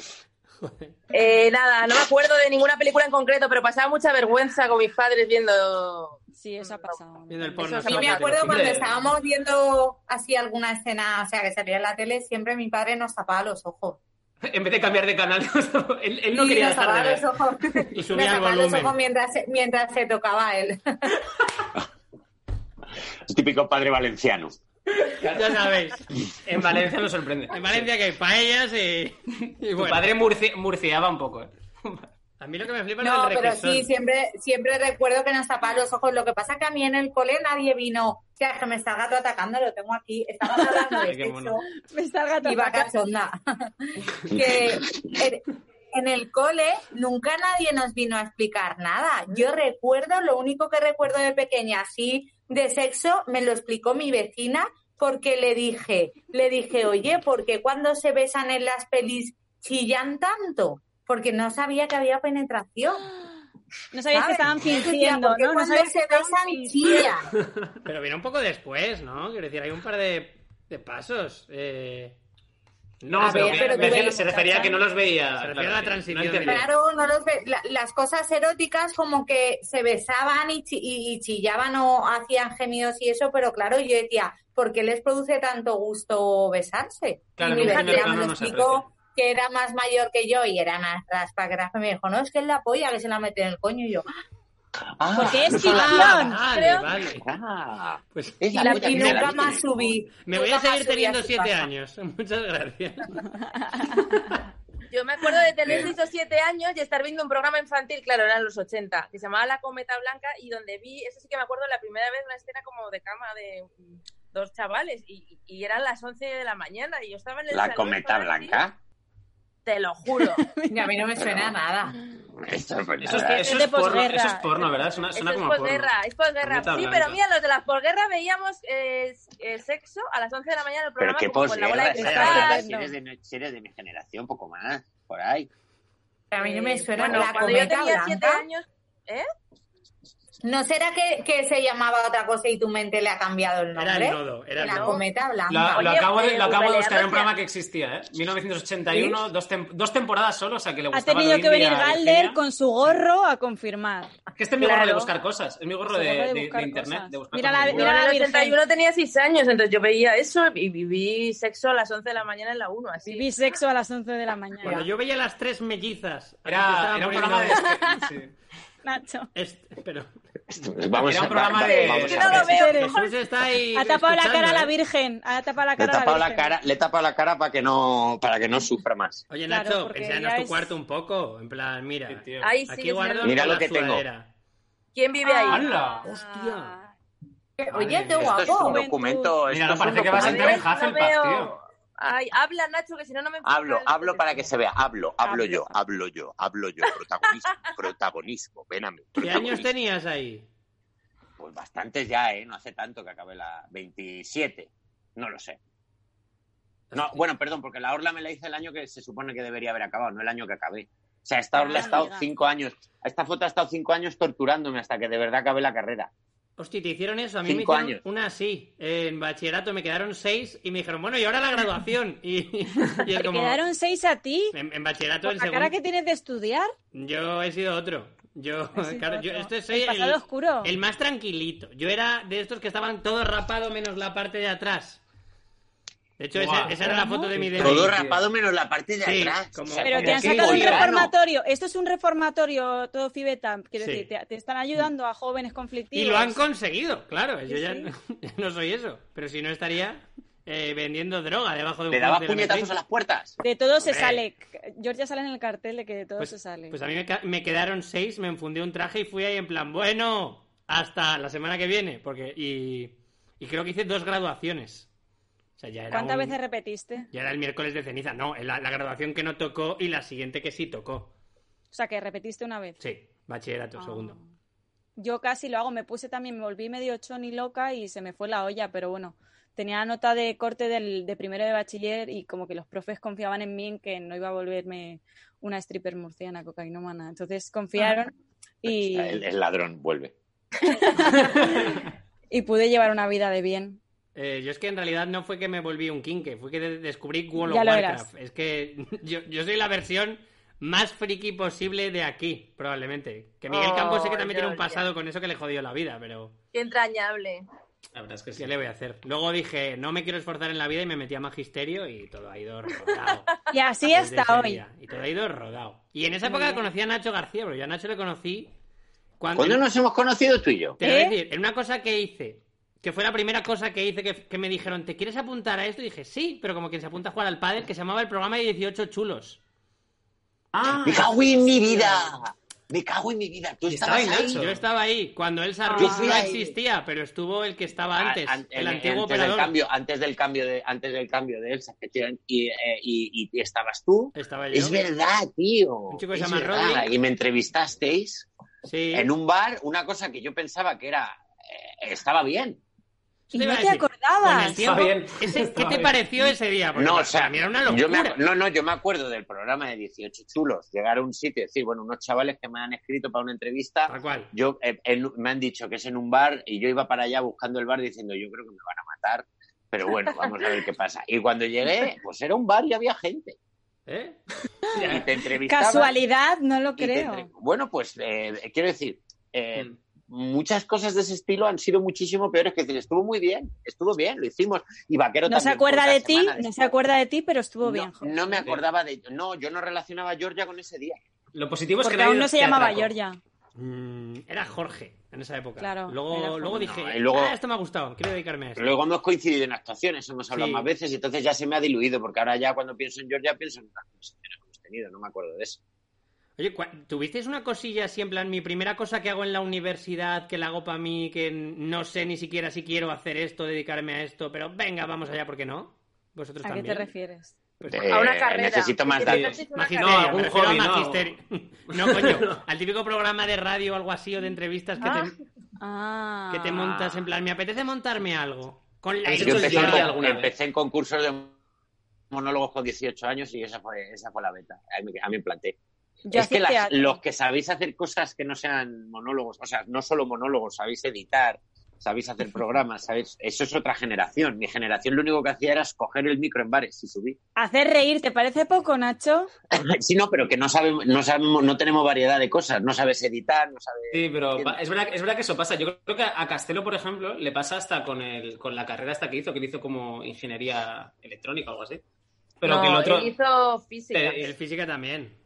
[SPEAKER 6] Eh, nada, no me acuerdo de ninguna película en concreto, pero pasaba mucha vergüenza con mis padres viendo...
[SPEAKER 5] Sí, eso ha pasado.
[SPEAKER 1] Viendo el
[SPEAKER 6] Eso
[SPEAKER 1] porno.
[SPEAKER 6] es-
[SPEAKER 7] A mí me
[SPEAKER 1] solo
[SPEAKER 7] acuerdo cuando
[SPEAKER 2] Hombre.
[SPEAKER 7] estábamos viendo así alguna escena, o sea, que salía en la tele, siempre mi padre nos tapaba los ojos.
[SPEAKER 2] En vez de cambiar de canal, él, él no
[SPEAKER 7] Sí,
[SPEAKER 2] quería
[SPEAKER 7] nos
[SPEAKER 2] estar
[SPEAKER 7] tapaba
[SPEAKER 2] de
[SPEAKER 7] los
[SPEAKER 2] ver.
[SPEAKER 7] ojos.
[SPEAKER 1] Y subía
[SPEAKER 7] Nos
[SPEAKER 1] el
[SPEAKER 7] tapaba los
[SPEAKER 1] volumen.
[SPEAKER 7] ojos mientras, se- mientras se tocaba él.
[SPEAKER 3] Típico padre valenciano.
[SPEAKER 1] Ya sabéis.
[SPEAKER 2] En Valencia nos sorprende.
[SPEAKER 1] En Valencia que hay paellas y. y
[SPEAKER 2] Tu
[SPEAKER 1] bueno.
[SPEAKER 2] padre murci- murciaba un poco. ¿eh?
[SPEAKER 1] A mí lo que me flipa
[SPEAKER 7] No,
[SPEAKER 1] es el
[SPEAKER 7] pero
[SPEAKER 1] requesón.
[SPEAKER 7] sí, siempre, siempre recuerdo que nos tapaba los ojos. Lo que pasa que a mí en el cole nadie vino. O sea, que me está el gato atacando, lo tengo aquí. Estamos hablando de
[SPEAKER 2] Ay, qué mono.
[SPEAKER 7] sexo
[SPEAKER 5] Me está el gato
[SPEAKER 7] y va
[SPEAKER 5] atacando.
[SPEAKER 7] cachonda. que en, en el cole nunca nadie nos vino a explicar nada. Yo recuerdo, lo único que recuerdo de pequeña, así de sexo, me lo explicó mi vecina porque le dije, le dije, oye, ¿por qué cuando se besan en las pelis chillan tanto? Porque no sabía que había penetración.
[SPEAKER 5] No sabías que
[SPEAKER 7] ¿sabes?
[SPEAKER 5] estaban
[SPEAKER 7] Decía,
[SPEAKER 5] fingiendo,
[SPEAKER 7] "¿Por qué
[SPEAKER 5] ¿no? No
[SPEAKER 7] cuando
[SPEAKER 5] sabías
[SPEAKER 7] se
[SPEAKER 5] que estaban
[SPEAKER 7] besan
[SPEAKER 5] fingiendo.
[SPEAKER 7] chillan.
[SPEAKER 1] Pero viene un poco después, ¿no? Quiero decir, hay un par de, de pasos. Eh,
[SPEAKER 2] No,
[SPEAKER 7] A
[SPEAKER 2] pero,
[SPEAKER 7] ver,
[SPEAKER 2] que-
[SPEAKER 7] pero
[SPEAKER 2] me
[SPEAKER 7] tú
[SPEAKER 2] refiero-
[SPEAKER 7] ves-
[SPEAKER 2] se refería a que no los veía.
[SPEAKER 1] Se refiere a la
[SPEAKER 2] claro,
[SPEAKER 1] transición
[SPEAKER 2] no entendía.
[SPEAKER 1] de-
[SPEAKER 7] Claro, no los ve- la- las cosas eróticas como que se besaban y, chi- y- y chillaban o hacían gemidos y eso, pero claro, yo decía, ¿por qué les produce tanto gusto besarse?
[SPEAKER 2] Claro,
[SPEAKER 7] y mi
[SPEAKER 2] en un primer
[SPEAKER 7] vecina me
[SPEAKER 2] plano
[SPEAKER 7] lo
[SPEAKER 2] no se
[SPEAKER 7] explicó que era más mayor que yo y era más raspa que raspa, y me dijo, no, es que es la polla que se la mete en el coño y yo.
[SPEAKER 3] Ah,
[SPEAKER 5] Porque es
[SPEAKER 3] no son las
[SPEAKER 5] ficción.
[SPEAKER 3] llamas.
[SPEAKER 1] vale,
[SPEAKER 6] creo-
[SPEAKER 1] vale.
[SPEAKER 3] Ah,
[SPEAKER 1] Pues
[SPEAKER 3] es la
[SPEAKER 7] y,
[SPEAKER 3] polla,
[SPEAKER 7] y
[SPEAKER 3] mira,
[SPEAKER 7] nunca
[SPEAKER 3] la
[SPEAKER 7] más
[SPEAKER 3] tiene.
[SPEAKER 7] subí.
[SPEAKER 1] me voy a
[SPEAKER 7] nunca más
[SPEAKER 1] seguir
[SPEAKER 7] subí
[SPEAKER 1] teniendo
[SPEAKER 7] su
[SPEAKER 1] siete
[SPEAKER 7] casa.
[SPEAKER 1] años. Muchas gracias.
[SPEAKER 6] Yo me acuerdo de tener 10 o 7 años y estar viendo un programa infantil, claro, eran los 80, que se llamaba La Cometa Blanca y donde vi, eso sí que me acuerdo la primera vez, una escena como de cama de mm, dos chavales y, y- y eran las 11 de la mañana y yo estaba en el
[SPEAKER 3] La
[SPEAKER 6] salón,
[SPEAKER 3] cometa
[SPEAKER 6] estaba así,
[SPEAKER 3] blanca.
[SPEAKER 6] Te lo juro.
[SPEAKER 7] Y a mí no me suena
[SPEAKER 3] Pero-
[SPEAKER 7] a nada.
[SPEAKER 2] Eso
[SPEAKER 3] Esto es
[SPEAKER 2] es,
[SPEAKER 3] verdad.
[SPEAKER 2] eso
[SPEAKER 5] Es de
[SPEAKER 2] es porno,
[SPEAKER 5] posguerra.
[SPEAKER 2] eso es porno, ¿verdad? Suena,
[SPEAKER 6] Eso
[SPEAKER 2] suena
[SPEAKER 6] es
[SPEAKER 2] como porno.
[SPEAKER 6] posguerra, es posguerra.
[SPEAKER 2] Cometa
[SPEAKER 6] Sí,
[SPEAKER 2] blanca.
[SPEAKER 6] pero mira, los de las posguerras veíamos eh, eh, sexo a las 11 de la mañana en el
[SPEAKER 3] Pero
[SPEAKER 6] programa
[SPEAKER 3] qué
[SPEAKER 6] como con la bola
[SPEAKER 3] posguerra.
[SPEAKER 6] de
[SPEAKER 3] Si
[SPEAKER 6] cristal.
[SPEAKER 3] eres, de, si eres de mi generación, poco más. Por ahí.
[SPEAKER 7] A mí no me
[SPEAKER 6] Eh,
[SPEAKER 7] suena
[SPEAKER 6] bueno,
[SPEAKER 7] la
[SPEAKER 6] cuando yo
[SPEAKER 7] cometa
[SPEAKER 6] tenía 7
[SPEAKER 7] blanca.
[SPEAKER 6] años,
[SPEAKER 7] ¿No será que, que se llamaba otra cosa y tu mente le ha cambiado el nombre?
[SPEAKER 1] Era el nodo, era el
[SPEAKER 7] la
[SPEAKER 1] nodo.
[SPEAKER 7] cometa blanca.
[SPEAKER 2] La- lo
[SPEAKER 6] Oye,
[SPEAKER 2] acabo, de,
[SPEAKER 6] eh,
[SPEAKER 2] lo acabo de
[SPEAKER 6] Google
[SPEAKER 2] buscar en un
[SPEAKER 6] Earth,
[SPEAKER 2] programa que existía, ¿eh? 1981, dos, tem- dos temporadas solo, o sea que le
[SPEAKER 5] Ha
[SPEAKER 2] gustaba
[SPEAKER 5] tenido
[SPEAKER 2] lo
[SPEAKER 5] que venir
[SPEAKER 2] indie a
[SPEAKER 5] Galder
[SPEAKER 2] Virginia.
[SPEAKER 5] con su gorro a confirmar.
[SPEAKER 2] Que este es mi
[SPEAKER 6] Claro.
[SPEAKER 2] gorro de buscar cosas, es mi gorro
[SPEAKER 5] Su
[SPEAKER 2] de,
[SPEAKER 5] gorro de
[SPEAKER 2] de- de
[SPEAKER 5] buscar
[SPEAKER 2] internet,
[SPEAKER 5] cosas.
[SPEAKER 2] de buscar
[SPEAKER 5] Mira
[SPEAKER 2] cosas.
[SPEAKER 5] la-
[SPEAKER 2] en
[SPEAKER 6] yo
[SPEAKER 5] mira
[SPEAKER 2] Google.
[SPEAKER 6] en el
[SPEAKER 5] Virgen.
[SPEAKER 6] 81 tenía 6 años, entonces yo veía eso y viví sexo a las 11 de la mañana en la 1, así.
[SPEAKER 5] Viví sexo a las 11 de la mañana.
[SPEAKER 1] Cuando yo veía las tres mellizas. a las que
[SPEAKER 2] Era,
[SPEAKER 1] estaban
[SPEAKER 2] era un
[SPEAKER 1] poniendo-
[SPEAKER 2] programa de... sí.
[SPEAKER 5] Nacho.
[SPEAKER 1] Este- pero
[SPEAKER 3] Vamos
[SPEAKER 2] Era un
[SPEAKER 3] a-
[SPEAKER 2] programa
[SPEAKER 3] va-
[SPEAKER 2] de-
[SPEAKER 3] vamos
[SPEAKER 6] Yo
[SPEAKER 3] a
[SPEAKER 6] no lo
[SPEAKER 3] ver.
[SPEAKER 6] veo,
[SPEAKER 5] Eres.
[SPEAKER 1] Jesús está ahí.
[SPEAKER 5] Ha tapado la
[SPEAKER 1] escuchando,
[SPEAKER 5] cara a la
[SPEAKER 1] ¿eh?
[SPEAKER 5] Virgen. Ha tapado
[SPEAKER 3] Le
[SPEAKER 5] la
[SPEAKER 3] he
[SPEAKER 5] cara a la
[SPEAKER 3] tapado
[SPEAKER 5] Virgen.
[SPEAKER 3] la cara, le he tapado la cara para que no, para que no sufra más.
[SPEAKER 1] Oye,
[SPEAKER 5] Claro,
[SPEAKER 1] Nacho,
[SPEAKER 5] porque
[SPEAKER 1] enséñanos
[SPEAKER 5] ya
[SPEAKER 1] tu
[SPEAKER 5] es-
[SPEAKER 1] cuarto un poco. En plan, mira.
[SPEAKER 2] Sí, tío.
[SPEAKER 6] Ahí sí,
[SPEAKER 1] Aquí
[SPEAKER 6] que es
[SPEAKER 1] guardo
[SPEAKER 6] verdad.
[SPEAKER 3] Mira
[SPEAKER 1] la
[SPEAKER 3] lo que tengo.
[SPEAKER 1] sudadera.
[SPEAKER 6] ¿Quién vive ahí?
[SPEAKER 2] ¡Hala!
[SPEAKER 1] Hostia.
[SPEAKER 7] Oye, qué
[SPEAKER 2] Madre mía.
[SPEAKER 7] guapo.
[SPEAKER 3] Esto es
[SPEAKER 5] Ah.
[SPEAKER 3] un documento.
[SPEAKER 2] Mira, no
[SPEAKER 3] esto es un
[SPEAKER 2] parece que vas a
[SPEAKER 3] documento.
[SPEAKER 2] entrar en
[SPEAKER 6] No
[SPEAKER 2] Hufflepuff,
[SPEAKER 6] veo.
[SPEAKER 2] tío.
[SPEAKER 6] Ay, habla Nacho, que si no, no me
[SPEAKER 3] Hablo, hablo para que se vea. Hablo, hablo
[SPEAKER 6] Hablo.
[SPEAKER 3] yo, hablo yo, hablo yo. Protagonismo, protagonismo. Ven a mí.
[SPEAKER 1] ¿Qué años
[SPEAKER 3] protagonismo.
[SPEAKER 1] tenías ahí?
[SPEAKER 3] Pues bastantes ya, ¿eh? No hace tanto que acabé la 27. No lo sé. No, bueno, perdón, porque la orla me la hice el año que se supone que debería haber acabado, no el año que acabé. O sea, esta orla ha
[SPEAKER 5] Ah,
[SPEAKER 3] estado
[SPEAKER 5] amiga.
[SPEAKER 3] cinco años, esta foto ha estado cinco años torturándome hasta que de verdad acabé la carrera.
[SPEAKER 1] Hostia, ¿te hicieron eso? A mí
[SPEAKER 3] Cinco
[SPEAKER 1] me hicieron
[SPEAKER 3] años.
[SPEAKER 1] una así. En bachillerato me quedaron seis y me dijeron, bueno, y ahora la graduación. Y, y es
[SPEAKER 5] ¿Te
[SPEAKER 1] como...
[SPEAKER 5] quedaron seis a ti?
[SPEAKER 1] En, en bachillerato
[SPEAKER 5] Por
[SPEAKER 1] el
[SPEAKER 5] la cara
[SPEAKER 1] segundo...
[SPEAKER 5] que tienes de estudiar.
[SPEAKER 1] Yo he sido otro. Yo,
[SPEAKER 5] Has sido
[SPEAKER 1] claro, yo
[SPEAKER 5] otro.
[SPEAKER 1] este soy
[SPEAKER 5] El
[SPEAKER 1] el,
[SPEAKER 5] pasado oscuro.
[SPEAKER 1] el más tranquilito. Yo era de estos que estaban todo rapado menos la parte de atrás. De hecho, esa, esa era la foto de mi DNI.
[SPEAKER 3] Todo rapado menos la parte de
[SPEAKER 1] Sí,
[SPEAKER 3] atrás.
[SPEAKER 1] como-
[SPEAKER 3] O sea,
[SPEAKER 5] Pero
[SPEAKER 3] como
[SPEAKER 5] te han
[SPEAKER 3] que
[SPEAKER 5] sacado
[SPEAKER 1] "Ah,
[SPEAKER 5] un
[SPEAKER 3] colgado.
[SPEAKER 5] reformatorio. Esto es un reformatorio, todo Fibeta. Quiero
[SPEAKER 1] Sí.
[SPEAKER 5] decir, te, te están ayudando a jóvenes conflictivos.
[SPEAKER 1] Y lo han conseguido, claro. Yo
[SPEAKER 5] Sí,
[SPEAKER 1] ya
[SPEAKER 5] sí.
[SPEAKER 1] no, no soy eso. Pero si no estaría eh, vendiendo droga debajo de un
[SPEAKER 3] Le daba
[SPEAKER 1] puente de
[SPEAKER 3] puñetazos a las puertas.
[SPEAKER 5] De todo se
[SPEAKER 1] Hombre.
[SPEAKER 5] sale. Georgia sale en el cartel de que de todo
[SPEAKER 1] Pues-
[SPEAKER 5] se sale.
[SPEAKER 1] Pues a mí me, ca- me quedaron seis, me enfundí un traje y fui ahí en plan, bueno, hasta la semana que viene. porque Y, y creo que hice dos graduaciones. O sea, ya era
[SPEAKER 5] ¿Cuántas
[SPEAKER 1] un-
[SPEAKER 5] veces repetiste?
[SPEAKER 1] Ya era el miércoles de ceniza. No, la, la graduación que no tocó y la siguiente que sí tocó.
[SPEAKER 5] O sea, que repetiste una vez.
[SPEAKER 1] Sí, bachillerato,
[SPEAKER 5] Ah.
[SPEAKER 1] segundo.
[SPEAKER 5] Yo casi lo hago, me puse también, me volví medio choni loca y se me fue la olla, pero bueno, tenía nota de corte del, de primero de bachiller y como que los profes confiaban en mí en que no iba a volverme una stripper murciana, cocainómana. Entonces confiaron y,
[SPEAKER 3] Ah. El, el ladrón vuelve.
[SPEAKER 5] y pude llevar una vida de bien.
[SPEAKER 1] Eh, yo es que en realidad no fue que me volví un kinke, fue que de- descubrí World
[SPEAKER 5] Ya
[SPEAKER 1] of
[SPEAKER 5] lo
[SPEAKER 1] Warcraft. Es que yo, yo soy la versión más friki posible de aquí, probablemente. Que Miguel
[SPEAKER 6] Oh,
[SPEAKER 1] Campos sé que también tiene un
[SPEAKER 6] Georgia.
[SPEAKER 1] pasado con eso que le jodió la vida, pero
[SPEAKER 6] Qué entrañable.
[SPEAKER 2] La verdad es que sí.
[SPEAKER 1] ¿qué le voy a hacer? Luego dije, no me quiero esforzar en la vida y me metí a magisterio y todo ha ido rodado.
[SPEAKER 5] Y así
[SPEAKER 1] desde
[SPEAKER 5] hasta
[SPEAKER 1] ese
[SPEAKER 5] hoy.
[SPEAKER 1] día. Y todo ha ido rodado. Y en esa
[SPEAKER 5] Muy
[SPEAKER 1] época
[SPEAKER 5] bien.
[SPEAKER 1] conocí a Nacho García, pero yo a Nacho le conocí cuando...
[SPEAKER 3] ¿Cuándo nos hemos conocido tú y yo?
[SPEAKER 1] Te voy a
[SPEAKER 5] ¿Eh?
[SPEAKER 1] decir, en una cosa que hice, que fue la primera cosa que hice, que, que me dijeron, ¿te quieres apuntar a esto? Y dije, sí, pero como quien se apunta a jugar al pádel, que se llamaba el programa de 18 chulos.
[SPEAKER 2] Ah,
[SPEAKER 3] Me cago en mi vida. Me cago en mi vida. Tú
[SPEAKER 2] Y estaba
[SPEAKER 3] estabas ahí.
[SPEAKER 2] Nacho.
[SPEAKER 1] Yo estaba ahí, cuando él
[SPEAKER 5] Ah,
[SPEAKER 3] Yo
[SPEAKER 1] Sarrus
[SPEAKER 3] fui
[SPEAKER 1] no
[SPEAKER 3] ahí.
[SPEAKER 1] existía, pero estuvo el que estaba antes,
[SPEAKER 3] Ah, An-
[SPEAKER 1] el
[SPEAKER 3] en-
[SPEAKER 1] antiguo
[SPEAKER 3] antes del
[SPEAKER 1] operador.
[SPEAKER 3] cambio, antes del cambio de antes del cambio de Elsa efectivamente, y, eh, y- y estabas tú.
[SPEAKER 1] Estaba yo.
[SPEAKER 3] Es verdad, tío.
[SPEAKER 1] Un chico que
[SPEAKER 3] es
[SPEAKER 1] se llama
[SPEAKER 3] verdad.
[SPEAKER 1] Rodri.
[SPEAKER 3] Y me entrevistasteis
[SPEAKER 1] Sí.
[SPEAKER 3] en un bar, una cosa que yo pensaba que era eh, estaba bien.
[SPEAKER 1] Eso
[SPEAKER 5] Y
[SPEAKER 1] te iba
[SPEAKER 5] no
[SPEAKER 1] a
[SPEAKER 5] te
[SPEAKER 1] decir, con el
[SPEAKER 5] acordabas.
[SPEAKER 1] tiempo-
[SPEAKER 2] Está bien.
[SPEAKER 1] ese- ¿Qué
[SPEAKER 2] Está
[SPEAKER 1] te
[SPEAKER 2] bien.
[SPEAKER 1] pareció ese día? Ah, Porque
[SPEAKER 3] no,
[SPEAKER 1] para-
[SPEAKER 3] o sea,
[SPEAKER 1] para mí era una
[SPEAKER 3] yo me
[SPEAKER 1] locura.
[SPEAKER 3] ac- no, no, yo me acuerdo del programa de 18 chulos, llegar a un sitio y decir, bueno, unos chavales que me han escrito para una entrevista,
[SPEAKER 1] Tal cual.
[SPEAKER 3] yo eh, en- me han dicho que es en un bar y yo iba para allá buscando el bar diciendo yo creo que me van a matar pero bueno vamos a ver qué pasa y cuando llegué pues era un bar y había gente
[SPEAKER 1] ¿Eh?
[SPEAKER 3] y te entrevistaban
[SPEAKER 5] Casualidad, no lo
[SPEAKER 3] y te entre-
[SPEAKER 5] creo.
[SPEAKER 3] bueno pues eh, quiero decir eh,
[SPEAKER 2] Mm.
[SPEAKER 3] muchas cosas de ese estilo han sido muchísimo peores que decir estuvo muy bien estuvo bien lo hicimos y vaquero
[SPEAKER 5] No se
[SPEAKER 3] también,
[SPEAKER 5] acuerda
[SPEAKER 3] pocas
[SPEAKER 5] de ti,
[SPEAKER 3] semanas
[SPEAKER 5] no se
[SPEAKER 3] después.
[SPEAKER 5] acuerda de ti, pero estuvo
[SPEAKER 3] No,
[SPEAKER 5] bien. Jorge.
[SPEAKER 3] no me acordaba de no yo no relacionaba a Georgia con ese día
[SPEAKER 2] Lo positivo
[SPEAKER 1] Pues
[SPEAKER 2] es que
[SPEAKER 5] Porque
[SPEAKER 2] nadie
[SPEAKER 5] aún no
[SPEAKER 2] nos
[SPEAKER 5] se llamaba
[SPEAKER 2] atracó.
[SPEAKER 5] Georgia.
[SPEAKER 1] Mm, era Jorge en esa época.
[SPEAKER 5] Claro, era
[SPEAKER 1] luego
[SPEAKER 5] Jorge.
[SPEAKER 1] luego dije,
[SPEAKER 3] No, y luego-
[SPEAKER 1] "Ah, esto me ha gustado, quiero dedicarme a esto.
[SPEAKER 3] Luego hemos coincidido en actuaciones, hemos hablado
[SPEAKER 1] Sí.
[SPEAKER 3] más veces y entonces ya se me ha diluido, porque ahora ya cuando pienso en Georgia pienso en las conversaciones que hemos tenido, no me acuerdo de eso.
[SPEAKER 1] Oye, ¿cuá- ¿tuvisteis una cosilla así en plan, mi primera cosa que hago en la universidad, que la hago para mí, que no sé ni siquiera si quiero hacer esto, dedicarme a esto, pero venga, vamos allá, ¿por qué no? ¿Vosotros
[SPEAKER 5] ¿A qué
[SPEAKER 1] también?
[SPEAKER 5] te refieres?
[SPEAKER 1] Pues,
[SPEAKER 3] Eh,
[SPEAKER 6] a una carrera.
[SPEAKER 3] necesito más
[SPEAKER 6] Que
[SPEAKER 3] datos.
[SPEAKER 6] te haces una
[SPEAKER 1] magisterio,
[SPEAKER 2] No,
[SPEAKER 6] carrera.
[SPEAKER 2] algún
[SPEAKER 1] me refiero
[SPEAKER 2] hobby,
[SPEAKER 1] a
[SPEAKER 2] ¿no?
[SPEAKER 1] magisterio. No, coño, al típico programa de radio o algo así o de entrevistas que, te,
[SPEAKER 5] Ah.
[SPEAKER 1] que te montas en plan, me apetece montarme algo. Con la
[SPEAKER 2] Eso
[SPEAKER 3] Yo
[SPEAKER 1] ilusión
[SPEAKER 3] empecé,
[SPEAKER 2] hecho
[SPEAKER 1] de-
[SPEAKER 2] Georgia
[SPEAKER 3] en-
[SPEAKER 2] alguna vez.
[SPEAKER 3] empecé en concursos de monólogos con 18 años y esa fue, esa fue la beta. Ahí me, ahí me planté.
[SPEAKER 5] Yo
[SPEAKER 3] es que
[SPEAKER 5] hacía
[SPEAKER 3] las-
[SPEAKER 5] teatro.
[SPEAKER 3] los que sabéis hacer cosas que no sean monólogos, o sea, no solo monólogos, sabéis editar, sabéis hacer programas, sabéis, eso es otra generación. Mi generación lo único que hacía era escoger el micro en bares y subir.
[SPEAKER 5] Hacer reír, ¿te parece poco, Nacho?
[SPEAKER 3] Sí, no, pero que no sabemos, no sabemos, no tenemos variedad de cosas. No sabes editar, no sabes.
[SPEAKER 2] Sí, pero pa- es verdad, es verdad que eso pasa. Yo creo que a Castelo, por ejemplo, le pasa hasta con, el, con la carrera hasta que hizo, que él hizo como ingeniería electrónica o algo así. Pero
[SPEAKER 6] No,
[SPEAKER 7] eh,
[SPEAKER 2] que el otro
[SPEAKER 6] él hizo física.
[SPEAKER 2] Eh,
[SPEAKER 1] El física también.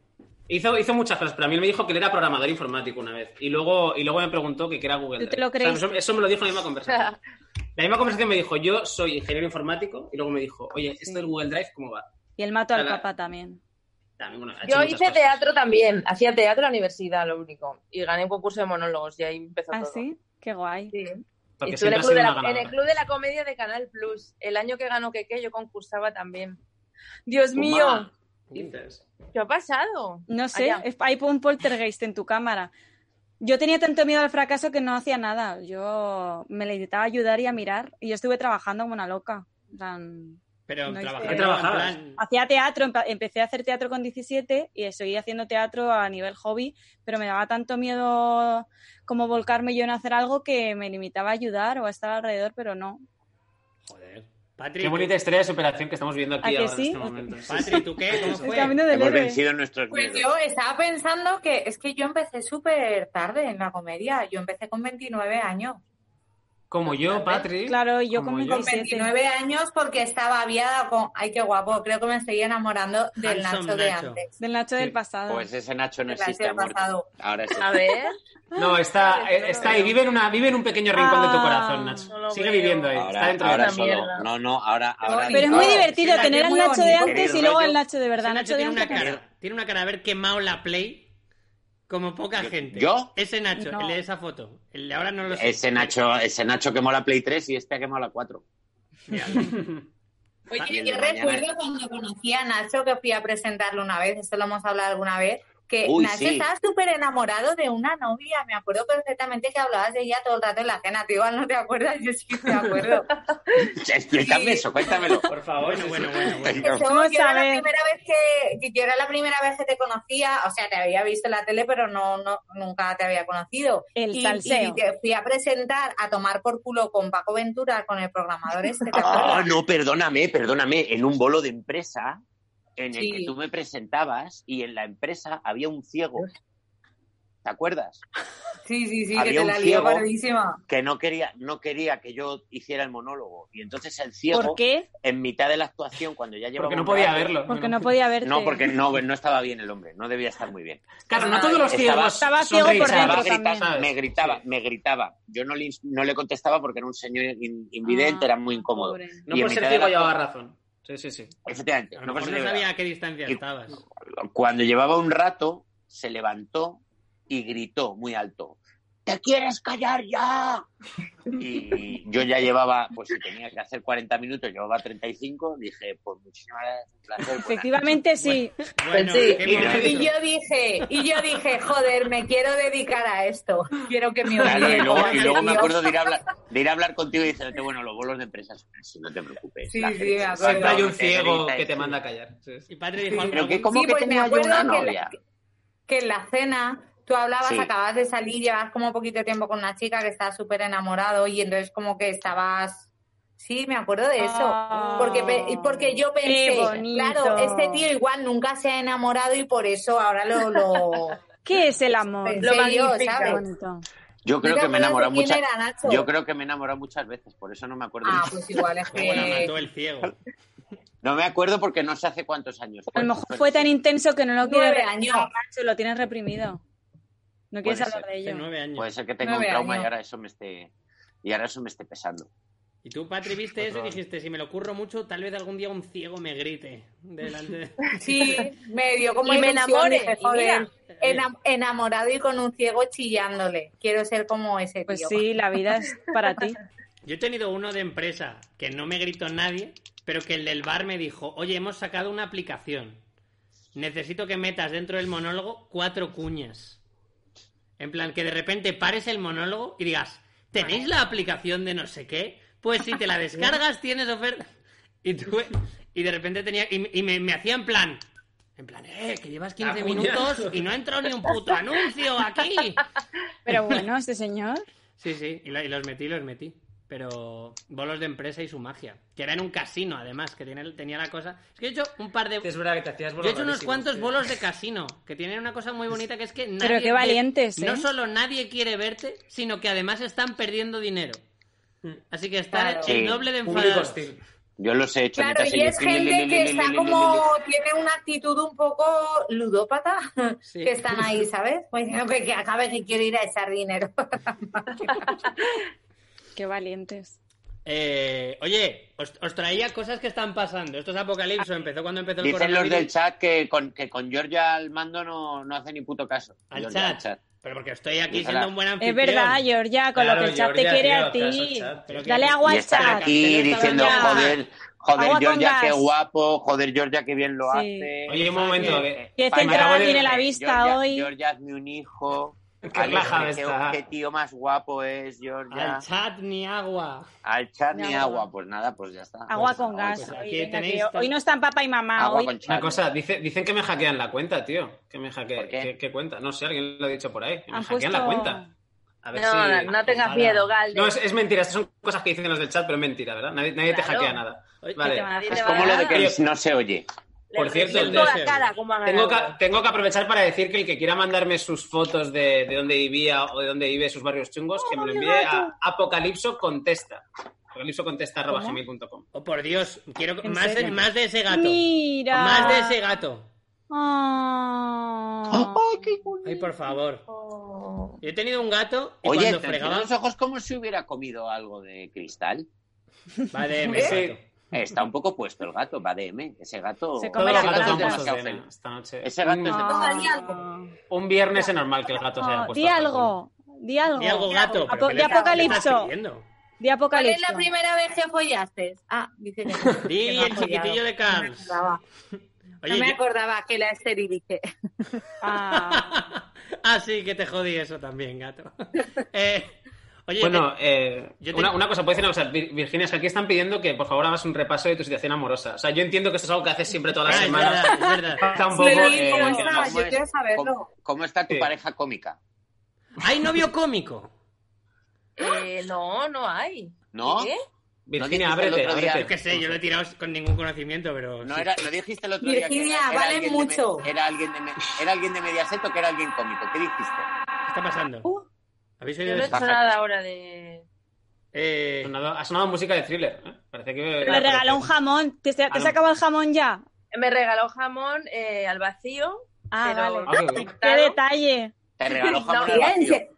[SPEAKER 2] hizo, hizo muchas cosas, pero a mí él me dijo que él era programador informático una vez. Y luego, y luego me preguntó que qué era Google.
[SPEAKER 5] ¿Tú te
[SPEAKER 2] Drive.
[SPEAKER 5] lo creíste?
[SPEAKER 2] eso, eso me lo dijo en la misma conversación. La misma conversación me dijo, yo soy ingeniero informático, y luego me dijo, oye,
[SPEAKER 5] Sí.
[SPEAKER 2] ¿esto del Google Drive cómo va?
[SPEAKER 5] Y el mato al
[SPEAKER 2] Claro.
[SPEAKER 5] papá también.
[SPEAKER 2] También, bueno, ha hecho
[SPEAKER 6] Yo
[SPEAKER 2] muchas
[SPEAKER 6] hice
[SPEAKER 2] cosas.
[SPEAKER 6] teatro también, hacía teatro en la universidad, lo único. Y gané un concurso de monólogos y ahí empezó
[SPEAKER 5] ¿Ah,
[SPEAKER 6] todo.
[SPEAKER 5] sí? Qué guay.
[SPEAKER 6] Sí.
[SPEAKER 2] Porque
[SPEAKER 6] Y estuve en
[SPEAKER 2] siempre
[SPEAKER 6] el,
[SPEAKER 2] ha
[SPEAKER 6] club
[SPEAKER 2] sido
[SPEAKER 6] de
[SPEAKER 2] una
[SPEAKER 6] la, en el
[SPEAKER 2] ganadora.
[SPEAKER 6] Club de la Comedia de Canal Plus. El año que ganó Keke yo concursaba también. Dios
[SPEAKER 3] Toma.
[SPEAKER 6] mío,
[SPEAKER 2] Dices.
[SPEAKER 6] ¿qué ha pasado?
[SPEAKER 5] No sé,
[SPEAKER 6] Allá.
[SPEAKER 5] es- hay un poltergeist en tu cámara. Yo tenía tanto miedo al fracaso que no hacía nada. Yo me le intentaba ayudar y a mirar. Y yo estuve trabajando como una loca. En plan,
[SPEAKER 1] Pero
[SPEAKER 5] No,
[SPEAKER 1] trabajando
[SPEAKER 5] ¿qué
[SPEAKER 1] en
[SPEAKER 2] trabajabas?
[SPEAKER 1] plan-
[SPEAKER 5] Hacía teatro, empe- empecé a hacer teatro con 17 y seguí haciendo teatro a nivel hobby, pero me daba tanto miedo como volcarme yo en hacer algo que me limitaba a ayudar o a estar alrededor, pero no.
[SPEAKER 1] Joder. Patri,
[SPEAKER 2] Qué bonita historia de superación que estamos viendo aquí
[SPEAKER 5] ¿A que
[SPEAKER 2] ahora
[SPEAKER 5] sí?
[SPEAKER 2] en este momento. Sí, sí.
[SPEAKER 1] Patri, ¿tú qué? ¿Cómo
[SPEAKER 5] El
[SPEAKER 1] fue?
[SPEAKER 5] camino del
[SPEAKER 3] Pues, Hemos
[SPEAKER 5] héroe.
[SPEAKER 3] vencido nuestros
[SPEAKER 7] Pues
[SPEAKER 3] miedos.
[SPEAKER 7] yo estaba pensando que es que yo empecé súper tarde en la comedia. Yo empecé con 29 años.
[SPEAKER 2] Como yo, Patrick.
[SPEAKER 5] Claro, yo
[SPEAKER 2] como
[SPEAKER 5] con
[SPEAKER 7] Con
[SPEAKER 5] 27.
[SPEAKER 7] 29 años porque estaba aviada con... Ay, qué guapo, creo que me seguí enamorando del
[SPEAKER 1] Handsome
[SPEAKER 7] Nacho de
[SPEAKER 1] Nacho.
[SPEAKER 7] antes.
[SPEAKER 5] Del Nacho del pasado.
[SPEAKER 3] Pues ese Nacho no
[SPEAKER 7] Del Nacho
[SPEAKER 3] existe,
[SPEAKER 7] del
[SPEAKER 3] amor.
[SPEAKER 7] pasado.
[SPEAKER 3] Ahora sí.
[SPEAKER 6] A ver,
[SPEAKER 2] No, está, eh, está ahí, vive en, una, vive en un pequeño rincón de tu
[SPEAKER 5] Ah.
[SPEAKER 2] corazón, Nacho.
[SPEAKER 6] No lo
[SPEAKER 2] Sigue
[SPEAKER 6] veo.
[SPEAKER 2] viviendo ahí, está
[SPEAKER 3] Ahora,
[SPEAKER 2] dentro
[SPEAKER 6] de
[SPEAKER 3] ahora
[SPEAKER 6] esa
[SPEAKER 3] solo.
[SPEAKER 6] mierda.
[SPEAKER 3] No, no, ahora, ahora.
[SPEAKER 7] bonito.
[SPEAKER 5] Pero es muy
[SPEAKER 3] no.
[SPEAKER 5] divertido
[SPEAKER 7] sí,
[SPEAKER 5] tener
[SPEAKER 7] es
[SPEAKER 5] al
[SPEAKER 7] muy
[SPEAKER 5] Nacho de
[SPEAKER 7] bonito.
[SPEAKER 5] antes y
[SPEAKER 3] Queréis
[SPEAKER 5] luego
[SPEAKER 3] rollo.
[SPEAKER 5] al Nacho de verdad.
[SPEAKER 1] Ese
[SPEAKER 5] Nacho
[SPEAKER 1] Nacho
[SPEAKER 5] de
[SPEAKER 1] tiene una,
[SPEAKER 5] antes.
[SPEAKER 1] cara, tiene una cara de haber quemado la Play como poca
[SPEAKER 3] Yo-
[SPEAKER 1] gente.
[SPEAKER 3] ¿yo?
[SPEAKER 1] Ese Nacho,
[SPEAKER 5] No.
[SPEAKER 1] el de esa foto. El de ahora no lo sé.
[SPEAKER 3] Ese Nacho, ese Nacho quemó la Play 3 y este ha quemado la 4.
[SPEAKER 7] Oye,
[SPEAKER 3] También
[SPEAKER 7] yo
[SPEAKER 3] de mañana.
[SPEAKER 7] recuerdo cuando conocí a Nacho, que fui a presentarlo una vez, esto lo hemos hablado alguna vez, que
[SPEAKER 3] Uy,
[SPEAKER 7] Nacho
[SPEAKER 3] sí.
[SPEAKER 7] estaba súper enamorado de una novia. Me acuerdo perfectamente que hablabas de ella todo el rato en la cena. Tú igual no te acuerdas, yo sí que me acuerdo.
[SPEAKER 3] Explícame
[SPEAKER 7] Sí.
[SPEAKER 3] eso, cuéntamelo.
[SPEAKER 2] Por favor,
[SPEAKER 1] Bueno, bueno, bueno, bueno.
[SPEAKER 7] Que somos-
[SPEAKER 5] ¿Cómo
[SPEAKER 7] yo era la
[SPEAKER 5] saber?
[SPEAKER 7] primera vez que, que yo era la primera vez que te conocía, o sea, te había visto en la tele, pero no, no nunca te había conocido.
[SPEAKER 5] El
[SPEAKER 7] y,
[SPEAKER 5] salseo.
[SPEAKER 7] y te fui a presentar a tomar por culo con Paco Ventura, con el programador este. ¿te
[SPEAKER 3] Ah,
[SPEAKER 7] acuerdas?
[SPEAKER 3] no, perdóname, perdóname. En un bolo de empresa en el
[SPEAKER 7] Sí.
[SPEAKER 3] que tú me presentabas y en la empresa había un ciego. ¿Te acuerdas?
[SPEAKER 7] Sí, sí, sí, que
[SPEAKER 3] Había
[SPEAKER 7] te
[SPEAKER 3] un
[SPEAKER 7] la lió
[SPEAKER 3] ciego.
[SPEAKER 7] pardísima.
[SPEAKER 3] Que no quería, no quería que yo hiciera el monólogo. Y entonces el
[SPEAKER 5] ¿Por
[SPEAKER 3] ciego,
[SPEAKER 5] qué?
[SPEAKER 3] en mitad de la actuación, cuando ya llevaba.
[SPEAKER 2] Porque no
[SPEAKER 3] un
[SPEAKER 2] podía
[SPEAKER 3] rato-
[SPEAKER 2] verlo.
[SPEAKER 5] Porque no podía verte.
[SPEAKER 3] No, porque no, no estaba bien el hombre, no debía estar muy bien.
[SPEAKER 2] Claro, no todos los
[SPEAKER 3] Estaba-
[SPEAKER 2] ciegos
[SPEAKER 5] Estaba
[SPEAKER 2] son
[SPEAKER 5] ciego por
[SPEAKER 2] Richard.
[SPEAKER 5] dentro
[SPEAKER 3] Estaba
[SPEAKER 5] también.
[SPEAKER 3] gritando, me gritaba, me gritaba. Yo no le, no le contestaba porque era un señor in- invidente,
[SPEAKER 5] Ah,
[SPEAKER 3] era muy incómodo.
[SPEAKER 5] pobre.
[SPEAKER 2] No
[SPEAKER 3] Y en
[SPEAKER 2] por ser
[SPEAKER 3] mitad de
[SPEAKER 2] ciego
[SPEAKER 3] la-
[SPEAKER 2] llevaba razón. Sí, sí, sí.
[SPEAKER 3] Efectivamente.
[SPEAKER 1] A lo
[SPEAKER 3] no por
[SPEAKER 1] mejor
[SPEAKER 3] ser
[SPEAKER 1] no
[SPEAKER 3] ciego.
[SPEAKER 1] sabía a qué distancia
[SPEAKER 3] Y-
[SPEAKER 1] estabas.
[SPEAKER 3] Cuando llevaba un rato, se levantó y gritó muy alto. ¡Te quieres callar ya! Y yo ya llevaba, pues si tenía que hacer 40 minutos, llevaba 35, dije, pues muchísimas gracias, un placer. buenas
[SPEAKER 5] Efectivamente sí.
[SPEAKER 1] Bueno,
[SPEAKER 6] sí.
[SPEAKER 1] qué
[SPEAKER 3] Y-
[SPEAKER 1] momento.
[SPEAKER 7] Y yo dije, y yo dije, joder, me quiero dedicar a esto. Quiero que me
[SPEAKER 3] Claro, y
[SPEAKER 7] odien,
[SPEAKER 3] luego, y
[SPEAKER 7] joder,
[SPEAKER 3] luego me
[SPEAKER 7] Dios.
[SPEAKER 3] acuerdo de ir a hablar, de ir a hablar contigo y decirte, bueno, los bolos de empresa son así, no te preocupes.
[SPEAKER 7] Sí,
[SPEAKER 3] La
[SPEAKER 7] sí,
[SPEAKER 3] gente
[SPEAKER 7] me
[SPEAKER 3] se
[SPEAKER 7] acuerdo.
[SPEAKER 2] Siempre
[SPEAKER 3] sienta,
[SPEAKER 2] hay un
[SPEAKER 3] te
[SPEAKER 2] ciego
[SPEAKER 3] grita y
[SPEAKER 2] que te
[SPEAKER 3] sí.
[SPEAKER 2] manda a callar. Sí, sí.
[SPEAKER 1] Y padre dijo,
[SPEAKER 3] Pero que
[SPEAKER 1] algún-
[SPEAKER 3] como
[SPEAKER 7] Sí,
[SPEAKER 3] que
[SPEAKER 7] pues me
[SPEAKER 3] tenía yo una
[SPEAKER 7] acuerdo que la-
[SPEAKER 3] novia.
[SPEAKER 7] Que en la cena tú hablabas,
[SPEAKER 3] Sí.
[SPEAKER 7] acabas de salir, llevas como poquito tiempo con una chica que estaba súper enamorado y entonces como que estabas... Sí, me acuerdo de eso.
[SPEAKER 5] Ah.
[SPEAKER 7] porque, pe- porque yo
[SPEAKER 5] Qué
[SPEAKER 7] pensé,
[SPEAKER 5] bonito.
[SPEAKER 7] claro, este tío igual nunca se ha enamorado y por eso ahora lo... lo...
[SPEAKER 5] ¿Qué es el amor?
[SPEAKER 7] Pensé
[SPEAKER 6] Lo
[SPEAKER 7] yo,
[SPEAKER 6] magnifica.
[SPEAKER 5] Qué
[SPEAKER 7] ¿sabes?
[SPEAKER 5] bonito.
[SPEAKER 3] Yo creo
[SPEAKER 7] ¿No te
[SPEAKER 3] que me he
[SPEAKER 7] acuerdas de
[SPEAKER 3] enamorado
[SPEAKER 7] quién
[SPEAKER 3] muchas
[SPEAKER 7] era, Nacho?
[SPEAKER 3] Yo creo que me he enamorado muchas veces, por eso no me acuerdo.
[SPEAKER 7] Ah,
[SPEAKER 3] mucho.
[SPEAKER 7] pues igual es
[SPEAKER 1] Cómo la mató
[SPEAKER 7] que...
[SPEAKER 1] el ciego.
[SPEAKER 3] No me acuerdo porque no sé hace cuántos años.
[SPEAKER 5] A
[SPEAKER 3] fue.
[SPEAKER 5] lo mejor fue tan intenso que no lo
[SPEAKER 7] Nueve
[SPEAKER 5] quieres
[SPEAKER 7] años.
[SPEAKER 5] Nacho, lo tienes reprimido. No quieres
[SPEAKER 3] Puede
[SPEAKER 5] hablar de
[SPEAKER 1] Hace
[SPEAKER 5] ello.
[SPEAKER 1] nueve años.
[SPEAKER 3] Puede ser que tenga un
[SPEAKER 7] Nueve
[SPEAKER 3] trauma y
[SPEAKER 7] años.
[SPEAKER 3] ahora eso me esté y ahora eso me esté pesando.
[SPEAKER 1] Y tú, Patri, viste eso y dijiste, si me lo curro mucho, tal vez algún día un ciego me grite. Delante de...
[SPEAKER 7] Sí, me dio como
[SPEAKER 6] Y me
[SPEAKER 7] ilusión,
[SPEAKER 6] enamoré,
[SPEAKER 7] dije,
[SPEAKER 6] y
[SPEAKER 7] joder,
[SPEAKER 6] mira.
[SPEAKER 7] ena- enamorado y con un ciego chillándole. Quiero ser como ese tío.
[SPEAKER 5] Pues sí, la vida es para ti.
[SPEAKER 1] Yo he tenido uno de empresa que no me gritó nadie, pero que el del bar me dijo, oye, hemos sacado una aplicación. Necesito que metas dentro del monólogo cuatro cuñas. En plan, que de repente pares el monólogo y digas, ¿tenéis la aplicación de no sé qué? Pues si te la descargas tienes oferta. Y, tú- y de repente tenía... Y, y me, me hacía en plan... En plan, eh, que llevas 15
[SPEAKER 2] La cuña.
[SPEAKER 1] minutos y no ha entrado ni un puto anuncio aquí.
[SPEAKER 5] Pero bueno, este señor.
[SPEAKER 1] Sí, sí, y, lo- y los metí, los metí. Pero bolos de empresa y su magia. Que era en un casino, además, que tiene, tenía la cosa. Es que yo he hecho un par de.
[SPEAKER 2] Este Es verdad que te hacías
[SPEAKER 1] Yo he hecho unos
[SPEAKER 2] rarísimos,
[SPEAKER 1] cuantos
[SPEAKER 2] sí.
[SPEAKER 1] bolos de casino, que tienen una cosa muy bonita que es que nadie.
[SPEAKER 5] qué valientes, ¿eh?
[SPEAKER 1] No solo nadie quiere verte, sino que además están perdiendo dinero. Así que están
[SPEAKER 7] Claro.
[SPEAKER 1] el
[SPEAKER 3] Sí.
[SPEAKER 1] doble de
[SPEAKER 2] Público
[SPEAKER 1] enfadados.
[SPEAKER 2] hostil.
[SPEAKER 3] Yo los he hecho.
[SPEAKER 7] Claro,
[SPEAKER 3] mientras
[SPEAKER 7] y
[SPEAKER 3] ellos-
[SPEAKER 7] es gente que está como, tiene una actitud un poco ludópata,
[SPEAKER 1] Sí.
[SPEAKER 7] que están ahí, ¿sabes? Pues diciendo que, que acabe que quiero ir a echar dinero.
[SPEAKER 6] Ah.
[SPEAKER 5] Qué valientes.
[SPEAKER 1] Eh, oye, os, os traía cosas que están pasando. Esto es
[SPEAKER 5] Ah.
[SPEAKER 1] Apocalipso, empezó cuando empezó el
[SPEAKER 3] Dicen los
[SPEAKER 1] coronavirus.
[SPEAKER 3] del chat que con, que con Georgia al mando no, no hace ni puto caso.
[SPEAKER 1] Al
[SPEAKER 3] Georgia
[SPEAKER 1] chat. Pero porque estoy aquí
[SPEAKER 3] Dice
[SPEAKER 1] siendo
[SPEAKER 3] la-
[SPEAKER 1] un buen
[SPEAKER 5] Es
[SPEAKER 1] anfitrión.
[SPEAKER 5] verdad, Georgia, con
[SPEAKER 2] Claro,
[SPEAKER 5] lo que el chat
[SPEAKER 2] Georgia,
[SPEAKER 5] te quiere
[SPEAKER 2] tío,
[SPEAKER 5] a
[SPEAKER 2] atraso
[SPEAKER 5] ti.
[SPEAKER 2] chat, tío.
[SPEAKER 5] Dale agua
[SPEAKER 3] Y
[SPEAKER 5] al
[SPEAKER 3] están
[SPEAKER 5] chat.
[SPEAKER 3] aquí
[SPEAKER 1] Pero
[SPEAKER 3] diciendo,
[SPEAKER 5] Georgia.
[SPEAKER 3] joder, joder,
[SPEAKER 5] Agua con
[SPEAKER 3] Georgia, qué
[SPEAKER 5] gas.
[SPEAKER 3] guapo, joder, Georgia, qué bien lo
[SPEAKER 5] Sí.
[SPEAKER 3] hace.
[SPEAKER 2] Oye, un momento.
[SPEAKER 3] Eh,
[SPEAKER 2] que-
[SPEAKER 5] Qué
[SPEAKER 3] Vale,
[SPEAKER 2] centrada
[SPEAKER 3] me acabo de-
[SPEAKER 5] tiene
[SPEAKER 1] eh,
[SPEAKER 5] la vista
[SPEAKER 3] Georgia-
[SPEAKER 5] hoy.
[SPEAKER 3] Georgia, hazme un hijo.
[SPEAKER 2] Qué
[SPEAKER 3] Alegre,
[SPEAKER 2] relajada
[SPEAKER 3] qué,
[SPEAKER 2] está.
[SPEAKER 3] qué tío más guapo es, Georgia.
[SPEAKER 1] Al chat ni agua.
[SPEAKER 3] Al chat
[SPEAKER 5] Ni
[SPEAKER 3] ni
[SPEAKER 5] agua.
[SPEAKER 3] agua. Pues nada, pues ya está.
[SPEAKER 5] Agua
[SPEAKER 3] Pues,
[SPEAKER 5] con gas.
[SPEAKER 1] pues
[SPEAKER 5] Oye,
[SPEAKER 1] aquí
[SPEAKER 5] venga,
[SPEAKER 1] tenéis
[SPEAKER 5] que
[SPEAKER 1] todo.
[SPEAKER 5] Hoy no están papá y mamá.
[SPEAKER 3] Agua
[SPEAKER 5] hoy-
[SPEAKER 3] con chat.
[SPEAKER 2] Una cosa, dice- dicen que me hackean la cuenta, tío. Que me
[SPEAKER 3] ¿Por
[SPEAKER 2] hackean.
[SPEAKER 3] qué?
[SPEAKER 2] ¿Qué, qué cuenta? No sé, alguien lo ha dicho por ahí. Que me
[SPEAKER 5] Han
[SPEAKER 2] hackean la
[SPEAKER 5] puesto-
[SPEAKER 2] cuenta. A ver
[SPEAKER 6] no,
[SPEAKER 2] si-
[SPEAKER 6] no tengas
[SPEAKER 1] ojalá.
[SPEAKER 6] miedo, Galde.
[SPEAKER 2] No, es, es mentira. Estas son cosas que dicen los del chat, pero es mentira, ¿verdad? Nadie, nadie te
[SPEAKER 6] Claro.
[SPEAKER 2] hackea nada.
[SPEAKER 1] Oye,
[SPEAKER 2] Vale.
[SPEAKER 6] que te van a-
[SPEAKER 3] Es como lo de que
[SPEAKER 2] Oye,
[SPEAKER 3] no se oye.
[SPEAKER 2] Por cierto,
[SPEAKER 6] reviento la cara como hagan
[SPEAKER 2] Tengo que,
[SPEAKER 6] algo.
[SPEAKER 2] tengo que aprovechar para decir que el que quiera mandarme sus fotos de, de dónde vivía o de dónde vive sus barrios chungos,
[SPEAKER 5] Oh,
[SPEAKER 2] que me lo envíe a apocalipso contesta. Apocalipso contesta arroba
[SPEAKER 5] ¿Cómo?
[SPEAKER 2] gmail.com.
[SPEAKER 1] Oh, por Dios, quiero
[SPEAKER 5] ¿En
[SPEAKER 1] más de,
[SPEAKER 5] serio?
[SPEAKER 1] más de ese gato.
[SPEAKER 5] Mira.
[SPEAKER 1] Más de ese Oh, gato.
[SPEAKER 5] Ah.
[SPEAKER 1] Ay, por favor. Yo he tenido un gato y
[SPEAKER 3] Oye,
[SPEAKER 1] cuando
[SPEAKER 3] te
[SPEAKER 1] fregaba...
[SPEAKER 3] los ojos como si hubiera comido algo de cristal.
[SPEAKER 1] Va de M,
[SPEAKER 2] Sí.
[SPEAKER 1] gato.
[SPEAKER 3] Eh, Está un poco puesto el gato, va de M. Ese gato.
[SPEAKER 5] Se
[SPEAKER 2] Todos
[SPEAKER 5] come la
[SPEAKER 2] los
[SPEAKER 3] ese
[SPEAKER 2] gatos
[SPEAKER 3] gato
[SPEAKER 2] son
[SPEAKER 3] es
[SPEAKER 5] patata.
[SPEAKER 2] puestos
[SPEAKER 3] demasiado
[SPEAKER 2] de
[SPEAKER 3] feliz.
[SPEAKER 2] Ana esta noche.
[SPEAKER 3] Ese gato es
[SPEAKER 5] Ah.
[SPEAKER 3] demasiado.
[SPEAKER 7] Toma, di algo.
[SPEAKER 2] Un viernes es normal que el gato se haya puesto.
[SPEAKER 5] Di algo. Di algo.
[SPEAKER 1] Di algo gato. pero
[SPEAKER 5] Apo-
[SPEAKER 1] ¿qué le- qué
[SPEAKER 5] di
[SPEAKER 1] le estás
[SPEAKER 5] apocalipso.
[SPEAKER 1] pidiendo?
[SPEAKER 5] Di
[SPEAKER 7] ¿Cuál es la
[SPEAKER 5] apocalipso.
[SPEAKER 7] primera vez que follaste? Ah, dice que no.
[SPEAKER 1] Di
[SPEAKER 7] Que no ha
[SPEAKER 1] el chiquitillo
[SPEAKER 7] follado.
[SPEAKER 1] de
[SPEAKER 7] No me
[SPEAKER 1] Cars.
[SPEAKER 7] acordaba. No
[SPEAKER 1] Oye,
[SPEAKER 7] me
[SPEAKER 1] yo-
[SPEAKER 7] acordaba que la Esteri dije.
[SPEAKER 5] Ah.
[SPEAKER 1] ah, sí, que te jodí eso también, gato. Eh, oye,
[SPEAKER 2] Bueno, eh,
[SPEAKER 1] yo te-
[SPEAKER 2] una, una cosa, puedo decir una cosa, Vir- Virginia, es que aquí están pidiendo que por favor hagas un repaso de tu situación amorosa. O sea, yo entiendo que esto es algo que haces siempre todas
[SPEAKER 1] ah,
[SPEAKER 2] las
[SPEAKER 1] es
[SPEAKER 2] semanas.
[SPEAKER 1] verdad, es verdad.
[SPEAKER 2] Está un
[SPEAKER 7] Sí,
[SPEAKER 2] poco, eh,
[SPEAKER 7] ¿cómo está?
[SPEAKER 3] ¿Cómo
[SPEAKER 7] Ah, yo
[SPEAKER 3] es-
[SPEAKER 7] quiero saberlo.
[SPEAKER 3] ¿Cómo, cómo está tu
[SPEAKER 2] Sí.
[SPEAKER 3] pareja cómica?
[SPEAKER 1] ¿Hay novio cómico?
[SPEAKER 6] Eh, no, no hay.
[SPEAKER 3] ¿No?
[SPEAKER 6] ¿Qué?
[SPEAKER 2] Virginia,
[SPEAKER 3] ¿No dijiste el
[SPEAKER 2] ábrete,
[SPEAKER 3] otro día?
[SPEAKER 2] ábrete.
[SPEAKER 1] Yo qué sé, yo lo he tirado con ningún conocimiento, pero...
[SPEAKER 3] No,
[SPEAKER 1] sí.
[SPEAKER 3] era, lo dijiste el otro día.
[SPEAKER 7] Virginia,
[SPEAKER 3] era- era
[SPEAKER 7] valen
[SPEAKER 3] alguien de
[SPEAKER 7] mucho.
[SPEAKER 3] me- era, alguien de me- era alguien de Mediaset o que era alguien cómico. ¿Qué dijiste?
[SPEAKER 1] ¿Qué está pasando? ¿Habéis
[SPEAKER 6] Yo
[SPEAKER 1] oído
[SPEAKER 6] no he
[SPEAKER 1] eso?
[SPEAKER 6] hecho nada ahora de...
[SPEAKER 2] Ha
[SPEAKER 1] Eh,
[SPEAKER 2] sonado, ha sonado música de thriller. ¿eh? Parece que.
[SPEAKER 5] Me regaló un jamón. ¿Te, te has acabado el jamón ya?
[SPEAKER 6] Me regaló jamón eh, al vacío.
[SPEAKER 5] Ah,
[SPEAKER 6] pero
[SPEAKER 5] vale.
[SPEAKER 2] Ah, qué bien.
[SPEAKER 5] Qué
[SPEAKER 6] claro.
[SPEAKER 5] detalle.
[SPEAKER 3] Te regaló
[SPEAKER 6] No,
[SPEAKER 3] jamón al
[SPEAKER 7] Bien,
[SPEAKER 3] vacío.
[SPEAKER 7] se-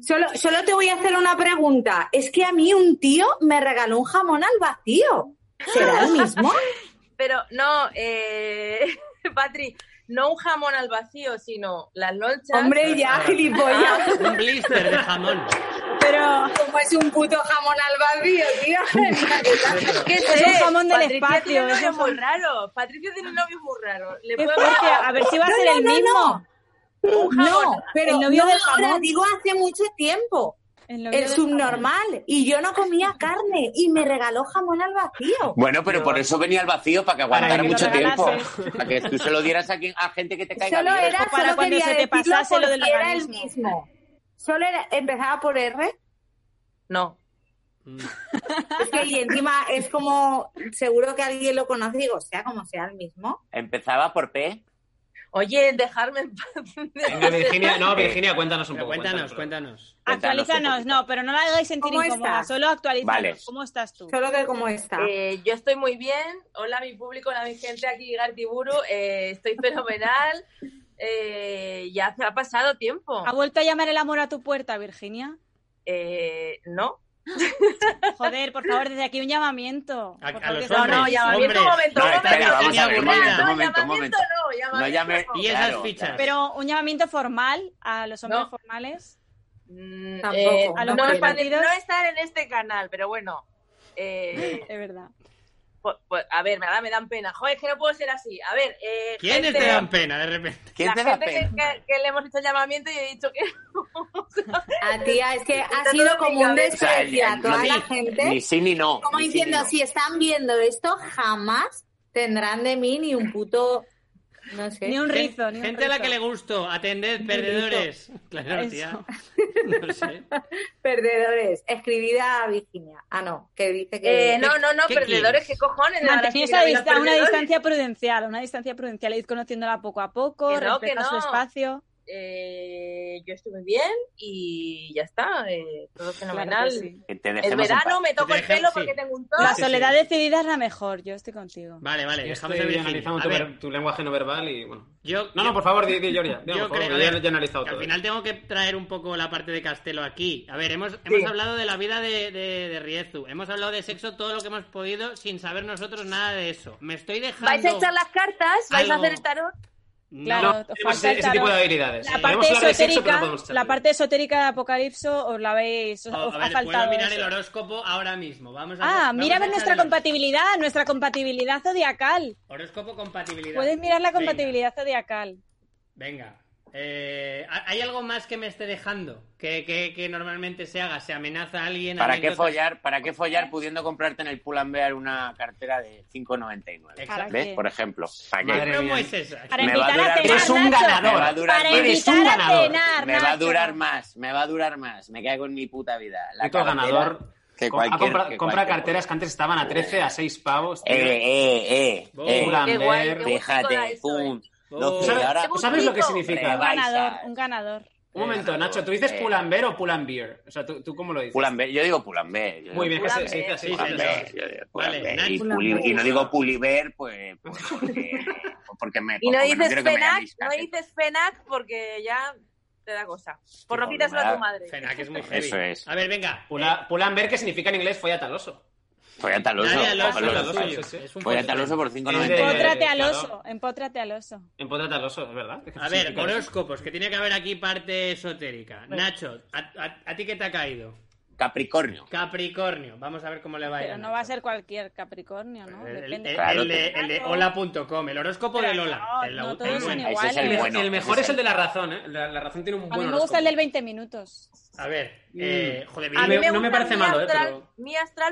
[SPEAKER 7] Solo, solo te voy a hacer una pregunta. Es que a mí un tío me regaló un jamón al vacío. ¿Será el mismo?
[SPEAKER 6] Pero no, eh, Patri, no un jamón al vacío, sino las lonchas.
[SPEAKER 7] Hombre, ya, gilipollas.
[SPEAKER 1] un blister de jamón.
[SPEAKER 5] Pero
[SPEAKER 7] ¿Cómo es un puto jamón al vacío, tío?
[SPEAKER 6] ¿Qué
[SPEAKER 5] Es un jamón del
[SPEAKER 6] Patricio
[SPEAKER 5] espacio,
[SPEAKER 6] Tiene un
[SPEAKER 5] es
[SPEAKER 6] novio
[SPEAKER 5] un
[SPEAKER 6] muy
[SPEAKER 5] jamón.
[SPEAKER 6] raro. Patricio tiene un novio muy raro. Le
[SPEAKER 5] qué
[SPEAKER 6] puedo
[SPEAKER 5] fuerte. A ver si va a
[SPEAKER 7] No,
[SPEAKER 5] ser
[SPEAKER 7] no,
[SPEAKER 5] el
[SPEAKER 7] no,
[SPEAKER 5] mismo.
[SPEAKER 7] no. No, pero
[SPEAKER 5] El novio
[SPEAKER 7] no
[SPEAKER 5] del
[SPEAKER 7] ahora,
[SPEAKER 5] jamón.
[SPEAKER 7] digo hace mucho tiempo.
[SPEAKER 5] El, novio
[SPEAKER 7] El
[SPEAKER 5] del
[SPEAKER 7] subnormal. Y yo no comía carne y me regaló jamón al vacío.
[SPEAKER 3] Bueno, pero por eso venía al vacío, para que aguantara
[SPEAKER 2] Para que
[SPEAKER 3] mucho
[SPEAKER 5] lo
[SPEAKER 3] tiempo.
[SPEAKER 5] regalases.
[SPEAKER 3] Para que tú se lo dieras a, quien- a gente que te caiga
[SPEAKER 7] Solo
[SPEAKER 3] bien.
[SPEAKER 7] era,
[SPEAKER 5] O para
[SPEAKER 7] solo
[SPEAKER 5] cuando
[SPEAKER 7] quería
[SPEAKER 5] se te
[SPEAKER 7] decirlo
[SPEAKER 5] pasase lo del
[SPEAKER 7] porque era el
[SPEAKER 5] organismo.
[SPEAKER 7] mismo. Solo era, empezaba por R.
[SPEAKER 6] No.
[SPEAKER 7] Es que y encima es como, seguro que alguien lo conoce, digo, sea como sea el mismo.
[SPEAKER 3] Empezaba por P.
[SPEAKER 6] Oye, dejarme en paz.
[SPEAKER 2] Venga, Virginia, no, Virginia, cuéntanos un
[SPEAKER 1] Pero
[SPEAKER 2] poco.
[SPEAKER 1] cuéntanos, cuéntanos.
[SPEAKER 3] Cuéntanos un
[SPEAKER 5] Actualízanos,
[SPEAKER 3] poquito.
[SPEAKER 5] no, pero no la hagáis sentir
[SPEAKER 7] ¿Cómo
[SPEAKER 5] incómoda,
[SPEAKER 7] estás?
[SPEAKER 5] solo actualízanos.
[SPEAKER 3] Vale.
[SPEAKER 5] ¿Cómo estás tú?
[SPEAKER 7] Solo que como está.
[SPEAKER 6] Eh, yo estoy muy bien. Hola, mi público, hola, mi gente aquí, Gartiburu. Eh, estoy fenomenal. Eh, ya ha pasado tiempo.
[SPEAKER 5] ¿Ha vuelto a llamar el amor a tu puerta, Virginia?
[SPEAKER 6] Eh, no.
[SPEAKER 5] Joder, por favor, desde aquí un llamamiento.
[SPEAKER 1] A-
[SPEAKER 5] Por
[SPEAKER 1] a los
[SPEAKER 5] favor,
[SPEAKER 1] hombres.
[SPEAKER 6] No, llamamiento, un
[SPEAKER 1] hombres.
[SPEAKER 6] momento,
[SPEAKER 3] No,
[SPEAKER 6] un momento.
[SPEAKER 3] espera, vamos a ver, un
[SPEAKER 6] llamamiento,
[SPEAKER 3] momento, un momento,
[SPEAKER 6] no,
[SPEAKER 3] un
[SPEAKER 6] llamamiento
[SPEAKER 3] momento.
[SPEAKER 6] no,
[SPEAKER 3] No llame.
[SPEAKER 6] llamamiento no.
[SPEAKER 1] Y esas
[SPEAKER 3] claro,
[SPEAKER 1] fichas.
[SPEAKER 3] claro.
[SPEAKER 5] Pero un llamamiento formal a los hombres
[SPEAKER 6] No.
[SPEAKER 5] formales.
[SPEAKER 6] Mm,
[SPEAKER 7] Tampoco,
[SPEAKER 6] eh,
[SPEAKER 7] no
[SPEAKER 6] no,
[SPEAKER 5] quiero.
[SPEAKER 6] es para- no estar en este canal, pero bueno. eh,
[SPEAKER 5] Es verdad.
[SPEAKER 6] po- po- a ver, ahora me dan pena. Joder, es que no puedo ser así. A ver, eh,
[SPEAKER 1] ¿Quiénes
[SPEAKER 6] gente-
[SPEAKER 1] te dan pena de repente?
[SPEAKER 3] ¿Quién
[SPEAKER 6] la
[SPEAKER 3] te da
[SPEAKER 6] gente que-
[SPEAKER 3] pena?
[SPEAKER 6] Que, que le hemos hecho llamamiento y he dicho que
[SPEAKER 7] A tía, es que ha
[SPEAKER 6] Está
[SPEAKER 7] sido
[SPEAKER 6] todo
[SPEAKER 7] como
[SPEAKER 6] en mi
[SPEAKER 7] un
[SPEAKER 6] cabeza.
[SPEAKER 3] O sea, el-
[SPEAKER 7] desprecio a
[SPEAKER 3] el-
[SPEAKER 7] toda
[SPEAKER 3] ni-
[SPEAKER 7] la gente.
[SPEAKER 3] Ni sí ni no.
[SPEAKER 7] Como
[SPEAKER 3] ni sí
[SPEAKER 7] diciendo,
[SPEAKER 3] ni no.
[SPEAKER 7] si están viendo esto, jamás tendrán de mí ni un puto, no sé.
[SPEAKER 5] Ni un rizo, ni un
[SPEAKER 1] Gente a la
[SPEAKER 5] rizo.
[SPEAKER 1] que le gusto, atended perdedores. Claro,
[SPEAKER 5] Eso.
[SPEAKER 1] tía. No sé.
[SPEAKER 7] Perdedores. Escribida a Virginia. Ah, no, que dice que...
[SPEAKER 6] Eh, no, no, no,
[SPEAKER 1] ¿Qué
[SPEAKER 6] perdedores,
[SPEAKER 1] quieres?
[SPEAKER 6] ¿qué cojones? Ahora sí,
[SPEAKER 5] Manteniendo
[SPEAKER 6] la
[SPEAKER 5] esa
[SPEAKER 6] vida
[SPEAKER 5] dista- una
[SPEAKER 6] perdedores.
[SPEAKER 5] distancia prudencial, una distancia prudencial, ir conociéndola poco a poco,
[SPEAKER 6] Que no, que
[SPEAKER 5] respetar su
[SPEAKER 6] no.
[SPEAKER 5] espacio.
[SPEAKER 6] Eh, yo estuve bien y ya está, eh,
[SPEAKER 5] Claro
[SPEAKER 6] todo
[SPEAKER 5] que
[SPEAKER 6] fenomenal.
[SPEAKER 5] sí.
[SPEAKER 3] Que te dejemos
[SPEAKER 6] El
[SPEAKER 3] en
[SPEAKER 6] verano
[SPEAKER 3] paz.
[SPEAKER 6] me toco
[SPEAKER 1] Te
[SPEAKER 6] el pelo
[SPEAKER 1] dejan-
[SPEAKER 6] porque
[SPEAKER 1] sí.
[SPEAKER 6] tengo un
[SPEAKER 5] La
[SPEAKER 6] toque.
[SPEAKER 1] sí,
[SPEAKER 5] soledad
[SPEAKER 1] sí.
[SPEAKER 5] decidida es la mejor, yo estoy contigo.
[SPEAKER 1] Vale, vale, dejamos a
[SPEAKER 2] Estoy
[SPEAKER 1] Virginia.
[SPEAKER 2] analizando
[SPEAKER 1] A
[SPEAKER 2] tu,
[SPEAKER 1] ver,
[SPEAKER 2] ver- tu lenguaje no verbal y bueno.
[SPEAKER 1] yo,
[SPEAKER 2] No, no, por favor, di, di Giorgia. Di,
[SPEAKER 1] Yo
[SPEAKER 2] por favor,
[SPEAKER 1] creo, a
[SPEAKER 2] ya-
[SPEAKER 1] ver,
[SPEAKER 2] ya he analizado
[SPEAKER 1] que
[SPEAKER 2] todo.
[SPEAKER 1] al final tengo que traer un poco la parte de Castelo aquí. A ver, hemos, hemos hablado de la vida de, de, de Riezu, hemos hablado de sexo todo lo que hemos podido sin saber nosotros nada de eso. Me estoy dejando...
[SPEAKER 6] ¿Vais a echar las cartas? ¿Vais a
[SPEAKER 1] Algo.
[SPEAKER 6] hacer el tarot?
[SPEAKER 1] No,
[SPEAKER 5] Claro.
[SPEAKER 2] No,
[SPEAKER 5] te
[SPEAKER 2] tenemos
[SPEAKER 5] falta
[SPEAKER 2] ese,
[SPEAKER 5] el
[SPEAKER 2] ese tipo de
[SPEAKER 5] tarot.
[SPEAKER 2] habilidades.
[SPEAKER 5] La
[SPEAKER 2] Podemos
[SPEAKER 5] parte,
[SPEAKER 2] hablar de sexo, pero no
[SPEAKER 5] esotérica,
[SPEAKER 2] podemos echar.
[SPEAKER 5] la parte esotérica de Apocalipso os la habéis, os,
[SPEAKER 1] O-
[SPEAKER 5] os
[SPEAKER 1] a
[SPEAKER 5] ha
[SPEAKER 1] ver, puedo
[SPEAKER 5] faltado.
[SPEAKER 1] mirar
[SPEAKER 5] eso.
[SPEAKER 1] el horóscopo ahora mismo. Vamos a
[SPEAKER 5] Ah,
[SPEAKER 1] vamos
[SPEAKER 5] mira a ver
[SPEAKER 1] echar
[SPEAKER 5] nuestra
[SPEAKER 1] el
[SPEAKER 5] compatibilidad, nuestra compatibilidad zodiacal.
[SPEAKER 1] Horóscopo compatibilidad.
[SPEAKER 5] Puedes mirar la
[SPEAKER 1] Venga,
[SPEAKER 5] compatibilidad zodiacal.
[SPEAKER 1] Venga. Eh, ¿ha- ¿Hay algo más que me esté dejando? Que, que- que normalmente se haga. ¿Se amenaza a alguien?
[SPEAKER 3] ¿Para
[SPEAKER 1] alguien
[SPEAKER 3] qué,
[SPEAKER 1] cosa?
[SPEAKER 3] follar, ¿Para qué follar pudiendo comprarte en el Pull and Bear una cartera de 5,99?
[SPEAKER 1] Exacto.
[SPEAKER 5] ¿Para
[SPEAKER 3] ¿Ves?
[SPEAKER 5] qué?
[SPEAKER 3] Por ejemplo. ¿Para qué?
[SPEAKER 2] Madre
[SPEAKER 1] ¿Cómo
[SPEAKER 2] mía.
[SPEAKER 1] es esa?
[SPEAKER 5] Para
[SPEAKER 3] Me va a
[SPEAKER 5] invitar a,
[SPEAKER 3] durar-
[SPEAKER 5] cenar,
[SPEAKER 3] Eres un
[SPEAKER 5] Nacho.
[SPEAKER 3] ganador. Me va a durar
[SPEAKER 5] Para
[SPEAKER 2] Eres
[SPEAKER 3] más.
[SPEAKER 2] un
[SPEAKER 5] invitar a
[SPEAKER 2] ganador.
[SPEAKER 5] cenar,
[SPEAKER 3] Me va a
[SPEAKER 5] Nacho.
[SPEAKER 3] durar más, me va a durar más. Me cago en mi puta vida. La
[SPEAKER 2] Puto
[SPEAKER 3] cartera-
[SPEAKER 2] ganador.
[SPEAKER 3] Que
[SPEAKER 2] Com- ah,
[SPEAKER 3] cualquier-
[SPEAKER 2] compra
[SPEAKER 3] que
[SPEAKER 2] compra
[SPEAKER 3] cualquier-
[SPEAKER 2] carteras que antes estaban a 13, a 6 pavos. tío.
[SPEAKER 3] Eh, eh, eh.
[SPEAKER 2] Bo-
[SPEAKER 3] eh.
[SPEAKER 2] Pulamber.
[SPEAKER 6] Qué guay, qué guay. Todo
[SPEAKER 3] Fíjate,
[SPEAKER 6] eso,
[SPEAKER 3] pum.
[SPEAKER 2] eh.
[SPEAKER 3] Lo que
[SPEAKER 2] ¿Sabes-
[SPEAKER 3] ahora-
[SPEAKER 6] tú
[SPEAKER 2] ¿Sabes lo que significa?
[SPEAKER 5] Un
[SPEAKER 3] Rebaixas.
[SPEAKER 5] ganador, un ganador.
[SPEAKER 2] Un momento, Nacho, ¿tú
[SPEAKER 3] eh,
[SPEAKER 2] dices pulamber o pulambier? O sea, ¿tú, tú cómo lo dices?
[SPEAKER 3] Pulambe, yo digo Pulambe. yo
[SPEAKER 2] Muy bien,
[SPEAKER 3] digo
[SPEAKER 2] que se,
[SPEAKER 6] Pulamber.
[SPEAKER 2] se dice así.
[SPEAKER 3] Pulambe,
[SPEAKER 2] sí, sí, sí.
[SPEAKER 3] yo digo
[SPEAKER 1] Vale,
[SPEAKER 3] Pulambe.
[SPEAKER 1] Nacho.
[SPEAKER 3] y, Puli- y no digo Puliver, pues, pues porque, porque me.
[SPEAKER 6] Y no
[SPEAKER 3] porque
[SPEAKER 6] dices
[SPEAKER 3] quiero que me
[SPEAKER 6] FENAC,
[SPEAKER 3] llaméis
[SPEAKER 6] no dices FENAC porque ya te da cosa. Por no
[SPEAKER 3] Sí,
[SPEAKER 6] pitas a tu
[SPEAKER 3] Fenac.
[SPEAKER 6] madre.
[SPEAKER 1] Fenac es muy heavy.
[SPEAKER 3] Eso es.
[SPEAKER 1] A ver, venga.
[SPEAKER 2] Pula- pulamber, que significa en inglés follataloso.
[SPEAKER 3] Soy ataloso.
[SPEAKER 1] Dale al oso
[SPEAKER 2] Pablo,
[SPEAKER 1] lo
[SPEAKER 2] Pablo,
[SPEAKER 1] suyo.
[SPEAKER 2] sí, sí.
[SPEAKER 1] Es un
[SPEAKER 3] Voy
[SPEAKER 1] postre.
[SPEAKER 3] ataloso por
[SPEAKER 2] Eh,
[SPEAKER 5] Empótrate
[SPEAKER 3] 5.99.
[SPEAKER 5] al
[SPEAKER 2] claro.
[SPEAKER 5] oso, empótrate al oso.
[SPEAKER 2] En potrataloso, es verdad.
[SPEAKER 1] A ver, horóscopos, que tiene que haber aquí parte esotérica. Nacho, ¿a, a- a ti qué te ha caído?
[SPEAKER 3] Capricornio.
[SPEAKER 1] Capricornio. Vamos a ver cómo le va a ir
[SPEAKER 5] Pero no
[SPEAKER 1] Nacho.
[SPEAKER 5] va a ser cualquier Capricornio, ¿no?
[SPEAKER 1] El, el-
[SPEAKER 5] Depende.
[SPEAKER 1] el-
[SPEAKER 3] Claro.
[SPEAKER 1] el de, el de hola.com, el horóscopo
[SPEAKER 5] Pero
[SPEAKER 1] de Lola.
[SPEAKER 5] no,
[SPEAKER 1] El-
[SPEAKER 5] no
[SPEAKER 1] el
[SPEAKER 5] todos son
[SPEAKER 1] bueno.
[SPEAKER 5] iguales.
[SPEAKER 3] Ese es el
[SPEAKER 5] El-
[SPEAKER 3] bueno.
[SPEAKER 2] el mejor
[SPEAKER 3] ese
[SPEAKER 2] es el de la razón, ¿eh? La, la razón tiene un buen
[SPEAKER 5] A mí me gusta
[SPEAKER 2] horóscopo.
[SPEAKER 5] el del 20 minutos.
[SPEAKER 1] A ver,
[SPEAKER 2] Mm.
[SPEAKER 1] eh, joder,
[SPEAKER 2] A
[SPEAKER 6] A
[SPEAKER 2] mí
[SPEAKER 6] mí
[SPEAKER 1] Virgo.
[SPEAKER 2] me- no me
[SPEAKER 6] gusta
[SPEAKER 2] parece malo, eh,
[SPEAKER 6] miastral-
[SPEAKER 2] pero-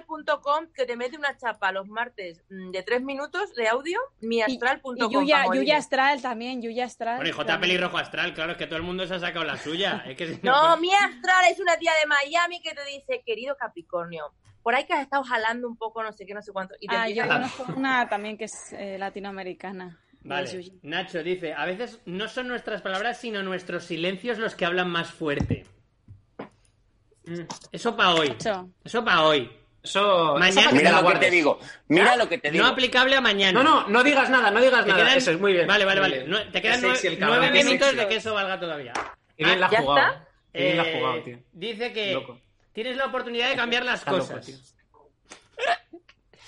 [SPEAKER 6] miastral.com que te mete una chapa los martes mm, de tres minutos de audio. Miastral.com.
[SPEAKER 5] Y Yuya,
[SPEAKER 6] vamos,
[SPEAKER 5] Yuya
[SPEAKER 6] dime.
[SPEAKER 5] Astral también, Yuya Astral.
[SPEAKER 1] Bueno, y J. Pelirrojo Astral, claro, es que todo el mundo se ha sacado la suya. Es que si pues,
[SPEAKER 6] No, Miastral es una tía de Miami que te dice, querido Capricornio, por ahí que has estado jalando un poco, no sé qué, no sé cuánto. Y te
[SPEAKER 5] Ah, yo
[SPEAKER 6] empieza-
[SPEAKER 5] conozco una también que es eh, latinoamericana. Es
[SPEAKER 1] Vale,
[SPEAKER 5] Yuya.
[SPEAKER 1] Nacho dice, a veces no son nuestras palabras, sino nuestros silencios los que hablan más fuerte. Mm, Eso para hoy.
[SPEAKER 5] Eso.
[SPEAKER 1] Eso para hoy.
[SPEAKER 2] Eso,
[SPEAKER 1] Mañana-
[SPEAKER 2] esa
[SPEAKER 3] es.
[SPEAKER 2] parte la
[SPEAKER 3] Mira lo que te
[SPEAKER 2] guardes.
[SPEAKER 3] digo. Mira lo que te digo.
[SPEAKER 1] No aplicable a mañana.
[SPEAKER 2] No, no, no digas nada, no digas
[SPEAKER 1] Te
[SPEAKER 2] nada.
[SPEAKER 1] quedan-
[SPEAKER 2] Eso es muy bien.
[SPEAKER 1] Vale, vale,
[SPEAKER 2] Muy
[SPEAKER 1] vale.
[SPEAKER 2] bien.
[SPEAKER 1] No- te
[SPEAKER 2] Qué
[SPEAKER 1] quedan
[SPEAKER 2] sexy el
[SPEAKER 1] nueve,
[SPEAKER 2] cabrón,
[SPEAKER 1] nueve
[SPEAKER 2] qué
[SPEAKER 1] minutos
[SPEAKER 2] sexy.
[SPEAKER 1] de que eso valga todavía.
[SPEAKER 2] Qué bien
[SPEAKER 6] Ah,
[SPEAKER 2] la has
[SPEAKER 6] ¿ya
[SPEAKER 2] jugado.
[SPEAKER 6] está?
[SPEAKER 2] eh. Qué bien la has
[SPEAKER 1] Eh,
[SPEAKER 2] jugado, tío.
[SPEAKER 1] Dice que
[SPEAKER 2] Loco.
[SPEAKER 1] tienes la oportunidad de cambiar las
[SPEAKER 2] Está loco,
[SPEAKER 1] cosas.
[SPEAKER 2] tío.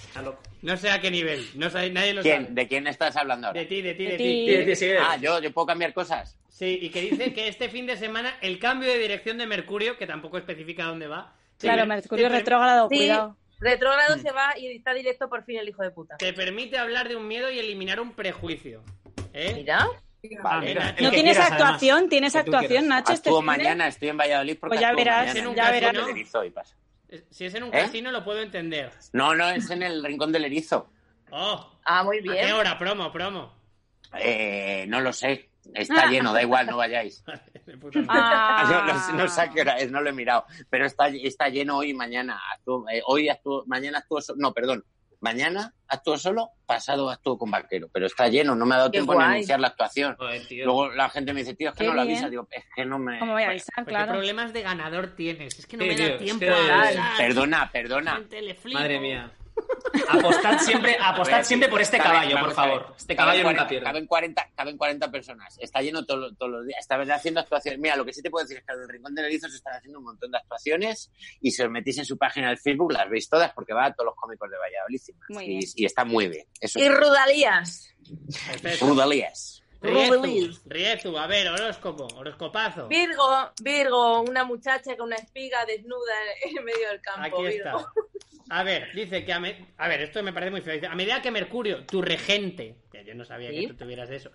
[SPEAKER 2] Está loco.
[SPEAKER 1] no sé a qué nivel. No sabe- nadie lo
[SPEAKER 3] ¿Quién?
[SPEAKER 1] sabe.
[SPEAKER 3] ¿De quién estás hablando ahora?
[SPEAKER 1] De ti, de ti,
[SPEAKER 5] De
[SPEAKER 1] de
[SPEAKER 5] ti.
[SPEAKER 1] ti.
[SPEAKER 2] Sí, sí, sí.
[SPEAKER 3] Ah, yo, yo puedo cambiar cosas.
[SPEAKER 1] Sí, y que dice que este fin de semana el cambio de dirección de Mercurio, que tampoco especifica dónde va.
[SPEAKER 5] Claro,
[SPEAKER 1] te-
[SPEAKER 5] Mercurio
[SPEAKER 1] te per-
[SPEAKER 5] retrógrado,
[SPEAKER 6] Sí,
[SPEAKER 5] cuidado.
[SPEAKER 2] Mm.
[SPEAKER 6] retrógrado se va y está directo por fin el hijo de puta.
[SPEAKER 1] Te permite hablar de un miedo y eliminar un prejuicio. ¿Eh?
[SPEAKER 6] Mira,
[SPEAKER 2] Ah,
[SPEAKER 3] Vale.
[SPEAKER 2] mira, el
[SPEAKER 5] No
[SPEAKER 2] que
[SPEAKER 5] tienes
[SPEAKER 2] quieras, además.
[SPEAKER 5] actuación, tienes
[SPEAKER 2] El que tú
[SPEAKER 5] actuación,
[SPEAKER 2] quieras.
[SPEAKER 5] Nacho. este
[SPEAKER 3] Actúo
[SPEAKER 5] fin de-
[SPEAKER 3] mañana, estoy en Valladolid porque
[SPEAKER 5] Pues ya
[SPEAKER 3] actúo
[SPEAKER 5] verás,
[SPEAKER 3] mañana.
[SPEAKER 1] ya
[SPEAKER 3] Estoy
[SPEAKER 1] verás.
[SPEAKER 3] en el Erizo y pasa.
[SPEAKER 1] Si es en un
[SPEAKER 3] ¿Eh?
[SPEAKER 1] casino lo puedo entender.
[SPEAKER 3] No, no, es en el rincón del erizo.
[SPEAKER 1] Oh,
[SPEAKER 6] ah, muy
[SPEAKER 1] ¿a qué
[SPEAKER 6] bien.
[SPEAKER 1] hora? Promo, promo.
[SPEAKER 3] Eh, no lo sé. Está lleno, da igual, no vayáis.
[SPEAKER 1] De puta madre.
[SPEAKER 5] Ah.
[SPEAKER 3] No, no sé- no sé a qué hora es, no lo he mirado. Pero está, está lleno hoy y mañana. Actúo- eh, hoy actúo, mañana actúo solo. No, perdón. Mañana actúo solo, pasado actúo con vaquero. Pero está lleno, no me ha dado
[SPEAKER 6] Qué
[SPEAKER 3] tiempo
[SPEAKER 6] guay.
[SPEAKER 3] ni a iniciar la actuación.
[SPEAKER 2] Joder, tío.
[SPEAKER 3] Luego la gente me dice, tío, es que
[SPEAKER 5] Qué
[SPEAKER 3] no lo
[SPEAKER 5] bien.
[SPEAKER 3] avisa. Digo, es que no me.
[SPEAKER 5] ¿Cómo voy a avisar?
[SPEAKER 1] Pero ¿Qué
[SPEAKER 5] Claro.
[SPEAKER 1] problemas de ganador tienes? Es que no
[SPEAKER 2] Sí,
[SPEAKER 1] me
[SPEAKER 2] tío,
[SPEAKER 1] da tiempo
[SPEAKER 2] es que-
[SPEAKER 1] a avisar.
[SPEAKER 3] Perdona, perdona.
[SPEAKER 1] Gente, le flipo.
[SPEAKER 2] Madre mía. Apostad siempre, apostad siempre por este
[SPEAKER 3] Caben-
[SPEAKER 2] caballo, por
[SPEAKER 3] vamos a ver.
[SPEAKER 2] favor. Este
[SPEAKER 3] Caben
[SPEAKER 2] caballo
[SPEAKER 3] 40
[SPEAKER 2] nunca pierde.
[SPEAKER 3] Caben 40, caben 40 personas. Está lleno todo lo- todos los días. Están haciendo actuaciones. Mira, lo que sí te puedo decir es que en el Rincón del Erizo se están haciendo un montón de actuaciones y si os metís en su página del Facebook las veis todas porque va a todos los cómicos de Valladolid.
[SPEAKER 5] Muy
[SPEAKER 3] y,
[SPEAKER 5] bien.
[SPEAKER 3] y está muy bien. Eso
[SPEAKER 6] Y Rudalías.
[SPEAKER 3] es.
[SPEAKER 1] Perfecto.
[SPEAKER 3] Rudalías.
[SPEAKER 1] Riezu, Riezu, a ver, horóscopo, horóscopazo.
[SPEAKER 6] Virgo, Virgo, una muchacha con una espiga desnuda en en medio del campo.
[SPEAKER 1] Aquí
[SPEAKER 6] Virgo.
[SPEAKER 1] está. A ver, dice que a, me- a ver, esto me parece muy feo. Dice, A medida que Mercurio, tu regente, que yo no sabía
[SPEAKER 6] Sí.
[SPEAKER 1] que tú tuvieras eso,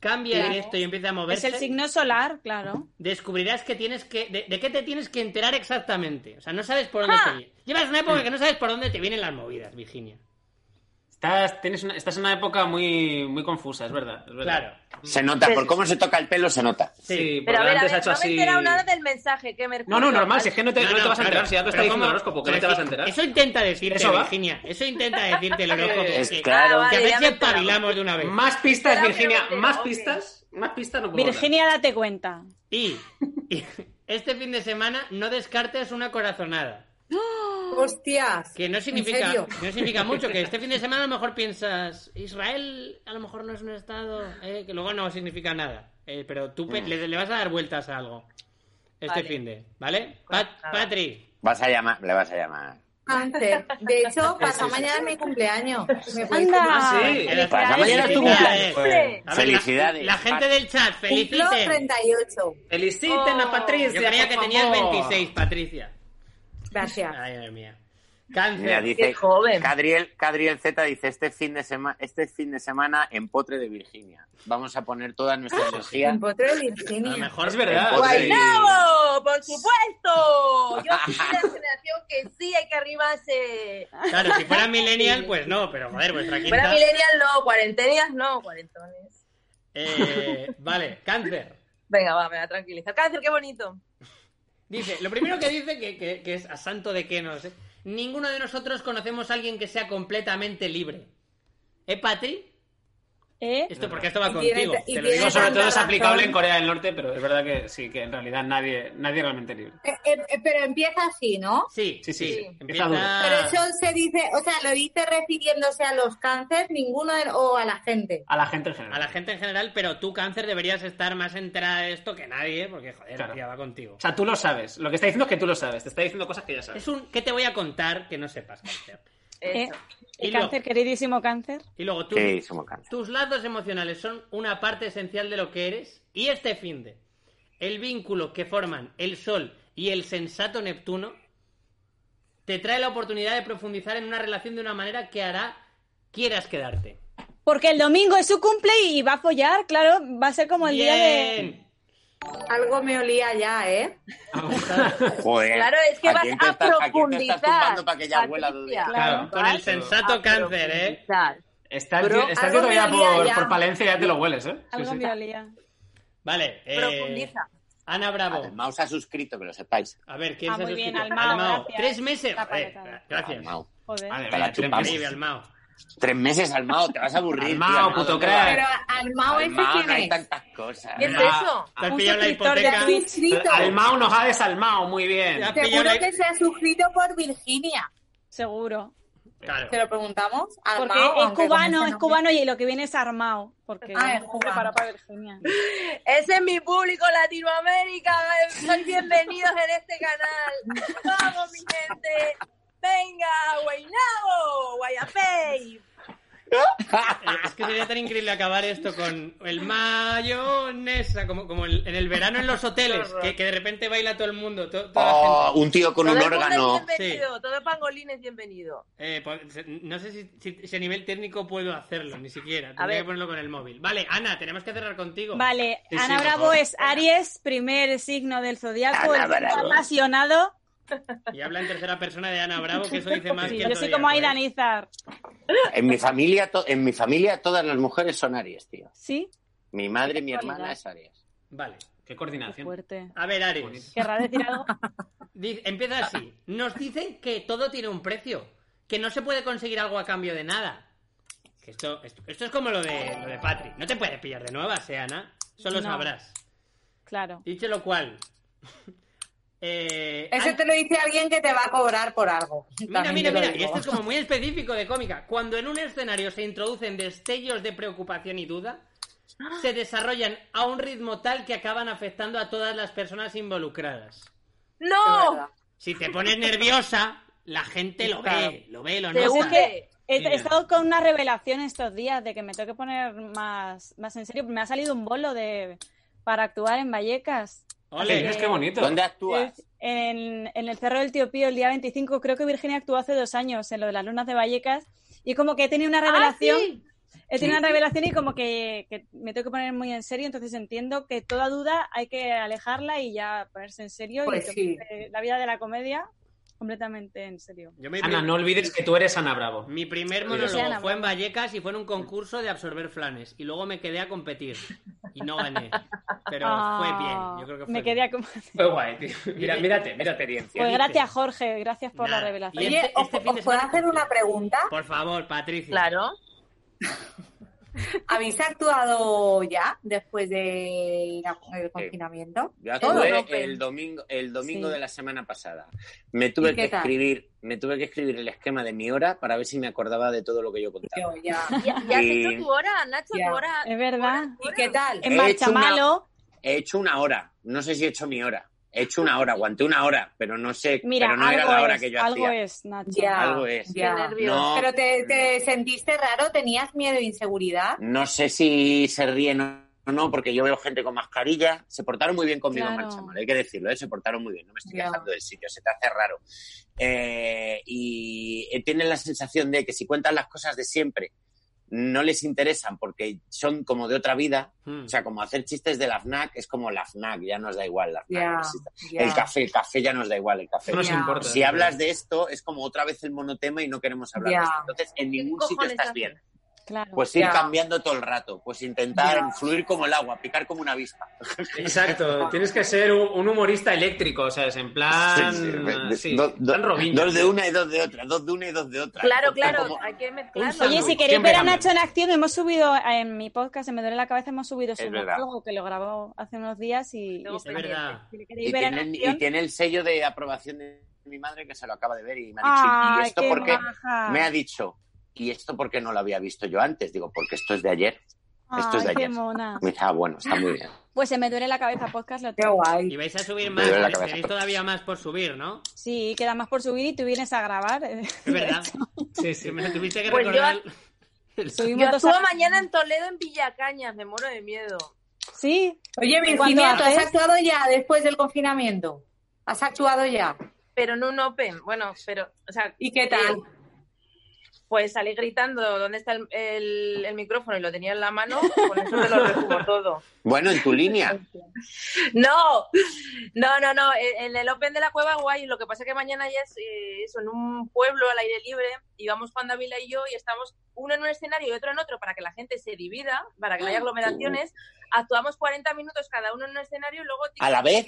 [SPEAKER 1] cambia
[SPEAKER 6] Claro.
[SPEAKER 1] directo y empieza a
[SPEAKER 5] Es
[SPEAKER 1] moverse,
[SPEAKER 5] el signo solar, claro.
[SPEAKER 1] descubrirás que tienes que de, de qué te tienes que enterar exactamente. O sea, no sabes por dónde te viene. Llevas una
[SPEAKER 6] Mm.
[SPEAKER 1] época que no sabes por dónde te vienen las movidas, Virginia.
[SPEAKER 2] Estás, tienes una- estás en una época muy, muy confusa, es verdad. es verdad.
[SPEAKER 1] Claro.
[SPEAKER 3] Se nota,
[SPEAKER 5] Pues
[SPEAKER 3] por cómo se toca el pelo se nota.
[SPEAKER 2] Pues Sí,
[SPEAKER 1] Sí.
[SPEAKER 2] porque
[SPEAKER 6] Pero a ver, a
[SPEAKER 2] antes
[SPEAKER 6] ver,
[SPEAKER 2] ha hecho
[SPEAKER 6] no
[SPEAKER 2] así.
[SPEAKER 6] me he enterado nada del mensaje que
[SPEAKER 2] No,
[SPEAKER 6] Mercurio...
[SPEAKER 2] no, normal, si es que no te,
[SPEAKER 1] No,
[SPEAKER 2] no te
[SPEAKER 1] no,
[SPEAKER 2] vas a
[SPEAKER 1] claro.
[SPEAKER 2] enterar, si ya te
[SPEAKER 1] Pero
[SPEAKER 2] está diciendo
[SPEAKER 1] ¿cómo?
[SPEAKER 2] el horóscopo, que
[SPEAKER 1] Pero
[SPEAKER 2] no te
[SPEAKER 1] es
[SPEAKER 2] vas a enterar.
[SPEAKER 1] Eso intenta decirte,
[SPEAKER 2] ¿Eso va?
[SPEAKER 1] Virginia. Eso intenta decirte el horóscopo.
[SPEAKER 3] Es
[SPEAKER 1] que-
[SPEAKER 3] claro.
[SPEAKER 6] Ah,
[SPEAKER 1] Que a
[SPEAKER 6] vale, ya me he
[SPEAKER 1] veces
[SPEAKER 6] enterado.
[SPEAKER 1] pavilamos de una vez.
[SPEAKER 2] Más pistas,
[SPEAKER 6] Espera,
[SPEAKER 2] Virginia,
[SPEAKER 6] pero-
[SPEAKER 2] más
[SPEAKER 6] ok.
[SPEAKER 2] pistas, más pistas no puedo dar.
[SPEAKER 5] Virginia, date cuenta.
[SPEAKER 1] Y, y este fin de semana no descartes una corazonada.
[SPEAKER 7] Hostias.
[SPEAKER 1] Que no significa,
[SPEAKER 7] ¿En serio?
[SPEAKER 1] no significa mucho, que este fin de semana a lo mejor piensas, Israel a lo mejor no es un estado, eh, que luego no significa nada. Eh, pero tú
[SPEAKER 2] Mm.
[SPEAKER 1] pe- le, le vas a dar vueltas a algo este
[SPEAKER 6] Vale.
[SPEAKER 1] fin de, ¿vale?
[SPEAKER 6] Pues
[SPEAKER 1] Pat-
[SPEAKER 6] nada.
[SPEAKER 1] Patri,
[SPEAKER 3] Vas a llamar, le vas a llamar.
[SPEAKER 7] Antes. De hecho, pasado mañana es mi cumpleaños. Me podéis
[SPEAKER 5] Anda.
[SPEAKER 2] Ah,
[SPEAKER 5] Eh,
[SPEAKER 7] cumplir.
[SPEAKER 2] sí.
[SPEAKER 1] Felicidades.
[SPEAKER 3] Para mañana es tu
[SPEAKER 1] Felicidades.
[SPEAKER 3] cumpleaños.
[SPEAKER 1] a ver,
[SPEAKER 3] Felicidades.
[SPEAKER 1] La, la gente del chat,
[SPEAKER 7] Cumplo
[SPEAKER 1] feliciten.
[SPEAKER 7] 38.
[SPEAKER 2] Feliciten a
[SPEAKER 6] Oh,
[SPEAKER 1] Yo
[SPEAKER 2] Patricia.
[SPEAKER 1] creía
[SPEAKER 2] por
[SPEAKER 1] que tenías
[SPEAKER 2] favor.
[SPEAKER 1] 26, Patricia.
[SPEAKER 7] Gracias.
[SPEAKER 1] Ay, madre mía.
[SPEAKER 3] Mira,
[SPEAKER 1] Cáncer.
[SPEAKER 3] dice
[SPEAKER 6] Qué joven.
[SPEAKER 3] Cadriel, Cadriel Z dice este fin de semana, este fin de semana en Potre de Virginia. Vamos a poner toda
[SPEAKER 6] Ah,
[SPEAKER 3] nuestra energía.
[SPEAKER 7] En Potro de
[SPEAKER 1] a lo
[SPEAKER 7] Virginia.
[SPEAKER 1] mejor
[SPEAKER 2] Es verdad.
[SPEAKER 3] Potre de-
[SPEAKER 6] ¡Bravo! ¡Por supuesto! Yo soy de la generación que sí hay que
[SPEAKER 7] Eh,
[SPEAKER 6] arrimarse...
[SPEAKER 1] Claro, si fuera millennial, pues no, pero joder, vuestra quinta.
[SPEAKER 6] Bueno, millennial no, cuarentenias no, cuarentones.
[SPEAKER 1] Eh, vale, cáncer.
[SPEAKER 6] Venga, va, me la tranquiliza. Cáncer, qué bonito.
[SPEAKER 1] Dice, lo primero que dice, que, que- que es a santo de qué, no lo sé, Ninguno de nosotros conocemos a alguien que sea completamente libre. ¿Eh, Patri?
[SPEAKER 5] ¿Eh?
[SPEAKER 1] Esto porque esto va
[SPEAKER 7] Y tiene-
[SPEAKER 1] contigo.
[SPEAKER 7] y
[SPEAKER 1] Te lo
[SPEAKER 7] tiene
[SPEAKER 1] digo
[SPEAKER 2] Digo, sobre
[SPEAKER 7] tanta
[SPEAKER 1] sobre
[SPEAKER 2] todo es
[SPEAKER 7] razón.
[SPEAKER 2] aplicable en Corea del Norte, pero es verdad que sí, que en realidad nadie, nadie realmente libre.
[SPEAKER 7] Eh, eh, eh, pero empieza así, ¿no?
[SPEAKER 1] Sí,
[SPEAKER 2] Sí, sí, sí.
[SPEAKER 1] Empieza
[SPEAKER 2] Está duro.
[SPEAKER 3] Ah.
[SPEAKER 7] Pero eso se dice, o sea, lo dice refiriéndose a los cánceres, ninguno de- o a la gente.
[SPEAKER 2] A la gente en general.
[SPEAKER 1] a la gente en general, pero tú, cáncer, deberías estar más enterada de esto que nadie, porque joder,
[SPEAKER 2] Claro.
[SPEAKER 1] tía, va contigo.
[SPEAKER 2] O sea, tú lo sabes. Lo que está diciendo es que tú lo sabes. Te está diciendo cosas que ya sabes.
[SPEAKER 1] Es un ¿qué te voy a contar que no sepas, cáncer?
[SPEAKER 5] ¿Eh?
[SPEAKER 6] Eso.
[SPEAKER 5] El
[SPEAKER 1] Y luego-
[SPEAKER 5] cáncer, queridísimo cáncer.
[SPEAKER 1] Y luego tú,
[SPEAKER 3] Sí, somos cáncer.
[SPEAKER 1] Tus lazos emocionales son una parte esencial de lo que eres y este finde el vínculo que forman el Sol y el sensato Neptuno te trae la oportunidad de profundizar en una relación de una manera que hará quieras quedarte.
[SPEAKER 5] Porque el domingo es su cumple y va a follar, claro, va a ser como el día de...
[SPEAKER 1] Bien.
[SPEAKER 7] Algo me olía ya, ¿eh?
[SPEAKER 3] Joder.
[SPEAKER 6] Claro, es que
[SPEAKER 3] ¿a
[SPEAKER 6] vas
[SPEAKER 3] quién te
[SPEAKER 6] a
[SPEAKER 3] estás- a quién te
[SPEAKER 6] profundizar.
[SPEAKER 3] estás tumbando para que ya huela de-
[SPEAKER 6] Patricia.
[SPEAKER 2] Claro.
[SPEAKER 1] Con el sensato
[SPEAKER 5] Ah,
[SPEAKER 6] A
[SPEAKER 1] cáncer, ¿eh?
[SPEAKER 6] profundizar.
[SPEAKER 2] Estás,
[SPEAKER 6] Bro,
[SPEAKER 2] estás
[SPEAKER 7] algo
[SPEAKER 2] yendo ya
[SPEAKER 7] me olía
[SPEAKER 2] por,
[SPEAKER 7] ya.
[SPEAKER 2] por Palencia y ya te lo hueles, ¿eh? Sí,
[SPEAKER 5] Algo
[SPEAKER 2] sí.
[SPEAKER 5] me olía.
[SPEAKER 1] Vale. eh,
[SPEAKER 6] Profundiza.
[SPEAKER 1] Ana Bravo.
[SPEAKER 3] Almao se ha suscrito, que lo sepáis.
[SPEAKER 1] A ver, ¿quién
[SPEAKER 5] Ah,
[SPEAKER 1] se ha
[SPEAKER 5] muy bien,
[SPEAKER 1] suscrito?
[SPEAKER 5] Almao,
[SPEAKER 1] Almao.
[SPEAKER 5] gracias.
[SPEAKER 1] Tres meses.
[SPEAKER 5] La
[SPEAKER 1] Joder,
[SPEAKER 5] paletada.
[SPEAKER 1] gracias.
[SPEAKER 3] Almao.
[SPEAKER 5] Joder.
[SPEAKER 2] Madre
[SPEAKER 3] Para
[SPEAKER 2] mía, tres
[SPEAKER 3] chupar.
[SPEAKER 2] meses.
[SPEAKER 1] Increíble, Almao.
[SPEAKER 3] Tres meses, Almao, te vas a aburrir.
[SPEAKER 2] Almao,
[SPEAKER 3] tío,
[SPEAKER 2] puto
[SPEAKER 3] ¿dónde
[SPEAKER 2] crack.
[SPEAKER 7] Pero
[SPEAKER 3] vas?
[SPEAKER 7] Almao, ¿este
[SPEAKER 3] Almao, no hay
[SPEAKER 7] quién es?
[SPEAKER 3] tantas cosas.
[SPEAKER 6] ¿Qué es
[SPEAKER 2] Ah,
[SPEAKER 6] eso?
[SPEAKER 1] Te has
[SPEAKER 5] Un
[SPEAKER 1] pillado la
[SPEAKER 5] suscriptor de
[SPEAKER 1] hipoteca.
[SPEAKER 5] aquí.
[SPEAKER 7] Suscrito.
[SPEAKER 2] Almao nos ha desalmao, muy bien.
[SPEAKER 1] Ya.
[SPEAKER 7] Seguro que se ha suscrito por Virginia.
[SPEAKER 5] Seguro.
[SPEAKER 1] Claro.
[SPEAKER 7] ¿Te lo preguntamos? Almao,
[SPEAKER 5] Porque es
[SPEAKER 7] aunque con
[SPEAKER 5] cubano,
[SPEAKER 7] ese
[SPEAKER 5] es
[SPEAKER 7] nombre.
[SPEAKER 5] cubano y lo que viene es armado. Porque
[SPEAKER 7] Ah,
[SPEAKER 5] no
[SPEAKER 7] es
[SPEAKER 5] se
[SPEAKER 7] cubano.
[SPEAKER 5] prepara para Virginia.
[SPEAKER 6] Ese es mi público Latinoamérica. Son bienvenidos en este canal. Vamos, mi gente. Venga, Guaynabo, Guayapey.
[SPEAKER 1] Eh, Es que sería tan increíble acabar esto con el mayonesa, como, como el- en el verano en los hoteles, que, que de repente baila todo el mundo, to- toda la
[SPEAKER 3] Oh, un tío con un
[SPEAKER 6] todo el mundo
[SPEAKER 3] órgano.
[SPEAKER 6] es bienvenido. Todo pangolín es bienvenido.
[SPEAKER 1] gente. Eh, pues, se- no sé si, si- si a nivel técnico puedo hacerlo, ni siquiera. Tendría
[SPEAKER 6] ver.
[SPEAKER 1] que ponerlo con el móvil. Vale, Ana, tenemos que cerrar contigo.
[SPEAKER 5] Vale,
[SPEAKER 2] Sí, sí,
[SPEAKER 5] Ana
[SPEAKER 2] por
[SPEAKER 5] Bravo
[SPEAKER 2] favor.
[SPEAKER 5] es Aries, primer signo del zodiaco,
[SPEAKER 3] Ana
[SPEAKER 5] el signo
[SPEAKER 3] Bravo.
[SPEAKER 5] apasionado.
[SPEAKER 1] Y habla en tercera persona de Ana Bravo, que eso dice más que
[SPEAKER 5] Yo
[SPEAKER 1] el
[SPEAKER 5] soy
[SPEAKER 1] zodiaco,
[SPEAKER 5] como
[SPEAKER 1] ¿eh?
[SPEAKER 5] Aidan Izar.
[SPEAKER 3] En mi familia, to- en mi familia todas las mujeres son Aries, tío.
[SPEAKER 5] ¿Sí?
[SPEAKER 3] Mi madre y mi hermana es Aries.
[SPEAKER 1] Vale.
[SPEAKER 2] Qué
[SPEAKER 5] Qué
[SPEAKER 2] coordinación.
[SPEAKER 5] fuerte.
[SPEAKER 1] A ver, Aries.
[SPEAKER 2] Bonito.
[SPEAKER 5] ¿Querrá decir algo?
[SPEAKER 1] Di- empieza así. Nos dicen que todo tiene un precio, que no se puede conseguir algo a cambio de nada. Que Esto, esto, esto es como lo de, lo de Patri. No te puedes pillar de nuevas, eh, Ana. Solo
[SPEAKER 5] No.
[SPEAKER 1] sabrás.
[SPEAKER 5] Claro.
[SPEAKER 1] Dicho lo cual. eh,
[SPEAKER 7] Eso
[SPEAKER 1] an-
[SPEAKER 7] te lo dice alguien que te va a cobrar por algo.
[SPEAKER 1] Mira,
[SPEAKER 7] También
[SPEAKER 1] mira,
[SPEAKER 7] te lo
[SPEAKER 1] mira. Y
[SPEAKER 7] digo.
[SPEAKER 1] esto es como muy específico de cómica. Cuando en un escenario se introducen destellos de preocupación y duda, se desarrollan a un ritmo tal que acaban afectando a todas las personas involucradas.
[SPEAKER 5] ¡Oh!
[SPEAKER 7] Es
[SPEAKER 6] ¡No!
[SPEAKER 7] verdad.
[SPEAKER 1] Si te pones nerviosa, la gente lo ve, lo ve, lo
[SPEAKER 6] Te
[SPEAKER 1] nota.
[SPEAKER 6] hunde.
[SPEAKER 5] He,
[SPEAKER 2] Sí.
[SPEAKER 5] he estado con una revelación estos días de que me tengo que poner más, más en serio. Me ha salido un bolo de para actuar en Vallecas.
[SPEAKER 2] Qué
[SPEAKER 1] Ole.
[SPEAKER 2] Dios, qué bonito.
[SPEAKER 3] ¿Dónde actúas?
[SPEAKER 5] En, en el Cerro del Tío Pío el día 25. Creo que Virginia actuó hace dos años en lo de las lunas de Vallecas. Y como que he tenido
[SPEAKER 7] Ah,
[SPEAKER 5] una revelación. He tenido una revelación y como que, que me tengo que poner muy en serio, entonces entiendo que toda duda hay que alejarla y ya ponerse en serio
[SPEAKER 7] Pues
[SPEAKER 5] y
[SPEAKER 7] sí.
[SPEAKER 5] tomarse la vida de la comedia completamente en serio.
[SPEAKER 1] Yo mi,
[SPEAKER 2] Ana,
[SPEAKER 1] prim-
[SPEAKER 2] no olvides que tú eres Ana Bravo.
[SPEAKER 1] mi primer
[SPEAKER 5] Sí,
[SPEAKER 1] monólogo
[SPEAKER 5] Ana,
[SPEAKER 1] fue en Vallecas y fue en un concurso de absorber flanes. Y luego me quedé a competir. Y no gané. Pero fue bien. Yo creo que fue
[SPEAKER 5] Ah, me
[SPEAKER 1] bien.
[SPEAKER 5] quedé a- Pues
[SPEAKER 2] Fue guay, tío. Mira, mírate, mírate.
[SPEAKER 3] Experiencia.
[SPEAKER 5] gracias, Jorge, gracias por
[SPEAKER 1] Nada.
[SPEAKER 5] la revelación.
[SPEAKER 1] Y
[SPEAKER 7] Oye,
[SPEAKER 1] este-
[SPEAKER 7] ¿os-
[SPEAKER 1] este fin de
[SPEAKER 7] ¿os puedo
[SPEAKER 1] semana-
[SPEAKER 7] hacer una pregunta?
[SPEAKER 1] Por favor, Patricia.
[SPEAKER 6] Claro.
[SPEAKER 7] ¿Habéis actuado ya después del confinamiento?
[SPEAKER 3] Yo
[SPEAKER 7] Todo
[SPEAKER 3] actué
[SPEAKER 7] open.
[SPEAKER 3] el domingo, el domingo
[SPEAKER 5] Sí.
[SPEAKER 3] de la semana pasada. Me
[SPEAKER 7] ¿Y
[SPEAKER 3] tuve
[SPEAKER 7] qué
[SPEAKER 3] que
[SPEAKER 7] tal?
[SPEAKER 3] escribir, me tuve que escribir el esquema de mi hora para ver si me acordaba de todo lo que yo contaba.
[SPEAKER 7] Yo ya.
[SPEAKER 6] Ya, ya has
[SPEAKER 3] Y-
[SPEAKER 6] hecho tu hora, Nacho,
[SPEAKER 7] Ya.
[SPEAKER 6] tu hora.
[SPEAKER 5] Es verdad.
[SPEAKER 7] ¿Y qué tal?
[SPEAKER 5] En
[SPEAKER 3] He
[SPEAKER 5] marcha
[SPEAKER 3] hecho una-
[SPEAKER 5] malo,
[SPEAKER 3] He hecho una hora, no sé si he hecho mi hora. He hecho una hora, aguanté una hora, pero no sé,
[SPEAKER 5] mira,
[SPEAKER 3] pero no era
[SPEAKER 5] algo,
[SPEAKER 3] la hora
[SPEAKER 5] es,
[SPEAKER 3] que yo
[SPEAKER 5] algo
[SPEAKER 3] hacía.
[SPEAKER 5] es, Nacho.
[SPEAKER 7] Ya,
[SPEAKER 3] Algo es.
[SPEAKER 7] ya.
[SPEAKER 6] Qué nervios.
[SPEAKER 3] No.
[SPEAKER 7] Pero te, te sentiste raro, tenías miedo e inseguridad.
[SPEAKER 3] No sé si se ríen o no, porque yo veo gente con mascarilla. Se portaron muy bien conmigo en
[SPEAKER 5] Claro.
[SPEAKER 3] Marcha Mala, hay que decirlo, ¿eh? se portaron muy bien. No me estoy
[SPEAKER 7] Ya.
[SPEAKER 3] quejando del sitio, se te hace raro. Eh, y eh, tienen la sensación de que si cuentan las cosas de siempre, no les interesan porque son como de otra vida.
[SPEAKER 1] Mm.
[SPEAKER 2] Hmm.
[SPEAKER 3] O sea, como hacer chistes de la FNAC es como la FNAC, ya nos da igual la FNAC.
[SPEAKER 7] Ya,
[SPEAKER 3] no existe.
[SPEAKER 7] ya.
[SPEAKER 3] El café, el café ya nos da igual, el café.
[SPEAKER 2] No nos
[SPEAKER 7] Ya.
[SPEAKER 2] importa.
[SPEAKER 3] Si hablas de esto, es como otra vez el monotema y no queremos hablar
[SPEAKER 7] Ya.
[SPEAKER 3] de esto. Entonces, en
[SPEAKER 6] ¿Qué
[SPEAKER 3] ningún sitio
[SPEAKER 6] cojones
[SPEAKER 3] estás
[SPEAKER 6] haces?
[SPEAKER 3] bien.
[SPEAKER 5] Claro.
[SPEAKER 3] Pues ir
[SPEAKER 6] Ya.
[SPEAKER 3] cambiando todo el rato, pues intentar fluir como el agua, picar como una avispa.
[SPEAKER 2] Exacto, tienes que ser un, un humorista eléctrico, o sea, es en
[SPEAKER 1] Ah,
[SPEAKER 2] plan.
[SPEAKER 3] Sí, sí,
[SPEAKER 2] sí,
[SPEAKER 3] do- do-
[SPEAKER 2] plan Robinho.
[SPEAKER 3] dos de una y dos de otra, dos de una y dos de otra.
[SPEAKER 6] Claro,
[SPEAKER 3] Está
[SPEAKER 6] claro,
[SPEAKER 3] como-
[SPEAKER 6] hay que mezclarlo.
[SPEAKER 5] Oye, si
[SPEAKER 2] sándwich,
[SPEAKER 5] queréis
[SPEAKER 2] siempre
[SPEAKER 5] ver a
[SPEAKER 2] ganan.
[SPEAKER 5] Nacho en acción, hemos subido en mi podcast, se me duele la cabeza, hemos subido su
[SPEAKER 3] verdad.
[SPEAKER 5] monólogo que lo grabó hace unos días y, y
[SPEAKER 6] Luego
[SPEAKER 5] está
[SPEAKER 1] Es
[SPEAKER 6] pendiente.
[SPEAKER 1] verdad.
[SPEAKER 5] Si le
[SPEAKER 3] Y
[SPEAKER 5] queréis ver en
[SPEAKER 3] tiene, el- y
[SPEAKER 5] acción,
[SPEAKER 3] tiene el sello de aprobación de mi madre que se lo acaba de ver y me ha dicho,
[SPEAKER 5] ¡ay,
[SPEAKER 3] ¿y esto
[SPEAKER 5] qué
[SPEAKER 3] por qué?
[SPEAKER 5] maja!
[SPEAKER 3] Me ha dicho, ¿y esto por qué no lo había visto yo antes? Digo, porque esto es de ayer. esto es de
[SPEAKER 5] ¡Ay, qué
[SPEAKER 3] ayer.
[SPEAKER 5] mona!
[SPEAKER 3] Me dice, ah, bueno, está muy bien.
[SPEAKER 5] Pues se me duele la cabeza podcast, lo
[SPEAKER 7] Qué
[SPEAKER 5] tengo.
[SPEAKER 1] Y
[SPEAKER 7] guay.
[SPEAKER 1] vais a subir más,
[SPEAKER 3] duele la
[SPEAKER 1] tenéis-
[SPEAKER 3] cabeza.
[SPEAKER 1] tenéis todavía más por subir, ¿no?
[SPEAKER 5] Sí, queda más por subir y tú vienes a grabar. Eh,
[SPEAKER 1] Es verdad.
[SPEAKER 2] Sí, sí.
[SPEAKER 1] Que me lo tuviste que
[SPEAKER 6] Pues yo-
[SPEAKER 1] recordar.
[SPEAKER 5] Subimos
[SPEAKER 6] Yo
[SPEAKER 5] dos
[SPEAKER 6] actúo
[SPEAKER 5] a-
[SPEAKER 6] mañana en Toledo, en Villacañas, me muero de miedo.
[SPEAKER 5] Sí,
[SPEAKER 7] Oye, Virginia,
[SPEAKER 5] ¿Cuándo
[SPEAKER 7] ¿tú has
[SPEAKER 5] haces?
[SPEAKER 7] actuado ya después del confinamiento? ¿Has actuado ya?
[SPEAKER 6] Pero en un open, bueno, pero, o sea,
[SPEAKER 7] ¿Y qué tal?
[SPEAKER 6] pues salí gritando dónde está el, el- el micrófono y lo tenía en la mano, con eso te lo resumo todo.
[SPEAKER 3] Bueno, en tu línea.
[SPEAKER 6] No, no, no, no. en- En el Open de la Cueva, guay. Lo que pasa es que mañana ya es eh, eso, en un pueblo al aire libre. Y vamos Juan Dávila y yo y estamos uno en un escenario y otro en otro para que la gente se divida, para que no haya aglomeraciones. Actuamos 40 minutos cada uno en un escenario y luego.
[SPEAKER 3] ¿A la vez?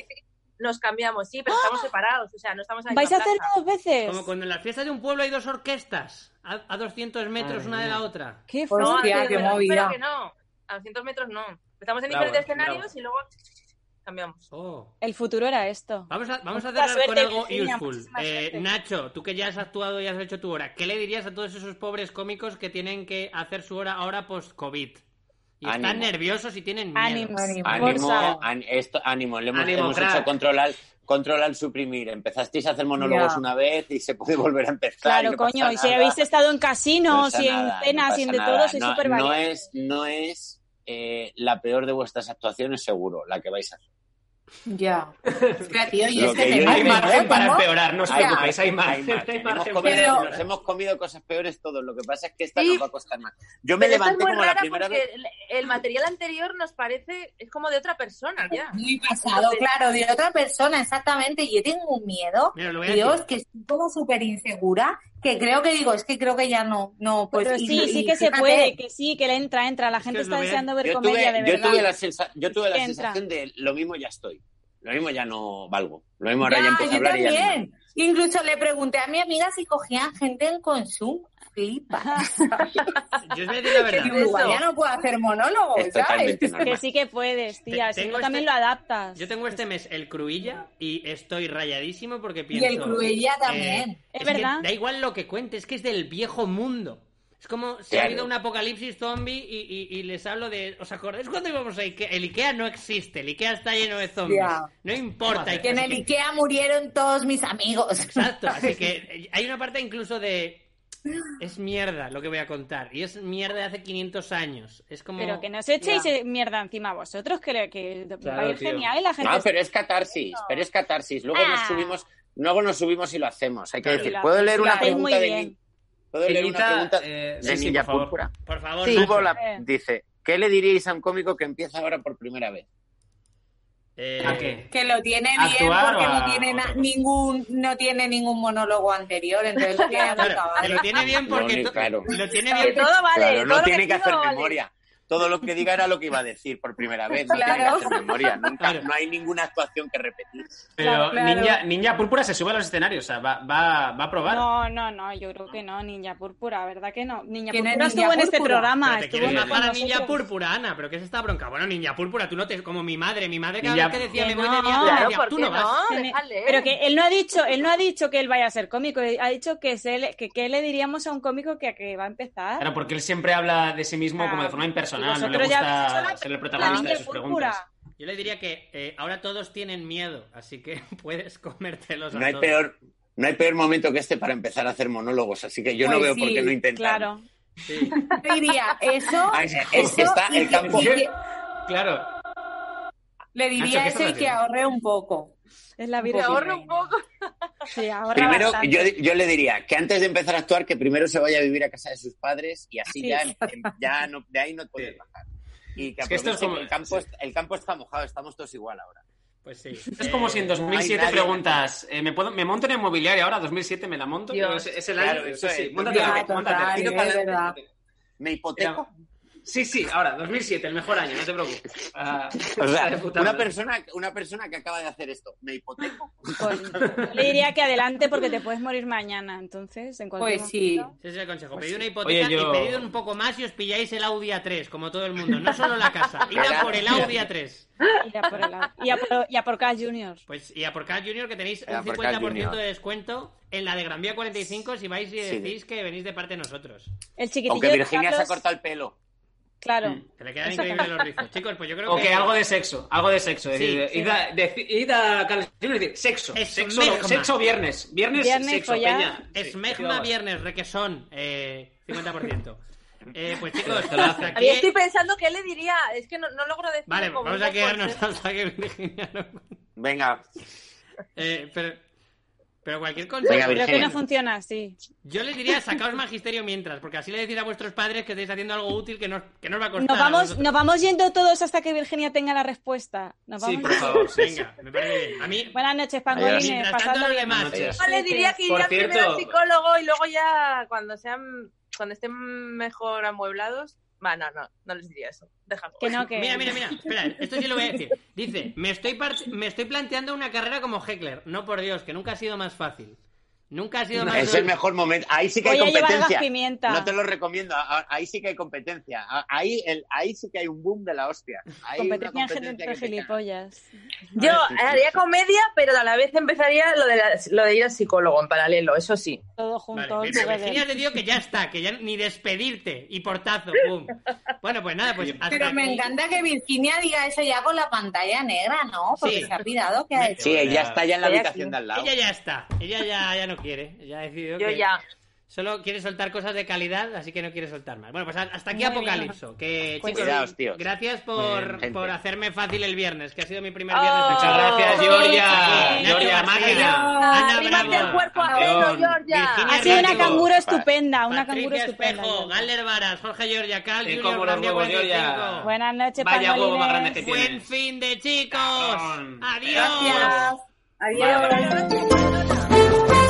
[SPEAKER 6] Nos cambiamos, sí, pero estamos separados. O sea, no estamos en la
[SPEAKER 5] vais a
[SPEAKER 6] misma
[SPEAKER 5] hacerlo
[SPEAKER 6] plaza.
[SPEAKER 5] dos veces.
[SPEAKER 1] Como cuando en las fiestas de un pueblo hay dos orquestas a, a 200 metros
[SPEAKER 2] Madre
[SPEAKER 1] una de
[SPEAKER 2] mía.
[SPEAKER 1] la otra.
[SPEAKER 5] Qué
[SPEAKER 7] Pues
[SPEAKER 6] No,
[SPEAKER 5] fuerte.
[SPEAKER 6] a
[SPEAKER 7] Hostia, qué
[SPEAKER 6] 200 metros,
[SPEAKER 7] movida.
[SPEAKER 6] pero que no. A 200 metros no. Estamos en
[SPEAKER 2] Bravo,
[SPEAKER 6] diferentes escenarios
[SPEAKER 2] bravo.
[SPEAKER 6] y luego cambiamos.
[SPEAKER 1] Oh.
[SPEAKER 5] El futuro era esto.
[SPEAKER 1] Vamos a, vamos a
[SPEAKER 5] Mucha
[SPEAKER 1] cerrar
[SPEAKER 5] suerte,
[SPEAKER 1] con algo
[SPEAKER 5] Virginia,
[SPEAKER 1] useful.
[SPEAKER 5] muchísima
[SPEAKER 1] Eh,
[SPEAKER 5] suerte.
[SPEAKER 1] Nacho, tú que ya has actuado y has hecho tu hora, ¿qué le dirías a todos esos pobres cómicos que tienen que hacer su hora ahora post-COVID? Y están
[SPEAKER 3] Ánimo.
[SPEAKER 1] nerviosos y tienen miedo.
[SPEAKER 5] Ánimo.
[SPEAKER 7] Ánimo.
[SPEAKER 3] Ánimo,
[SPEAKER 5] Forza.
[SPEAKER 3] an- esto, ánimo, le hemos,
[SPEAKER 1] Ánimo,
[SPEAKER 3] hemos
[SPEAKER 1] crack.
[SPEAKER 3] hecho control al, control al suprimir. Empezasteis a hacer monólogos
[SPEAKER 7] Ya.
[SPEAKER 3] una vez y se puede volver a empezar.
[SPEAKER 5] Claro,
[SPEAKER 3] y no pasa
[SPEAKER 5] coño, y si
[SPEAKER 3] nada.
[SPEAKER 5] habéis estado en
[SPEAKER 3] No
[SPEAKER 5] casinos
[SPEAKER 3] pasa
[SPEAKER 5] y en
[SPEAKER 3] nada, no
[SPEAKER 5] cenas y en
[SPEAKER 3] pasa
[SPEAKER 5] de
[SPEAKER 3] nada.
[SPEAKER 5] todo, soy
[SPEAKER 3] no,
[SPEAKER 5] súper
[SPEAKER 3] no es, no es eh, la peor de vuestras actuaciones, seguro, la que vais a hacer.
[SPEAKER 7] Ya. Hostia, tío, y
[SPEAKER 3] Lo
[SPEAKER 7] es que
[SPEAKER 3] que
[SPEAKER 7] te
[SPEAKER 3] yo
[SPEAKER 2] Hay
[SPEAKER 3] digo-
[SPEAKER 7] matas,
[SPEAKER 2] margen
[SPEAKER 7] ¿eh?
[SPEAKER 2] para
[SPEAKER 7] Tengo-
[SPEAKER 2] empeorar, no os
[SPEAKER 7] Ya.
[SPEAKER 2] preocupéis, hay margen.
[SPEAKER 3] margen,
[SPEAKER 2] Hay
[SPEAKER 3] Hemos
[SPEAKER 2] margen.
[SPEAKER 3] comido,
[SPEAKER 7] Pero-
[SPEAKER 3] Nos hemos comido cosas peores todos. Lo que pasa es que esta
[SPEAKER 6] Sí.
[SPEAKER 3] nos va a costar más. Yo me
[SPEAKER 6] Pero esta es
[SPEAKER 3] levanté
[SPEAKER 6] muy
[SPEAKER 3] como la
[SPEAKER 6] rara
[SPEAKER 3] primera
[SPEAKER 6] porque
[SPEAKER 3] vez.
[SPEAKER 6] el- El material anterior nos parece, es como de otra persona ya.
[SPEAKER 7] Muy pasado, claro, de otra persona, exactamente. y Yo tengo un miedo,
[SPEAKER 1] Mira, lo voy a
[SPEAKER 7] Dios,
[SPEAKER 1] decir.
[SPEAKER 7] que estoy como súper insegura, que creo que digo, es que creo que ya no, no, pues...
[SPEAKER 5] Pero
[SPEAKER 7] y-
[SPEAKER 5] sí,
[SPEAKER 7] y
[SPEAKER 5] sí que se
[SPEAKER 7] fíjate,
[SPEAKER 5] puede, que sí, que le entra, entra. La gente
[SPEAKER 1] os lo
[SPEAKER 5] está
[SPEAKER 1] voy a-
[SPEAKER 5] deseando ver
[SPEAKER 3] Yo
[SPEAKER 5] comedia, de
[SPEAKER 3] tuve, yo
[SPEAKER 5] verdad.
[SPEAKER 3] tuve la, sensa- yo tuve la
[SPEAKER 5] Entra.
[SPEAKER 3] sensación de lo mismo ya estoy. Lo mismo ya no valgo. Lo mismo ahora
[SPEAKER 7] Ya,
[SPEAKER 3] ya, empiezo a
[SPEAKER 7] yo
[SPEAKER 3] hablar y ya no.
[SPEAKER 7] también. Incluso le pregunté a mi amiga si cogían gente en consumo. Flipa.
[SPEAKER 1] Yo os voy a decir la verdad.
[SPEAKER 7] Digo, igual ya no puedo hacer monólogos,
[SPEAKER 3] Es
[SPEAKER 7] ¿sabes?
[SPEAKER 3] totalmente normal.
[SPEAKER 5] Que sí que puedes, tía.
[SPEAKER 1] Te-
[SPEAKER 5] Si
[SPEAKER 1] tengo
[SPEAKER 5] no, también
[SPEAKER 1] este-
[SPEAKER 5] lo adaptas.
[SPEAKER 1] Yo tengo este mes el Cruilla y estoy rayadísimo porque
[SPEAKER 7] Y
[SPEAKER 1] pienso...
[SPEAKER 7] el Cruella también.
[SPEAKER 1] eh,
[SPEAKER 5] Es
[SPEAKER 1] que
[SPEAKER 5] verdad.
[SPEAKER 1] da igual lo que cuente, es que es del viejo mundo. Es como si ha
[SPEAKER 3] Claro.
[SPEAKER 1] habido un apocalipsis zombie y, y- y les hablo de... ¿Os acordáis cuando íbamos a Ikea? El Ikea no existe, el Ikea está lleno de zombies.
[SPEAKER 7] Ya.
[SPEAKER 1] No importa.
[SPEAKER 7] que en
[SPEAKER 1] así
[SPEAKER 7] el
[SPEAKER 1] que-
[SPEAKER 7] Ikea murieron todos mis amigos.
[SPEAKER 1] Exacto, así que eh, hay una parte incluso de... Es mierda lo que voy a contar. Y es mierda de hace 500 años. Es como...
[SPEAKER 5] Pero que no os echéis eh, mierda encima a vosotros, que, le- que va a ir
[SPEAKER 2] tío.
[SPEAKER 5] genial y la gente.
[SPEAKER 3] No, Ah, pero es catarsis, pero es catarsis. Luego nos
[SPEAKER 5] Ah.
[SPEAKER 3] subimos, luego nos subimos y lo hacemos. Hay que
[SPEAKER 1] Sí,
[SPEAKER 3] decir,
[SPEAKER 5] lo
[SPEAKER 3] ¿puedo
[SPEAKER 5] hacéis,
[SPEAKER 3] leer
[SPEAKER 5] lo
[SPEAKER 3] una
[SPEAKER 5] hacéis Pues muy
[SPEAKER 3] pregunta de
[SPEAKER 5] bien.
[SPEAKER 3] Nin- ¿Puedo leer una
[SPEAKER 2] Peñita,
[SPEAKER 3] pregunta
[SPEAKER 2] eh,
[SPEAKER 3] de
[SPEAKER 2] sí, sí,
[SPEAKER 3] Ninja
[SPEAKER 2] por favor.
[SPEAKER 3] Púrpura?
[SPEAKER 1] Por favor,
[SPEAKER 3] Sí,
[SPEAKER 1] Nacho.
[SPEAKER 3] Hugo la-
[SPEAKER 5] Eh.
[SPEAKER 3] dice, ¿qué le diríais a un cómico que empieza ahora por primera vez?
[SPEAKER 1] Eh,
[SPEAKER 2] ¿A qué?
[SPEAKER 7] Que lo tiene bien
[SPEAKER 2] Actuar
[SPEAKER 7] porque
[SPEAKER 2] o a
[SPEAKER 7] no tiene na-
[SPEAKER 2] otra cosa.
[SPEAKER 7] ningún no tiene ningún monólogo anterior, entonces tiene que
[SPEAKER 1] Claro,
[SPEAKER 7] acabar.
[SPEAKER 1] que lo tiene bien porque...
[SPEAKER 3] No, ni-
[SPEAKER 1] to-
[SPEAKER 3] claro.
[SPEAKER 1] Lo tiene
[SPEAKER 6] Que
[SPEAKER 1] bien
[SPEAKER 6] todo vale,
[SPEAKER 3] claro, no
[SPEAKER 6] todo
[SPEAKER 3] tiene
[SPEAKER 6] lo
[SPEAKER 3] que hacer
[SPEAKER 6] digo vale.
[SPEAKER 3] memoria. Todo lo que diga era lo que iba a decir por primera vez. No tiene
[SPEAKER 7] Claro.
[SPEAKER 3] que hacer memoria. Nunca,
[SPEAKER 1] Claro.
[SPEAKER 3] No hay ninguna actuación que repetir.
[SPEAKER 2] Pero
[SPEAKER 7] Claro, claro.
[SPEAKER 2] Ninja, Ninja Púrpura se sube a los escenarios, o sea, va, va, va a probar.
[SPEAKER 5] No, no, no, yo creo que no, Niña Púrpura, ¿verdad que no? Niña
[SPEAKER 7] ¿Quién es
[SPEAKER 5] Púrpura estuvo
[SPEAKER 7] Niña
[SPEAKER 5] en este
[SPEAKER 7] Púrpura?
[SPEAKER 5] programa.
[SPEAKER 1] Pero te
[SPEAKER 5] estuvo
[SPEAKER 1] quieres
[SPEAKER 5] con
[SPEAKER 1] matar a
[SPEAKER 5] nosotros.
[SPEAKER 1] Niña Púrpura, Ana, pero ¿qué es esta bronca? Bueno, Niña Púrpura, tú no te... Como mi madre, mi madre cada
[SPEAKER 2] Niña-
[SPEAKER 1] vez que decía
[SPEAKER 5] Que
[SPEAKER 1] me voy
[SPEAKER 5] no.
[SPEAKER 1] de viaje,
[SPEAKER 6] Claro,
[SPEAKER 1] decía,
[SPEAKER 6] ¿por
[SPEAKER 1] tú
[SPEAKER 6] qué
[SPEAKER 1] no vas.
[SPEAKER 6] no?
[SPEAKER 5] Tiene-
[SPEAKER 6] Déjale.
[SPEAKER 5] Pero que él no ha dicho, él no ha dicho que él vaya a ser cómico, ha dicho que se le- que qué le diríamos a un cómico que, que va a
[SPEAKER 7] ¿eh?
[SPEAKER 5] empezar.
[SPEAKER 2] Claro, porque él siempre habla de sí mismo como de forma
[SPEAKER 7] Ah,
[SPEAKER 5] Y
[SPEAKER 2] impersonal, no
[SPEAKER 5] vosotros
[SPEAKER 2] le
[SPEAKER 5] ya habéis hecho
[SPEAKER 2] gusta
[SPEAKER 5] la
[SPEAKER 2] ser el
[SPEAKER 5] película
[SPEAKER 2] protagonista de
[SPEAKER 5] Niña
[SPEAKER 2] sus
[SPEAKER 5] Púrpura.
[SPEAKER 2] preguntas.
[SPEAKER 1] Yo le diría que eh, ahora todos tienen miedo, así que puedes comértelos a
[SPEAKER 3] No hay
[SPEAKER 1] todos.
[SPEAKER 3] peor, no hay peor momento que este para empezar a hacer monólogos, así que yo no
[SPEAKER 7] Pues
[SPEAKER 3] veo por
[SPEAKER 7] sí,
[SPEAKER 3] qué no intentar.
[SPEAKER 5] Claro.
[SPEAKER 1] Sí.
[SPEAKER 7] Yo diría eso,
[SPEAKER 3] Ay, es que
[SPEAKER 7] eso
[SPEAKER 3] está
[SPEAKER 7] y
[SPEAKER 3] el
[SPEAKER 7] que-
[SPEAKER 3] campo.
[SPEAKER 7] y que-
[SPEAKER 2] Claro,
[SPEAKER 7] le diría
[SPEAKER 2] Nacho, ¿qué
[SPEAKER 7] eso
[SPEAKER 2] estás
[SPEAKER 7] y que
[SPEAKER 2] haciendo?
[SPEAKER 7] ahorre un poco.
[SPEAKER 5] Es la
[SPEAKER 6] Te
[SPEAKER 5] Virgen.
[SPEAKER 6] ahorro un poco.
[SPEAKER 5] Sí, ahorra
[SPEAKER 3] Primero,
[SPEAKER 5] bastante.
[SPEAKER 3] yo, yo le diría que antes de empezar a actuar, que primero se vaya a vivir a casa de sus padres y así
[SPEAKER 5] Sí.
[SPEAKER 3] ya, em- em- ya no, de ahí no puede bajar. Y que,
[SPEAKER 2] Es que esto es
[SPEAKER 3] aproveche que
[SPEAKER 2] como-
[SPEAKER 3] el, campo,
[SPEAKER 2] sí.
[SPEAKER 3] est- el campo está mojado, estamos todos igual ahora.
[SPEAKER 1] Pues sí.
[SPEAKER 2] es
[SPEAKER 1] Eh,
[SPEAKER 2] como si en
[SPEAKER 3] no
[SPEAKER 2] 2007
[SPEAKER 3] hay nadie-
[SPEAKER 2] preguntas, eh, ¿me, puedo, ¿me monto en inmobiliaria ahora? ¿2007 me la monto?
[SPEAKER 6] Dios.
[SPEAKER 2] Es, es el
[SPEAKER 3] Claro,
[SPEAKER 2] año.
[SPEAKER 3] eso
[SPEAKER 2] sí, sí,
[SPEAKER 3] es.
[SPEAKER 2] móntate,
[SPEAKER 7] Ya,
[SPEAKER 2] móntate.
[SPEAKER 7] total,
[SPEAKER 3] Tiro
[SPEAKER 7] es
[SPEAKER 3] para adelante.
[SPEAKER 7] verdad.
[SPEAKER 3] me hipoteco.
[SPEAKER 2] Sí, sí, ahora, 2007, el mejor año, no te preocupes. Ah,
[SPEAKER 3] O
[SPEAKER 2] de
[SPEAKER 3] sea,
[SPEAKER 2] puta
[SPEAKER 3] una
[SPEAKER 2] madre.
[SPEAKER 3] persona, una persona que acaba de hacer esto, me hipoteco.
[SPEAKER 5] Yo le diría que adelante porque te puedes morir mañana. Entonces, en cualquier
[SPEAKER 7] Pues sí.
[SPEAKER 5] momento-
[SPEAKER 1] Ese es el consejo.
[SPEAKER 5] Pues
[SPEAKER 1] pedid
[SPEAKER 5] sí.
[SPEAKER 1] una hipoteca
[SPEAKER 2] Oye, yo-
[SPEAKER 1] y pedid un poco más y os pilláis el Audi A3, como todo el mundo. No solo la casa, ir a por el Audi A3.
[SPEAKER 5] Ir a por el lado. Y a por, y a por Cash Junior.
[SPEAKER 1] Pues y a por cada Junior que tenéis
[SPEAKER 3] Y a
[SPEAKER 1] un
[SPEAKER 3] por Cat
[SPEAKER 1] 50%
[SPEAKER 3] Junior.
[SPEAKER 1] de descuento en la de Gran Vía 45 si vais y
[SPEAKER 3] Sí.
[SPEAKER 1] decís que venís de parte de nosotros.
[SPEAKER 5] El chiquitillo
[SPEAKER 3] Aunque
[SPEAKER 5] de
[SPEAKER 3] Virginia se ha
[SPEAKER 5] Carlos-
[SPEAKER 3] cortado el pelo.
[SPEAKER 5] Claro.
[SPEAKER 2] Mm.
[SPEAKER 1] Que le quedan increíbles los rizos. Chicos, pues yo creo
[SPEAKER 2] O
[SPEAKER 1] que...
[SPEAKER 2] que algo de sexo, algo de sexo.
[SPEAKER 1] Sí,
[SPEAKER 2] decir,
[SPEAKER 1] sí.
[SPEAKER 2] id, a, deci- id a Carlos Jr. y decir, sexo.
[SPEAKER 1] Es
[SPEAKER 2] sexo,
[SPEAKER 1] mejma.
[SPEAKER 2] sexo viernes. Viernes,
[SPEAKER 5] Viernes,
[SPEAKER 2] sexo,
[SPEAKER 5] follar.
[SPEAKER 2] peña. Sí,
[SPEAKER 1] Esmegma
[SPEAKER 2] sí,
[SPEAKER 1] viernes, requesón, eh, 50%. Eh, pues chicos,
[SPEAKER 2] Te lo hace.
[SPEAKER 1] hasta
[SPEAKER 6] A mí
[SPEAKER 1] aquí...
[SPEAKER 6] estoy pensando qué le diría. Es que no, no logro decir.
[SPEAKER 1] Vale,
[SPEAKER 6] como
[SPEAKER 1] vamos
[SPEAKER 6] un
[SPEAKER 1] a quedarnos
[SPEAKER 6] consejo.
[SPEAKER 1] hasta que Virginia no...
[SPEAKER 3] Venga,
[SPEAKER 1] Eh, pero, pero cualquier
[SPEAKER 3] Venga,
[SPEAKER 1] consejo...
[SPEAKER 5] Creo que
[SPEAKER 3] Virginia.
[SPEAKER 5] no funciona, sí.
[SPEAKER 1] Yo les diría, sacaos magisterio mientras, porque así le decís a vuestros padres que estáis haciendo algo útil que no, que no os va a costar.
[SPEAKER 5] Nos
[SPEAKER 1] a
[SPEAKER 5] vamos,
[SPEAKER 1] vosotros.
[SPEAKER 5] nos vamos yendo todos hasta que Virginia tenga la respuesta. Nos
[SPEAKER 2] Sí,
[SPEAKER 5] vamos
[SPEAKER 2] por
[SPEAKER 5] yendo.
[SPEAKER 2] favor. sí, sí.
[SPEAKER 1] Venga, me parece bien. A mí,
[SPEAKER 5] Buenas noches,
[SPEAKER 3] Adiós.
[SPEAKER 5] pangolines.
[SPEAKER 1] mientras tanto,
[SPEAKER 5] Pasando
[SPEAKER 1] los
[SPEAKER 5] bien.
[SPEAKER 1] demás.
[SPEAKER 3] Buenas
[SPEAKER 6] Yo
[SPEAKER 1] este
[SPEAKER 6] le diría que
[SPEAKER 2] Por
[SPEAKER 6] iría primero al
[SPEAKER 2] cierto-
[SPEAKER 6] psicólogo y luego ya cuando sean cuando estén mejor amueblados. Va, no, no, no les diría eso. Déjalo.
[SPEAKER 5] Que no, que...
[SPEAKER 1] pues, Mira, mira, mira. Espera, esto sí lo voy a decir. Dice, me estoy, par- me estoy planteando una carrera como Heckler. No, por Dios, que nunca ha sido más fácil. Nunca ha sido más
[SPEAKER 3] es el mejor momento. Ahí sí que hay
[SPEAKER 5] Voy a llevar
[SPEAKER 3] competencia.
[SPEAKER 5] gas pimienta.
[SPEAKER 3] No te lo recomiendo. A- Ahí sí que hay competencia. A- Ahí, el, ahí sí que hay un boom de la hostia. Hay una
[SPEAKER 5] competencia entre
[SPEAKER 3] que te
[SPEAKER 5] gilipollas.
[SPEAKER 6] Yo haría comedia, pero a la vez empezaría lo de, la- lo de ir al psicólogo en paralelo, eso sí.
[SPEAKER 5] Todo
[SPEAKER 1] Vale, pues
[SPEAKER 5] junto.
[SPEAKER 1] pero
[SPEAKER 5] together.
[SPEAKER 1] Virginia te digo que ya está, que ya ni despedirte. Y portazo, pum. Bueno, pues nada, pues hasta
[SPEAKER 7] Pero me
[SPEAKER 1] aquí.
[SPEAKER 7] encanta que Virginia diga eso ya con la pantalla negra, ¿no? Porque
[SPEAKER 1] Sí.
[SPEAKER 7] se ha pirado que ha
[SPEAKER 3] cae.
[SPEAKER 7] hecho.
[SPEAKER 3] Sí, ella está ya en la
[SPEAKER 6] Ella
[SPEAKER 3] habitación
[SPEAKER 6] sí.
[SPEAKER 3] de al lado.
[SPEAKER 1] Ella ya está. Ella ya, ya no quiere. Ya ha decidido
[SPEAKER 6] Yo
[SPEAKER 1] que
[SPEAKER 6] ya.
[SPEAKER 1] solo quiere soltar cosas de calidad, así que no quiere soltar más. Bueno, pues hasta aquí
[SPEAKER 5] Muy bien.
[SPEAKER 1] Apocalipso. Que,
[SPEAKER 5] Pues
[SPEAKER 1] chicos,
[SPEAKER 3] Cuidaos, tíos.
[SPEAKER 1] gracias
[SPEAKER 2] Bien,
[SPEAKER 1] por,
[SPEAKER 3] gente.
[SPEAKER 1] por hacerme fácil el viernes, que ha sido mi primer
[SPEAKER 6] Oh.
[SPEAKER 1] viernes. de
[SPEAKER 2] Muchas
[SPEAKER 1] trabajo.
[SPEAKER 2] gracias,
[SPEAKER 5] Sí,
[SPEAKER 2] Georgia.
[SPEAKER 5] sí.
[SPEAKER 2] Georgia,
[SPEAKER 1] Nacho
[SPEAKER 2] máquina.
[SPEAKER 1] García, Ana
[SPEAKER 6] Arrímate
[SPEAKER 1] Bravo,
[SPEAKER 6] el cuerpo a
[SPEAKER 2] campeón.
[SPEAKER 6] pelo, Georgia.
[SPEAKER 1] Virginia
[SPEAKER 5] Ha sido una
[SPEAKER 1] Rápido.
[SPEAKER 5] canguro
[SPEAKER 3] Pa-
[SPEAKER 5] estupenda, una canguro
[SPEAKER 1] Patricia
[SPEAKER 5] estupenda.
[SPEAKER 1] Espejo, Galer Varas, Jorge Giorgia, Cal,
[SPEAKER 2] Te
[SPEAKER 1] Junior,
[SPEAKER 2] como los
[SPEAKER 1] Brandia
[SPEAKER 2] huevos, Giorgia.
[SPEAKER 1] 45.
[SPEAKER 5] Buenas noches,
[SPEAKER 2] Vaya huevo más grande
[SPEAKER 5] pangolines.
[SPEAKER 2] que tiene.
[SPEAKER 1] Buen fin de chicos.
[SPEAKER 2] Cabrón.
[SPEAKER 1] Adiós.
[SPEAKER 7] Gracias. Adiós.
[SPEAKER 2] Vale.